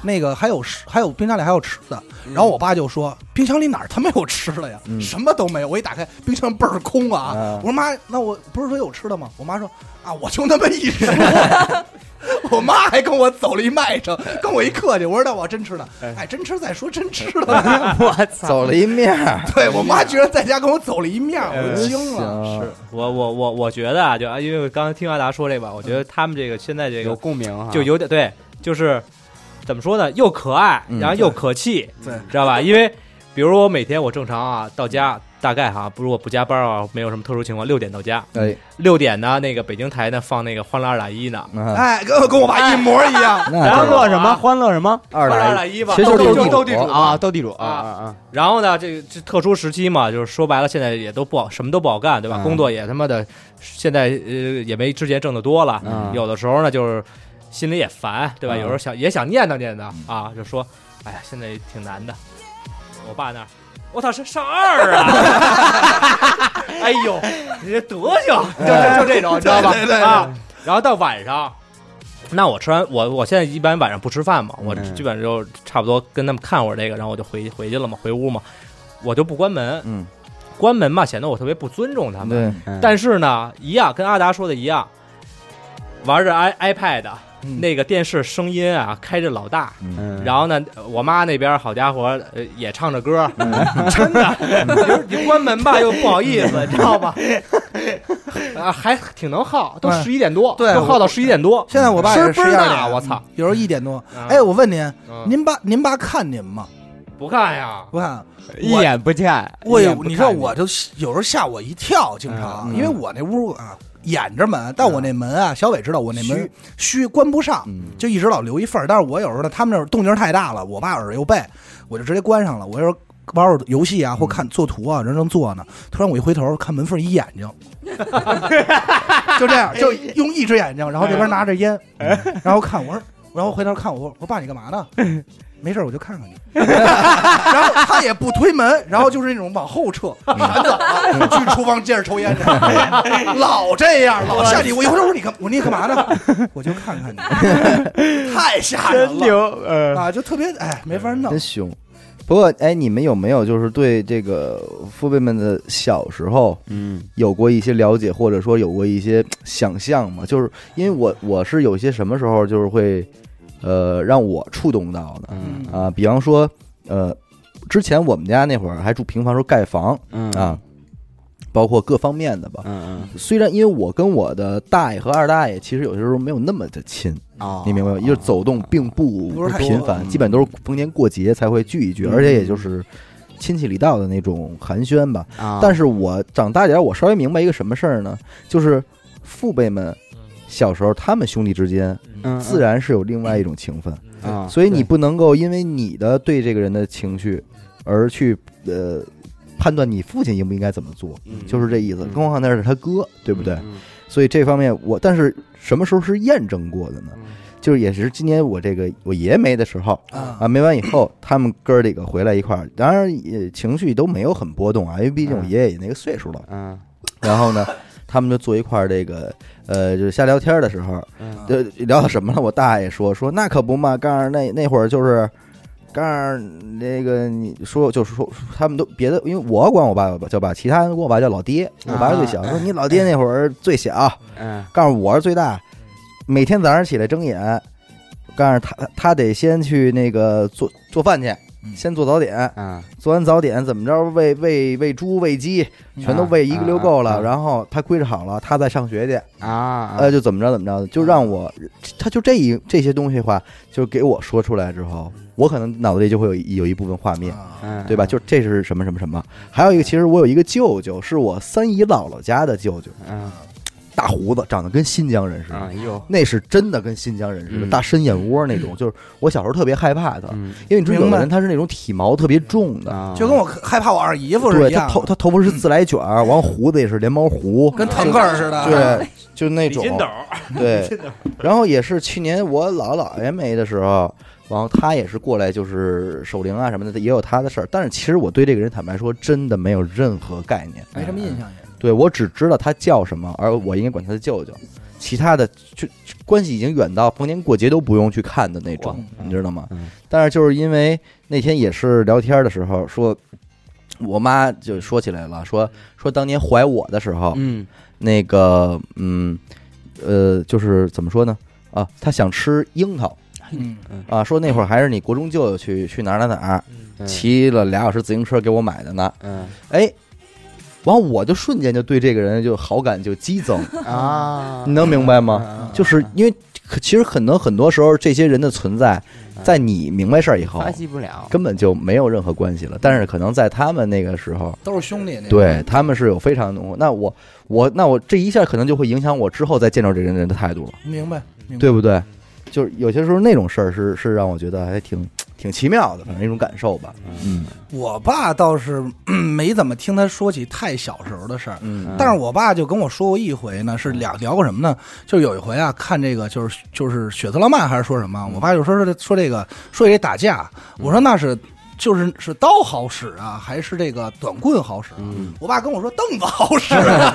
Speaker 2: 那个还有吃还有冰箱里还有吃的。然后我爸就说冰箱里哪儿他妈有吃的呀？
Speaker 1: 嗯
Speaker 2: 什么都没有。我一打开冰箱倍儿空啊！
Speaker 1: 啊
Speaker 2: 我说妈，那我不是说有吃的吗？我妈说啊，我就那么一说。 我妈还跟我走了一脉程，跟我一客气。我说那我真吃的，哎，真吃再说，真吃的。
Speaker 1: 走了一面儿，
Speaker 2: 对我妈居然在家跟我走了一面，我就惊了。
Speaker 1: 行，
Speaker 5: 我我我我觉得啊，就啊因为我刚才听阿达说这个吧，我觉得他们这个现在这
Speaker 3: 有啊
Speaker 5: 个
Speaker 3: 共鸣哈，
Speaker 5: 就有点对，就是怎么说呢，又可爱，
Speaker 1: 嗯
Speaker 5: 然后又可气，
Speaker 2: 对
Speaker 5: 知道吧？因为比如我每天我正常啊到家，大概哈、不如我不加班啊，没有什么特殊情况，六点到家，
Speaker 1: 哎，
Speaker 5: 六点呢那个北京台呢放那个《欢乐二打一》呢，
Speaker 3: 嗯
Speaker 1: 那
Speaker 2: 哎，跟跟我爸一模一样。
Speaker 1: 那
Speaker 5: 然
Speaker 1: 这
Speaker 5: 后
Speaker 3: 欢乐什么？欢乐什么？
Speaker 1: 二
Speaker 5: 欢乐二
Speaker 1: 打
Speaker 5: 打
Speaker 1: 一，
Speaker 5: 一吧
Speaker 1: 其。实
Speaker 3: 斗
Speaker 1: 就是
Speaker 3: 地
Speaker 1: 斗
Speaker 3: 斗
Speaker 1: 地
Speaker 3: 地
Speaker 1: 主
Speaker 3: 主啊，斗地主啊啊啊！
Speaker 5: 然后呢，这个这特殊时期嘛，就是说白了，现在也都不好，什么都不好干，对吧？
Speaker 1: 嗯
Speaker 5: 工作也他妈的，现在呃也没之前挣的多了，
Speaker 3: 啊
Speaker 1: 嗯
Speaker 5: 有的时候呢就是心里也烦，对吧？
Speaker 1: 嗯
Speaker 5: 有时候想也想念叨念叨啊，就说，哎呀，现在挺难的。我爸那儿，我操，上上二啊！ 哎呦，你这德行，
Speaker 2: 哎
Speaker 5: 就就这种，你知道吧？
Speaker 2: 对对对
Speaker 5: 啊，然后到晚上。那我吃完我我现在一般晚上不吃饭嘛，我
Speaker 3: 嗯
Speaker 5: 基本上就差不多跟他们看会儿这个，然后我就回回去了嘛，回屋嘛，我就不关门，
Speaker 1: 嗯，
Speaker 5: 关门嘛显得我特别不尊重他们，
Speaker 1: 对，
Speaker 5: 但是呢，一样跟阿达说的一样，玩着 i iPad，、啊
Speaker 1: 嗯
Speaker 5: 那个电视声音啊开着老大，
Speaker 1: 嗯
Speaker 3: 嗯
Speaker 5: 然后呢，我妈那边好家伙、呃、也唱着歌， 真的，你你关门吧又不好意思，你知道吧？啊，还挺能耗，都
Speaker 2: 对
Speaker 5: 十一点多，
Speaker 2: 对
Speaker 5: 都耗到十一点多，
Speaker 2: 现在我爸也
Speaker 5: 声
Speaker 2: 是
Speaker 5: 儿倍
Speaker 2: 11
Speaker 5: 儿大，
Speaker 2: 点嗯
Speaker 5: 我操！
Speaker 2: 有时候一点多。
Speaker 5: 啊
Speaker 2: 哎，我问您，
Speaker 5: 嗯
Speaker 2: 您爸您爸看您吗？
Speaker 5: 不看呀，
Speaker 2: 不看。
Speaker 3: 一眼不见，
Speaker 2: 我
Speaker 3: 一
Speaker 2: 有
Speaker 3: 眼，不
Speaker 2: 你知
Speaker 3: 看
Speaker 2: 道，我就有时候吓我一跳，经常，因为我那屋啊掩着门，但我那门啊，小伟知道我那门虚关不上，就一直老留一缝儿。但是我有时候呢，他们那儿动静太大了，我爸耳又背，我就直接关上了。我有时候玩会儿游戏啊，或看做图啊，人正做呢，突然我一回头看门缝一眼睛， 就这样，就用一只眼睛，然后这边拿着烟，然后看我说，然后回头看我，我说爸你干嘛呢？没事儿，我就 看看你。然后他也不推门，然后就是那种往后撤，闪走了，去厨房接着 抽烟去，老这样，老吓你。我一回头我说你干，我说你干嘛呢？ 我就看 看你，太吓人
Speaker 6: 真
Speaker 2: 了
Speaker 6: 牛，呃，
Speaker 2: 啊！就特别哎，没法 弄
Speaker 1: 真。凶。不过，哎，你们有没有就是对这个父辈们的小时候
Speaker 3: 嗯
Speaker 1: 有过一些了解，或者说有过一些嘖想象吗？就是因为我我是有些什么时候就是会，呃，让我触动到的
Speaker 3: 嗯
Speaker 1: 啊、比方说，呃，之前我们家那会儿还住平房时候盖房
Speaker 3: 嗯
Speaker 1: 啊，包括各方面的吧。
Speaker 3: 嗯
Speaker 1: 虽然因为我跟我的大爷和二大爷其实有些时候没有那么的亲，
Speaker 3: 嗯啊哦
Speaker 1: 你明白吗？就是走动并不
Speaker 2: 不是太多
Speaker 1: 频繁，
Speaker 3: 嗯
Speaker 1: 基本都是逢年过节才会聚一聚，
Speaker 3: 嗯
Speaker 1: 而且也就是亲戚里道的那种寒暄吧。
Speaker 3: 啊，
Speaker 1: 但是我长大点儿，我稍微明白一个什么事儿呢？就是父辈们小时候他们兄弟之间
Speaker 3: 嗯
Speaker 1: 自然是有另外一种情分，
Speaker 3: 啊，
Speaker 1: 所以你不能够因为你的对这个人的情绪而去呃判断你父亲应不应该怎么做，就是这意思。
Speaker 3: 嗯
Speaker 1: 更何况那是他哥，对
Speaker 3: 对
Speaker 1: 不对？？所以这方面我，但是什么时候是验证过的呢？
Speaker 3: 嗯
Speaker 1: 就是也是今年我这个我爷没的时候
Speaker 2: 啊
Speaker 1: 啊，没完以后，他们哥儿几个回来一块儿，当然也情绪都没有很波动啊，因为毕竟我
Speaker 3: 嗯
Speaker 1: 爷爷也那个岁数了。
Speaker 3: 嗯
Speaker 1: 然后呢，他们就坐一块儿，这个呃，就是瞎聊天儿的时候，
Speaker 3: 嗯
Speaker 1: 就聊到什么了？我大爷说说那可不嘛，刚儿那那会儿就是。刚儿那个你说就说他们都别的，因为我管我爸叫爸，其他人管我爸叫老爹，我爸最小，
Speaker 3: 啊
Speaker 1: 说
Speaker 3: 哎
Speaker 1: 你老爹那会儿最小，
Speaker 3: 嗯
Speaker 1: 告诉我是最大，每天早上起来睁眼，告诉他他得先去那个做做饭去，先做早点，
Speaker 3: 嗯
Speaker 1: 做完早点怎么着喂喂喂猪喂鸡，全都喂一个溜够
Speaker 3: 嗯啊啊
Speaker 1: 了，
Speaker 3: 啊
Speaker 1: 然后他归置好了，他再上学去，
Speaker 3: 啊，嗯
Speaker 1: 呃，就怎么着怎么着的，就让我，他就这一这些东西的话，就是给我说出来之后，我可能脑子里就会有一有一部分画面。
Speaker 2: 啊
Speaker 3: 嗯
Speaker 1: 对吧？就这是什么什么什么？还有一个，其实我有一个舅舅，是我三姨姥姥家的舅舅，
Speaker 3: 嗯
Speaker 1: 大胡子，长得跟新疆人似的，
Speaker 3: 哎呦，
Speaker 1: 那是真的跟新疆人似的，
Speaker 3: 嗯
Speaker 1: 大深眼窝那种。就是我小时候特别害怕他，
Speaker 3: 嗯
Speaker 1: 因为你知道有
Speaker 2: 嗯明
Speaker 1: 的
Speaker 2: 白
Speaker 1: 人他是那种体毛特别重的，
Speaker 3: 啊，
Speaker 2: 就跟我害怕我二姨夫是
Speaker 1: 对
Speaker 2: 一
Speaker 1: 他
Speaker 2: 样的，嗯
Speaker 1: 头他头发是自来卷儿，完胡子也是连毛胡，
Speaker 2: 跟腾格尔似的。
Speaker 1: 对，就那种
Speaker 7: 金斗，
Speaker 1: 对。然后也是去年我姥姥姥爷没的时候，然后他也是过来就是守灵啊什么的，也有他的事儿。但是其实我对这个人坦白说，真的没有任何概念，
Speaker 2: 没什么印象也。
Speaker 1: 对我只知道他叫什么，而我应该管他的舅舅。其他的就就关系已经远到逢年过节都不用去看的那种，你知道吗？
Speaker 3: 嗯
Speaker 1: 但是就是因为那天也是聊天的时候说，我妈就说起来了，说说当年怀我的时候，
Speaker 3: 嗯
Speaker 1: 那个，嗯，呃，就是怎么说呢？啊，他想吃樱桃
Speaker 2: 嗯，
Speaker 1: 啊，说那会儿还是你国中舅舅去去哪儿哪儿哪儿骑了俩小时自行车给我买的呢。
Speaker 3: 嗯
Speaker 1: 哎，完我就瞬间就对这个人就好感就激 增，
Speaker 3: 啊嗯
Speaker 1: 你，能明白吗？就是因为可其实可能很多时候这些人的存在，在你明白事儿以后
Speaker 3: 嗯发，迹不了，
Speaker 1: 根本就没有任何关系了。但是可能在他们那个时候，
Speaker 2: 都是兄弟那种。
Speaker 1: 对他们是有非常浓厚。那我我那我这一下可能就会影响我之后再见到这个人的态度了，
Speaker 2: 明白，
Speaker 3: 嗯
Speaker 2: 明白
Speaker 1: 对不对？就是有些时候那种事儿是是让我觉得还挺挺奇妙的，反正一种感受吧。嗯
Speaker 2: 我爸倒是 嗯没怎么听他说起太小时候的事儿，
Speaker 1: 嗯
Speaker 2: 但是我爸就跟我说过一回呢，是聊聊过什么呢？就是有一回啊，看这个就是就是《血色浪漫》还是说什么，我爸就说说说这个说这打架，我说那是。就是是刀好使啊，还是这个短棍好使啊、
Speaker 1: 嗯
Speaker 2: 我爸跟我说凳子好使、啊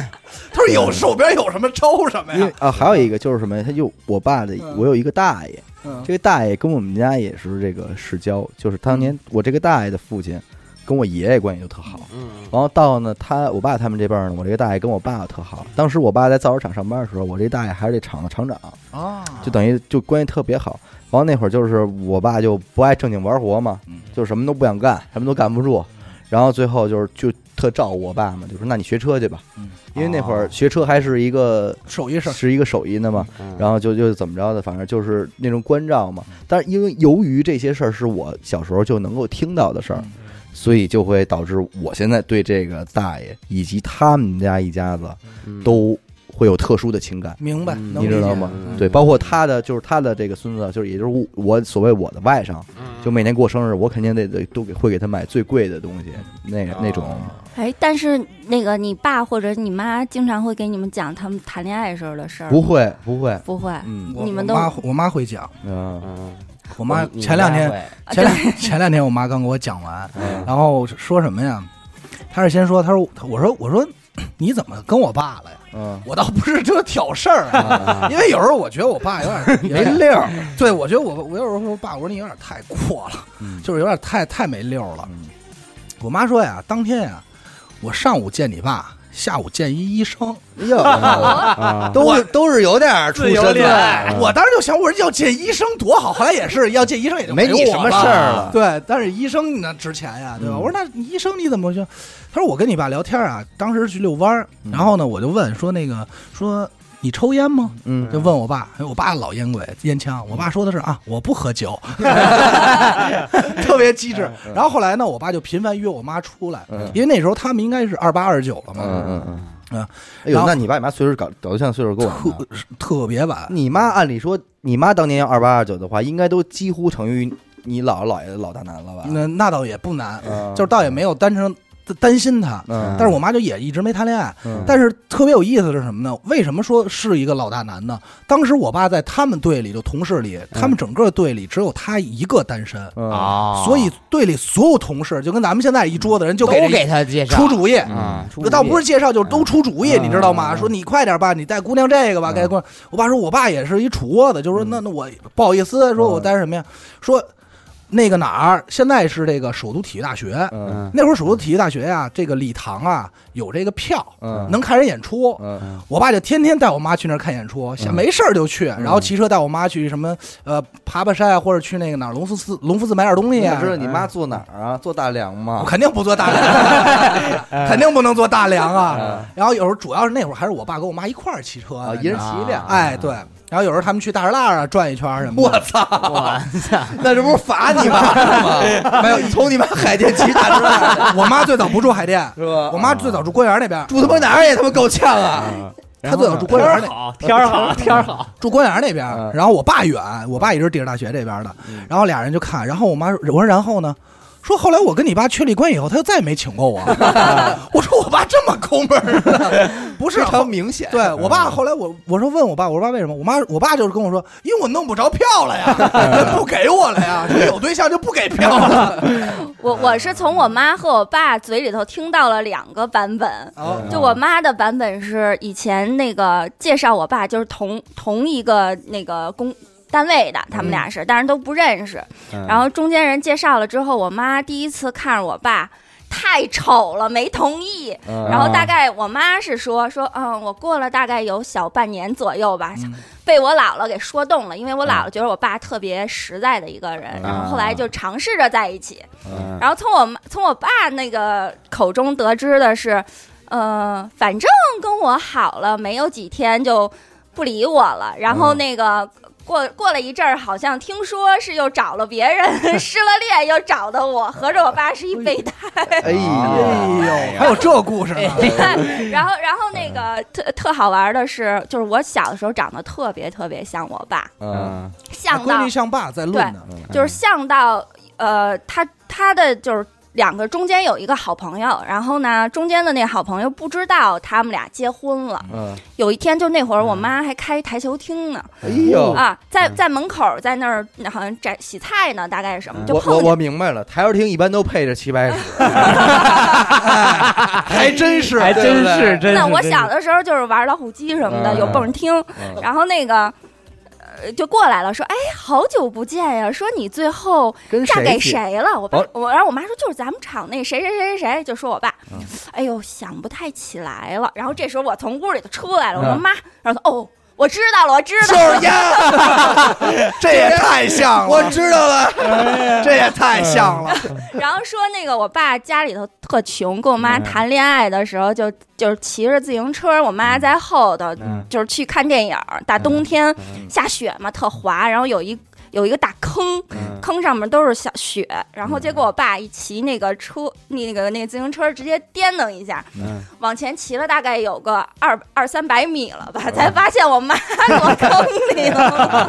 Speaker 2: 他说有手边有什么抽什么
Speaker 1: 因
Speaker 2: 呀
Speaker 1: 为？啊，还有一个就是什么呀？他就我爸的，
Speaker 2: 嗯
Speaker 1: 我有一个大爷，
Speaker 2: 嗯
Speaker 1: 这个大爷跟我们家也是这个世交，就是当
Speaker 2: 嗯
Speaker 1: 年我这个大爷的父亲跟我爷爷关系就特好，
Speaker 3: 嗯
Speaker 1: 然后到呢他我爸他们这辈儿呢，我这个大爷跟我爸特好。当时我爸在造纸厂上班的时候，我这大爷还是这厂的厂长，
Speaker 2: 啊，
Speaker 1: 就等于就关系特别好。然后那会儿就是我爸就不爱正经玩活嘛，
Speaker 2: 嗯
Speaker 1: 就什么都不想干，什么都干不住。然后最后就是就特照顾我爸嘛，就说那你学车去吧
Speaker 2: 嗯，
Speaker 1: 因为那会儿
Speaker 3: 哦
Speaker 1: 学车还是一个
Speaker 2: 手艺事儿
Speaker 1: 是一个手艺呢嘛。
Speaker 3: 嗯
Speaker 1: 然后就就怎么着的，反正就是那种关照嘛。但是因为由于这些事儿是我小时候就能够听到的事儿
Speaker 2: 嗯，
Speaker 1: 所以就会导致我现在对这个大爷以及他们家一家子都会有特殊的情感。
Speaker 2: 明白，
Speaker 3: 嗯
Speaker 2: 能
Speaker 1: 你
Speaker 2: 理
Speaker 1: 知
Speaker 2: 解
Speaker 1: 道吗
Speaker 3: 嗯？
Speaker 1: 对，包括他的就是他的这个孙子，就是也就是我我所谓我的外甥，就每年过生日，我肯定得得都给会给他买最贵的东西，那个那种
Speaker 4: 哎，但是那个你爸或者你妈经常会给你们讲他们谈恋爱时候的事儿吗，
Speaker 1: 不会不会，
Speaker 4: 不会，
Speaker 1: 嗯
Speaker 2: 我
Speaker 4: 你们
Speaker 2: 我
Speaker 4: 都
Speaker 2: 妈我妈会讲，
Speaker 1: 啊
Speaker 3: 嗯，
Speaker 2: 我妈
Speaker 3: 你
Speaker 2: 前两天
Speaker 3: 你家
Speaker 2: 前两 前两天我妈刚给我讲完，然后说什么呀？她是先说，她说，我说我说 你怎么跟我爸了呀？
Speaker 1: 嗯
Speaker 2: 我倒不是这挑事儿啊，因为有时候我觉得我爸有 点没
Speaker 1: 溜儿，
Speaker 2: 对我觉得我我有时候说爸，我说你有点太过了，
Speaker 1: 嗯
Speaker 2: 就是有点太太没溜儿了。
Speaker 1: 嗯
Speaker 2: 我妈说呀，当天呀，我上午见你爸，下午见一医生，
Speaker 1: 哎 呦，
Speaker 3: 啊，
Speaker 1: 都是都是有点儿出
Speaker 7: 自由
Speaker 1: 身嗯
Speaker 7: 恋
Speaker 1: 的，
Speaker 7: 爱，
Speaker 2: 我当时就想，我说要见医生多好，后来也是要见医生也就
Speaker 1: 没
Speaker 2: 我
Speaker 1: 你什么
Speaker 2: 了
Speaker 1: 事儿了。
Speaker 2: 对，但是医生呢值钱呀，对吧？
Speaker 1: 嗯
Speaker 2: 我说那你医生你怎么就？他说我跟你爸聊天啊，当时去遛弯儿，
Speaker 1: 嗯
Speaker 2: 然后呢我就问说那个说你抽烟吗？
Speaker 1: 嗯
Speaker 2: 就问我爸，哎我爸老烟鬼烟枪，我爸说的是啊，我不 喝酒，特别机智。然后后来呢，我爸就频繁约我妈出来
Speaker 1: 嗯，
Speaker 2: 因为那时候他们应该是二八二十九了
Speaker 1: 嗯
Speaker 2: 嘛，
Speaker 1: 嗯嗯，
Speaker 2: 嗯，
Speaker 1: 哎
Speaker 2: 然
Speaker 1: 呦，
Speaker 2: 后
Speaker 1: 那你爸你妈岁数搞搞对象岁数够晚的
Speaker 2: 特。特别晚。
Speaker 1: 你妈按理说，你妈当年要二八二九的话，应该都几乎成于你姥姥姥爷的老大难了吧？
Speaker 2: 那那倒也不难，
Speaker 1: 嗯
Speaker 2: 就是倒也没有单纯担心他，
Speaker 1: 嗯，
Speaker 2: 但是我妈就也一直没谈恋爱。
Speaker 1: 嗯
Speaker 2: 但是特别有意思的是什么呢？为什么说是一个老大难呢？当时我爸在他们队里，就同事里，他们整个队里只有他一个单身，
Speaker 1: 嗯
Speaker 3: 啊，
Speaker 2: 所以队里所有同事就跟咱们现在一桌子人就
Speaker 3: 都
Speaker 2: 给
Speaker 3: 给他介
Speaker 2: 这
Speaker 3: 绍
Speaker 2: 出主意。
Speaker 3: 啊，出
Speaker 2: 倒不是
Speaker 3: 主
Speaker 2: 介绍，就是都出主意，
Speaker 3: 嗯
Speaker 2: 你知道吗？
Speaker 3: 嗯
Speaker 2: 说你快点吧，你带姑娘这个
Speaker 1: 嗯
Speaker 2: 吧，该姑娘。我爸说，我爸也是一杵窝子，就说那那我不好意思，说
Speaker 1: 嗯
Speaker 2: 我带什么呀？说那个哪儿，现在是这个首都体育大学，
Speaker 3: 意
Speaker 1: 嗯
Speaker 3: 嗯
Speaker 2: 那会儿首都体育大学呀、这个礼堂啊有这个票，
Speaker 1: 嗯
Speaker 2: 能看人演出。
Speaker 1: 嗯
Speaker 2: 我爸就天天带我妈去那儿看演出，想没事儿就去，然
Speaker 1: 嗯
Speaker 2: 后骑车带我妈去什么呃爬爬山啊，或者去那个哪儿龙福寺龙福寺买点东西
Speaker 1: 你
Speaker 2: 啊
Speaker 1: 知。道你妈坐哪儿啊？坐大梁
Speaker 2: 我
Speaker 1: 吗？
Speaker 2: 肯定不做大梁， 肯定不能做大梁啊。然后有时候主要是那会儿还是我爸跟我妈一块儿骑车
Speaker 1: 嗯啊，
Speaker 2: 呢，
Speaker 1: 一人
Speaker 2: 你知道吗
Speaker 1: 骑一辆，
Speaker 2: 哎对，然后有时候他们去大栅栏啊转一圈儿什么的。
Speaker 1: 我操！ 那这不是罚你妈 吗？没有，从你妈海淀骑大直来
Speaker 2: 我妈最早不住海淀，
Speaker 1: 是吧？
Speaker 2: 我妈最早住官园那边，
Speaker 1: 住他妈哪儿也他妈够呛啊！
Speaker 2: 他最早住官园 那
Speaker 7: 好，天儿好，天儿好，
Speaker 2: 住官园那边
Speaker 1: 嗯，
Speaker 2: 然后我爸远，我爸也是地质大学这边的，然后俩人就看，然后我妈说我说然后呢？说后来我跟你爸确立关系以后，他就再也没请过我。我说我爸这么抠门儿呢，不是
Speaker 1: 非常明显。
Speaker 2: 对我爸后来我我说问我爸，我说爸为什么？我妈我爸就是跟我说，因为我弄不着票了呀，不给我了呀，说有对象就不给票了。
Speaker 4: 我我是从我妈和我爸嘴里头听到了两个版本。
Speaker 2: 哦
Speaker 4: 就我妈的版本是以前那个介绍我爸就是同同一个那个工单位的，他们俩是，但是都不认识。然后中间人介绍了之后，我妈第一次看着我爸。太丑了，没同意。
Speaker 1: 嗯
Speaker 4: 然后大概我妈是说说，嗯，我过了大概有小半年左右吧，被我姥姥给说动了，因为我姥姥觉得我爸特别实在的一个人，然后后来就尝试着在一起。
Speaker 1: 嗯
Speaker 4: 然后从我妈从我爸那个口中得知的是，呃，反正跟我好了没有几天就不理我了，然后那个。过过了一阵儿，好像听说是又找了别人， 失了恋又找的我，合着我爸是一备胎。
Speaker 1: 哎呀，
Speaker 2: 哎呦，还有这故事呢，
Speaker 4: 然后，然后那
Speaker 1: 嗯
Speaker 4: 个特特好玩的是，就是我小的时候长得特别特别像我爸，
Speaker 1: 嗯
Speaker 4: 像
Speaker 2: 闺
Speaker 4: 到
Speaker 2: 女像爸在论呢，
Speaker 4: 就是像到呃，他他的就是两个中间有一个好朋友，然后呢，中间的那好朋友不知道他们俩结婚了。
Speaker 1: 嗯，
Speaker 4: 有一天就那会儿，我妈还开台球厅呢，
Speaker 1: 哎呦，
Speaker 4: 啊，在在门口在那儿好像摘洗菜呢，大概是什么，就
Speaker 1: 我我
Speaker 4: 碰见
Speaker 1: 我明白了，台球厅一般都配着齐 白石，哎还真是，
Speaker 7: 还
Speaker 5: 哎
Speaker 7: 真是，真是。
Speaker 4: 那我
Speaker 7: 真是
Speaker 4: 小的时候就是玩老虎机什么的，
Speaker 1: 嗯
Speaker 4: 有蹦厅，
Speaker 1: 嗯
Speaker 4: 然后那个。呃，就过来了，说：“哎，好久不见呀！说你最后
Speaker 1: 跟
Speaker 4: 嫁给
Speaker 1: 谁
Speaker 4: 谁了？”我爸
Speaker 1: 哦，
Speaker 4: 我然后我妈说：“就是咱们厂那谁谁谁谁谁。”就说我爸，
Speaker 1: 嗯
Speaker 4: 哎呦，想不太起来了。然后这时候我从屋里头出来了，我说：“
Speaker 1: 嗯
Speaker 4: 妈。”然后他哦，我知道了，我知
Speaker 2: 就
Speaker 4: 道了。
Speaker 2: 是呀，这也太像了，我知道了，这也太像了。
Speaker 4: 然后说那个我爸家里头特穷，跟我妈谈恋爱的时候就就是骑着自行车，我妈在后头，就是去看电影儿。大冬天下雪嘛，特滑，然后有一。有一个大坑，坑上面都是小雪，然后结果我爸一骑那个车，那个那个自行车直接颠蹬一下，往前骑了大概有个二二三百米了吧，才发现我妈 落坑里 了。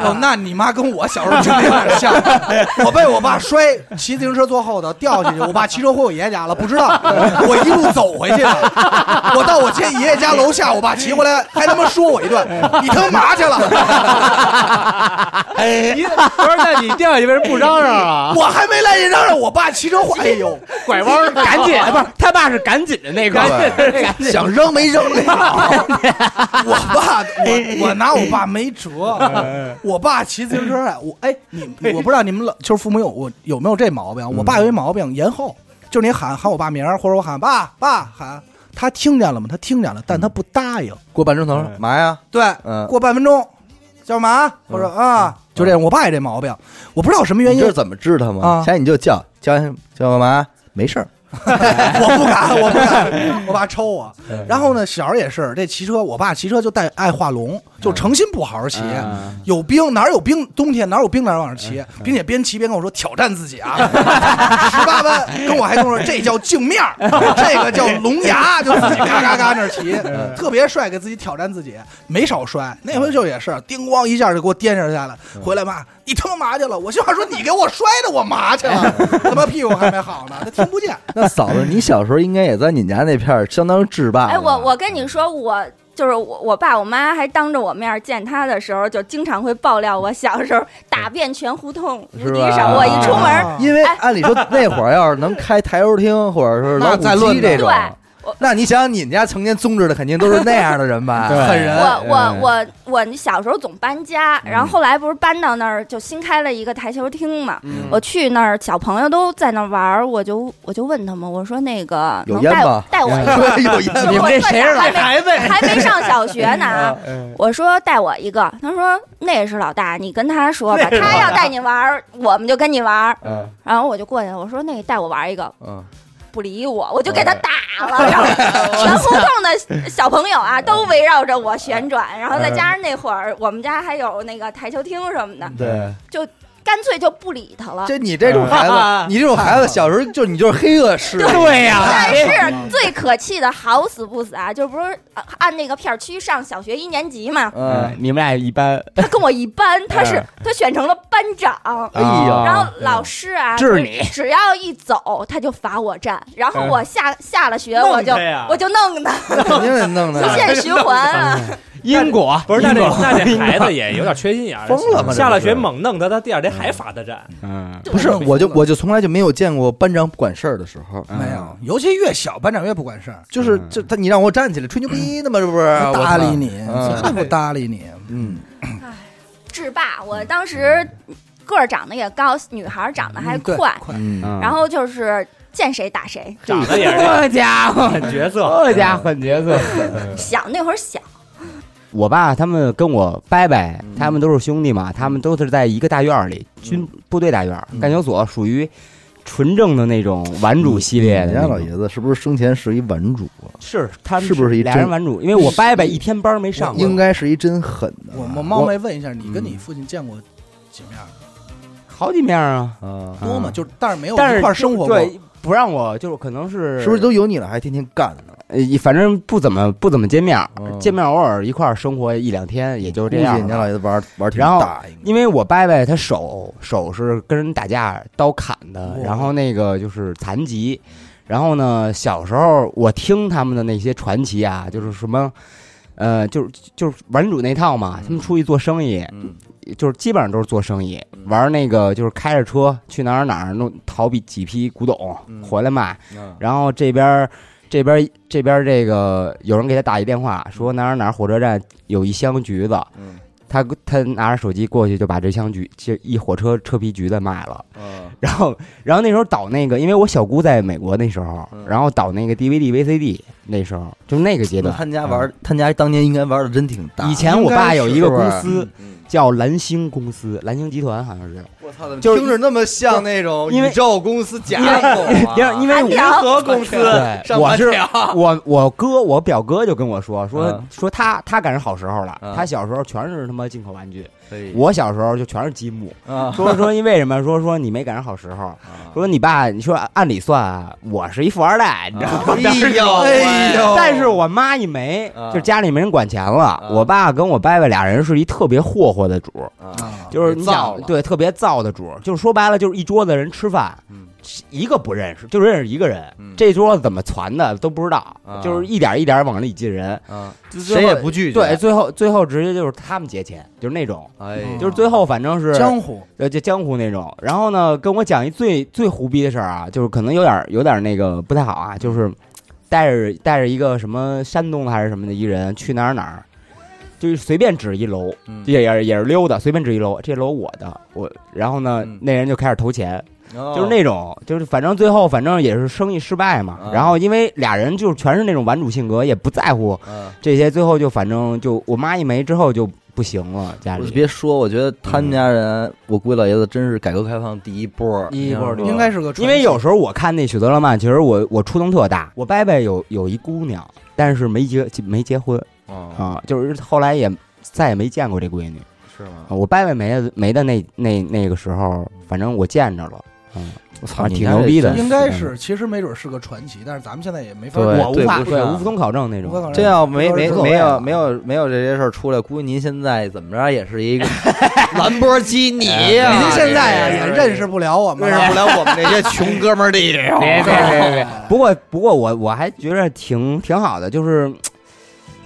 Speaker 2: 哦，那你妈跟我小时候经历有点像， 我被我爸摔，骑自行车坐后头掉下去，我爸骑车回我爷爷家了，不知 道，我一路走回去的，我到我家爷爷家楼下，我爸骑回来还他妈说我一 顿，你他妈嘛去了？
Speaker 5: 你不是？那你掉下去为什么不嚷嚷 啊？
Speaker 2: 我还没来得及嚷嚷，我爸骑车坏，哎呦，
Speaker 7: 拐弯儿，
Speaker 5: 赶紧，
Speaker 3: 哎
Speaker 5: 不是
Speaker 7: 他爸是赶紧的那块儿，
Speaker 2: 想扔没扔了，我爸我我拿我爸没辙，我爸骑自行车啊，我哎你我不知道你们老就是父母有我有没有这毛病啊？我爸有一毛病延后，就是你喊喊我爸名儿或者我喊爸爸喊，他听见了吗？他听见了，但他不答应。
Speaker 1: 过半钟头了嘛呀？
Speaker 2: 对，
Speaker 1: 嗯
Speaker 2: 过半分钟叫什么啊？我说啊，就这样。我爸也这毛病，我不知道什么原
Speaker 1: 你
Speaker 2: 因
Speaker 1: 知道，怎么治他吗？
Speaker 2: 啊
Speaker 1: 现在你就叫叫叫干嘛？没事儿，
Speaker 2: 我不敢，我不敢，我爸抽我。然后呢，小时候也是，这骑车，我爸骑车就带爱画龙，就诚心不好好骑。
Speaker 3: 嗯
Speaker 2: 有冰哪儿有冰，冬天哪儿有冰哪儿往上骑，并且边骑边跟我说挑战自己啊，十八弯，跟我还跟我说这叫镜面儿，这个叫龙牙，就自己嘎嘎嘎那儿骑，特别帅，给自己挑战自己，没少摔。那回就也是叮咣一下就给我颠下下来，回来妈，你他妈嘛去了？我心想说你给我摔的我嘛去了，他妈屁股还没好呢，他听不见。
Speaker 1: 那嫂子，你小时候应该也在你家那片儿相当制霸了吧。
Speaker 4: 哎，我我跟你说，我就是我，我爸我妈还当着我面儿见他的时候，就经常会爆料我小时候打遍全胡同无
Speaker 1: 是
Speaker 4: 敌
Speaker 1: 吧啊
Speaker 4: 手。我一出门儿，哎
Speaker 1: 因为按理说那会儿要是能开台球厅或者是老
Speaker 2: 那再
Speaker 1: 虎
Speaker 2: 论
Speaker 1: 机
Speaker 2: 呢
Speaker 1: 这种
Speaker 4: 对我，
Speaker 1: 那你想想你们家曾经宗旨的肯定都是那样的人吧？
Speaker 6: 对
Speaker 2: 狠人
Speaker 1: 哎
Speaker 4: 我我我我小时候总搬家，
Speaker 1: 嗯
Speaker 4: 然后后来不是搬到那儿就新开了一个台球厅嘛，
Speaker 1: 嗯
Speaker 4: 我去那儿小朋友都在那儿玩儿，我就我就问他们，我说那个
Speaker 1: 有
Speaker 4: 能
Speaker 1: 烟
Speaker 4: 带
Speaker 1: 吗。
Speaker 4: 带 我一个
Speaker 1: 有 烟
Speaker 4: 我
Speaker 1: 吗？
Speaker 4: 特小还没
Speaker 7: 孩子？
Speaker 4: 还没上小学呢 啊。
Speaker 1: 嗯
Speaker 4: 我说带我一个，他说那也是老大，你跟他说吧，他要带你玩儿，我们就跟你玩儿。
Speaker 1: 嗯
Speaker 4: 然后我就过去了，我说那你带我玩一个，
Speaker 1: 嗯，
Speaker 4: 不理我，我就给他打了。然后 全胡同的小朋友啊，都围绕着
Speaker 1: 嗯
Speaker 4: 我旋转，然后再加上那会儿我们家还有那个台球厅什么的，
Speaker 1: 对，嗯
Speaker 4: 就。干脆就不理他了。
Speaker 1: 这你这种孩子，你这种孩子小时候就你就是黑恶势力，
Speaker 7: 对呀，
Speaker 1: 哎
Speaker 3: 哎
Speaker 4: 但是最可气的，好死不死啊，就不是呃按那个片区上小学一年级嘛，
Speaker 1: 嗯，
Speaker 3: 你们俩一般，
Speaker 4: 他跟我一班，他是他选成了班长。
Speaker 1: 哎呀，
Speaker 4: 然后老师啊，
Speaker 7: 治
Speaker 4: 只
Speaker 7: 你
Speaker 4: 只要一走，他就罚我站，然后我下下了学，
Speaker 7: 弄
Speaker 4: 我就
Speaker 7: 他呀
Speaker 4: 我就弄他，
Speaker 1: 那肯定得弄
Speaker 4: 无
Speaker 1: 的。
Speaker 4: 限循环啊！
Speaker 7: 因果
Speaker 5: 不是，那这那这孩子也有点缺心眼儿，
Speaker 1: 疯了吗
Speaker 5: 下了
Speaker 1: 这
Speaker 5: 学
Speaker 1: 不是
Speaker 5: 猛弄他，他第二天还罚他站。
Speaker 3: 嗯，
Speaker 1: 不是，我就我就从来就没有见过班长不管事儿的时候，哎
Speaker 2: 哎没有，尤其越小班长越不管事儿，
Speaker 1: 就是这他你让我站起来吹牛逼呢嘛，这不是
Speaker 2: 不搭理，你，
Speaker 1: 啊我操
Speaker 2: 从来不搭理你。
Speaker 1: 我操嗯，
Speaker 4: 制霸，我当时个儿长得也高，女孩儿长得还
Speaker 2: 嗯对
Speaker 4: 快，
Speaker 2: 快
Speaker 1: 嗯，
Speaker 4: 然后就是见谁打谁，
Speaker 5: 长 得也是
Speaker 3: 这家伙，
Speaker 5: 狠角色，
Speaker 3: 这家伙狠 角色。
Speaker 4: 小那会儿小，
Speaker 3: 我爸他们跟我伯伯，他们都是兄弟嘛，他们都是在一个大院儿里，军部队大院儿，干休所，属于纯正的那种玩主系列
Speaker 1: 嗯你
Speaker 3: 的那
Speaker 1: 家
Speaker 3: 种。
Speaker 1: 老爷子是不是生前是一顽主啊？
Speaker 3: 是他们
Speaker 1: 是不是一
Speaker 3: 俩
Speaker 1: 真
Speaker 3: 人玩主？因为我伯伯一天班儿没上过，
Speaker 1: 应该是一真狠的。啊
Speaker 2: 我我冒昧问一下，你
Speaker 3: 嗯
Speaker 2: 跟你父亲见过几面儿？啊
Speaker 3: 好几面儿啊，
Speaker 1: 啊，
Speaker 2: 多吗？
Speaker 3: 嗯
Speaker 2: 就是但是没有
Speaker 3: 但是
Speaker 2: 一块儿生活过。
Speaker 3: 对，不让我就是可能是
Speaker 1: 是不是都有你了，还天天干呢？
Speaker 3: 呃，反正不怎么不怎么见面儿，
Speaker 1: 嗯
Speaker 3: 见面偶尔一块儿生活一两天，也就
Speaker 1: 估
Speaker 3: 这
Speaker 1: 计
Speaker 3: 样
Speaker 1: 你家
Speaker 3: 了。
Speaker 1: 老爷子玩玩挺
Speaker 3: 然后
Speaker 1: 大，应该
Speaker 3: 因为我伯伯他手手是跟人打架刀砍的，
Speaker 2: 哇
Speaker 3: 然后那个就是残疾，然后呢，小时候我听他们的那些传奇啊，就是什么，呃，就是就是玩主那套嘛，他们出去做生意，
Speaker 1: 嗯
Speaker 3: 就是基本上都是做生意，玩那个就是开着车去哪儿哪儿弄淘比几批古董
Speaker 1: 嗯
Speaker 3: 回来卖，
Speaker 1: 嗯
Speaker 3: 然后这边儿这边儿这边儿这个有人给他打一电话，说哪儿哪儿火车站有一箱橘子，
Speaker 1: 嗯
Speaker 3: 他他拿着手机过去就把这箱橘这一火车车皮橘子卖了。
Speaker 1: 嗯
Speaker 3: 然后然后那时候导那个，因为我小姑在美国那时候
Speaker 1: 嗯，
Speaker 3: 然后导那个 DVD VCD 那时候就那个阶段，嗯
Speaker 1: 他们家玩，他们家当年应该玩的真挺大。
Speaker 3: 以前我爸有一个公
Speaker 1: 应
Speaker 3: 司叫蓝星公司，蓝星集团好像是，
Speaker 1: 我操，怎么
Speaker 3: 就是
Speaker 1: 听着那么像那种
Speaker 3: 因为
Speaker 1: 宇宙公司啊假
Speaker 3: 因为
Speaker 1: 狗
Speaker 3: 因为因为我
Speaker 4: 韩聊
Speaker 7: 和公司
Speaker 3: 对，
Speaker 7: 上
Speaker 3: 我
Speaker 7: 班
Speaker 3: 是
Speaker 7: 了
Speaker 3: 我我哥我表哥就跟我说说
Speaker 1: 嗯
Speaker 3: 说他他赶上好时候了，
Speaker 1: 嗯
Speaker 3: 他小时候全是他妈进口玩具，
Speaker 1: 啊！
Speaker 3: 我小时候就全是积木。
Speaker 1: 啊，
Speaker 3: 说说因为什么？说说你没赶上好时候， 说你爸，你说按理算啊，我是一富二代，你知道吗？
Speaker 1: 哎呦 哎呦，
Speaker 3: 但是我妈一没
Speaker 1: 啊，
Speaker 3: 就家里没人管钱了
Speaker 1: 啊。
Speaker 3: 我爸跟我伯伯俩人是一特别霍霍的主，
Speaker 1: 啊
Speaker 3: 就是你
Speaker 1: 造
Speaker 3: 想
Speaker 1: 了
Speaker 3: 对特别燥的主，就是说白了就是一桌子人吃饭
Speaker 1: 嗯，
Speaker 3: 一个不认识，就认识一个人
Speaker 1: 嗯，
Speaker 3: 这桌子怎么传的都不知道
Speaker 1: 啊，
Speaker 3: 就是一点一点往里进人，
Speaker 1: 啊，
Speaker 3: 最后
Speaker 1: 谁也不拒绝，
Speaker 3: 对，，最后最后直接就是他们结钱，就是那种，
Speaker 1: 哎
Speaker 2: 嗯
Speaker 1: 呦，
Speaker 3: 就是最后反正是
Speaker 2: 江湖
Speaker 3: 呃，就江湖那种。然后呢，跟我讲一最最胡逼的事儿啊，就是可能有点有点那个不太好啊，就是带着带着一个什么山东的还是什么的一人去哪儿哪儿，就是随便指一楼，
Speaker 1: 嗯
Speaker 3: 也也是也是溜达，随便指一楼，这楼我的，我然后呢
Speaker 1: 嗯，哦
Speaker 3: 那人就开始投钱，
Speaker 1: 就
Speaker 2: 哦
Speaker 3: 就是那种就是反正最后反正也是生意失败嘛
Speaker 1: 啊。
Speaker 3: 然后因为俩人就是全是那种玩主性格，也不在乎
Speaker 2: 嗯
Speaker 1: 那，
Speaker 3: 这些，最后就反正就我妈一没之后就不行了，家
Speaker 1: 我就
Speaker 3: 里
Speaker 1: 哎别说，我觉得他们家人，我姑老爷子真是改革开放第一波，
Speaker 3: 第一波
Speaker 1: 你知道吗
Speaker 2: 应该是个传奇，
Speaker 3: 因为有时候我看那许德勒曼，其实我我触动特大。我伯伯有有一姑娘，但是没结没结婚
Speaker 1: 啊，
Speaker 3: 啊，就是后来也再也没见过这闺女。
Speaker 1: 是吗？
Speaker 3: 啊我伯伯没的没的那那那个时候，反正我见着了，嗯，
Speaker 1: 我
Speaker 3: 操你家这真
Speaker 2: 应该
Speaker 3: 嗯
Speaker 2: 是，其实没准是个传奇，但是咱们现在也没法
Speaker 1: 对
Speaker 3: 我无法
Speaker 1: 对不是啊
Speaker 3: 无从考证那种。
Speaker 1: 这要没
Speaker 2: 不是
Speaker 1: 没
Speaker 2: 无所
Speaker 1: 没
Speaker 2: 谓
Speaker 1: 有
Speaker 2: 啊
Speaker 1: 没有没有这些事儿出来，估计您现在怎么着也是一个 兰博基尼呀、
Speaker 2: 您现在
Speaker 1: 这
Speaker 2: 啊也
Speaker 1: 是
Speaker 2: 认识不了我们 啊
Speaker 1: 认识
Speaker 2: 了
Speaker 1: 不。了我们这些穷哥们儿的人啊。
Speaker 7: 别别别别，
Speaker 3: 不过不过我我还觉得挺挺好的，就是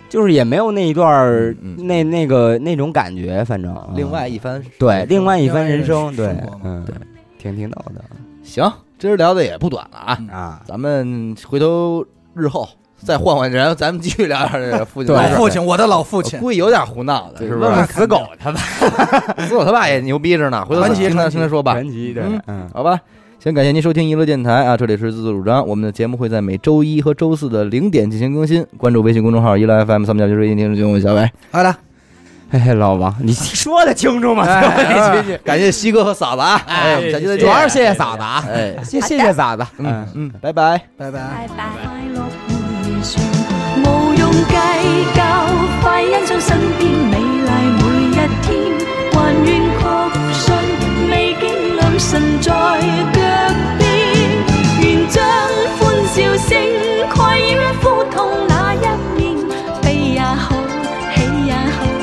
Speaker 3: 就是也没有那一段儿
Speaker 1: 嗯嗯
Speaker 3: 那那个那种感觉，反正嗯
Speaker 1: 另外一番
Speaker 3: 对另外一番人
Speaker 2: 另外
Speaker 3: 生，
Speaker 2: 一
Speaker 3: 对
Speaker 2: 人生活嘛，
Speaker 3: 嗯，挺挺逗的
Speaker 1: 行，今儿聊的也不短了啊，
Speaker 3: 啊。
Speaker 1: 咱们回头日后再换换人，咱们继续聊点这个父亲
Speaker 3: 对
Speaker 1: 的
Speaker 2: 老
Speaker 1: 事儿。
Speaker 2: 父亲，我的老父亲
Speaker 1: 我，估计有点胡闹的，是不
Speaker 2: 问
Speaker 1: 是
Speaker 2: 问？
Speaker 3: 死狗他吧，
Speaker 1: 死我他爸也牛逼着呢，回头
Speaker 2: 传奇
Speaker 1: 听他
Speaker 2: 传奇
Speaker 1: 听他说吧。
Speaker 3: 传奇对
Speaker 1: 嗯，
Speaker 3: 嗯，
Speaker 1: 好吧，先感谢您收听娱乐电台啊，这里是自作主张，我们的节目会在每周一和周四的零点进行更新，关注微信公众号“娱乐 FM”，三秒就是一听众群，我是小伟。
Speaker 2: 好了，
Speaker 3: 嘿嘿，老王，你说的清楚 吗？
Speaker 1: 哎感谢西哥和嫂子啊，哎，我们下期再
Speaker 3: 主
Speaker 1: 见。
Speaker 3: 要是谢谢嫂子啊，
Speaker 1: 哎，
Speaker 3: 谢谢谢嫂子，
Speaker 1: 嗯嗯，拜拜。
Speaker 2: 拜拜。
Speaker 4: 拜拜。
Speaker 8: 快乐回旋，無用計較，快欣賞身邊美麗每一天。還願確信未夠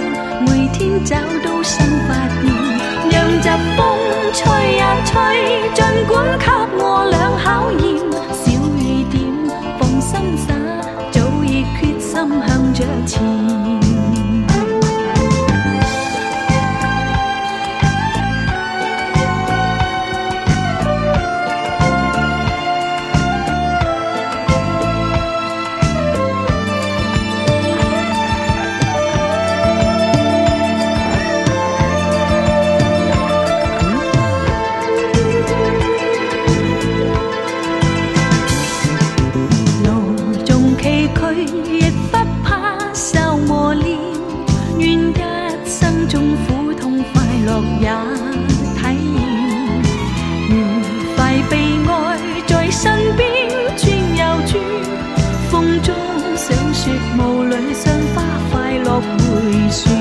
Speaker 8: à 天。路縱崎嶇，亦不怕受磨練。願一生中苦痛快樂也體驗。愉快悲哀在身邊轉又轉，風中小雪霧裏，霜花快樂回旋。à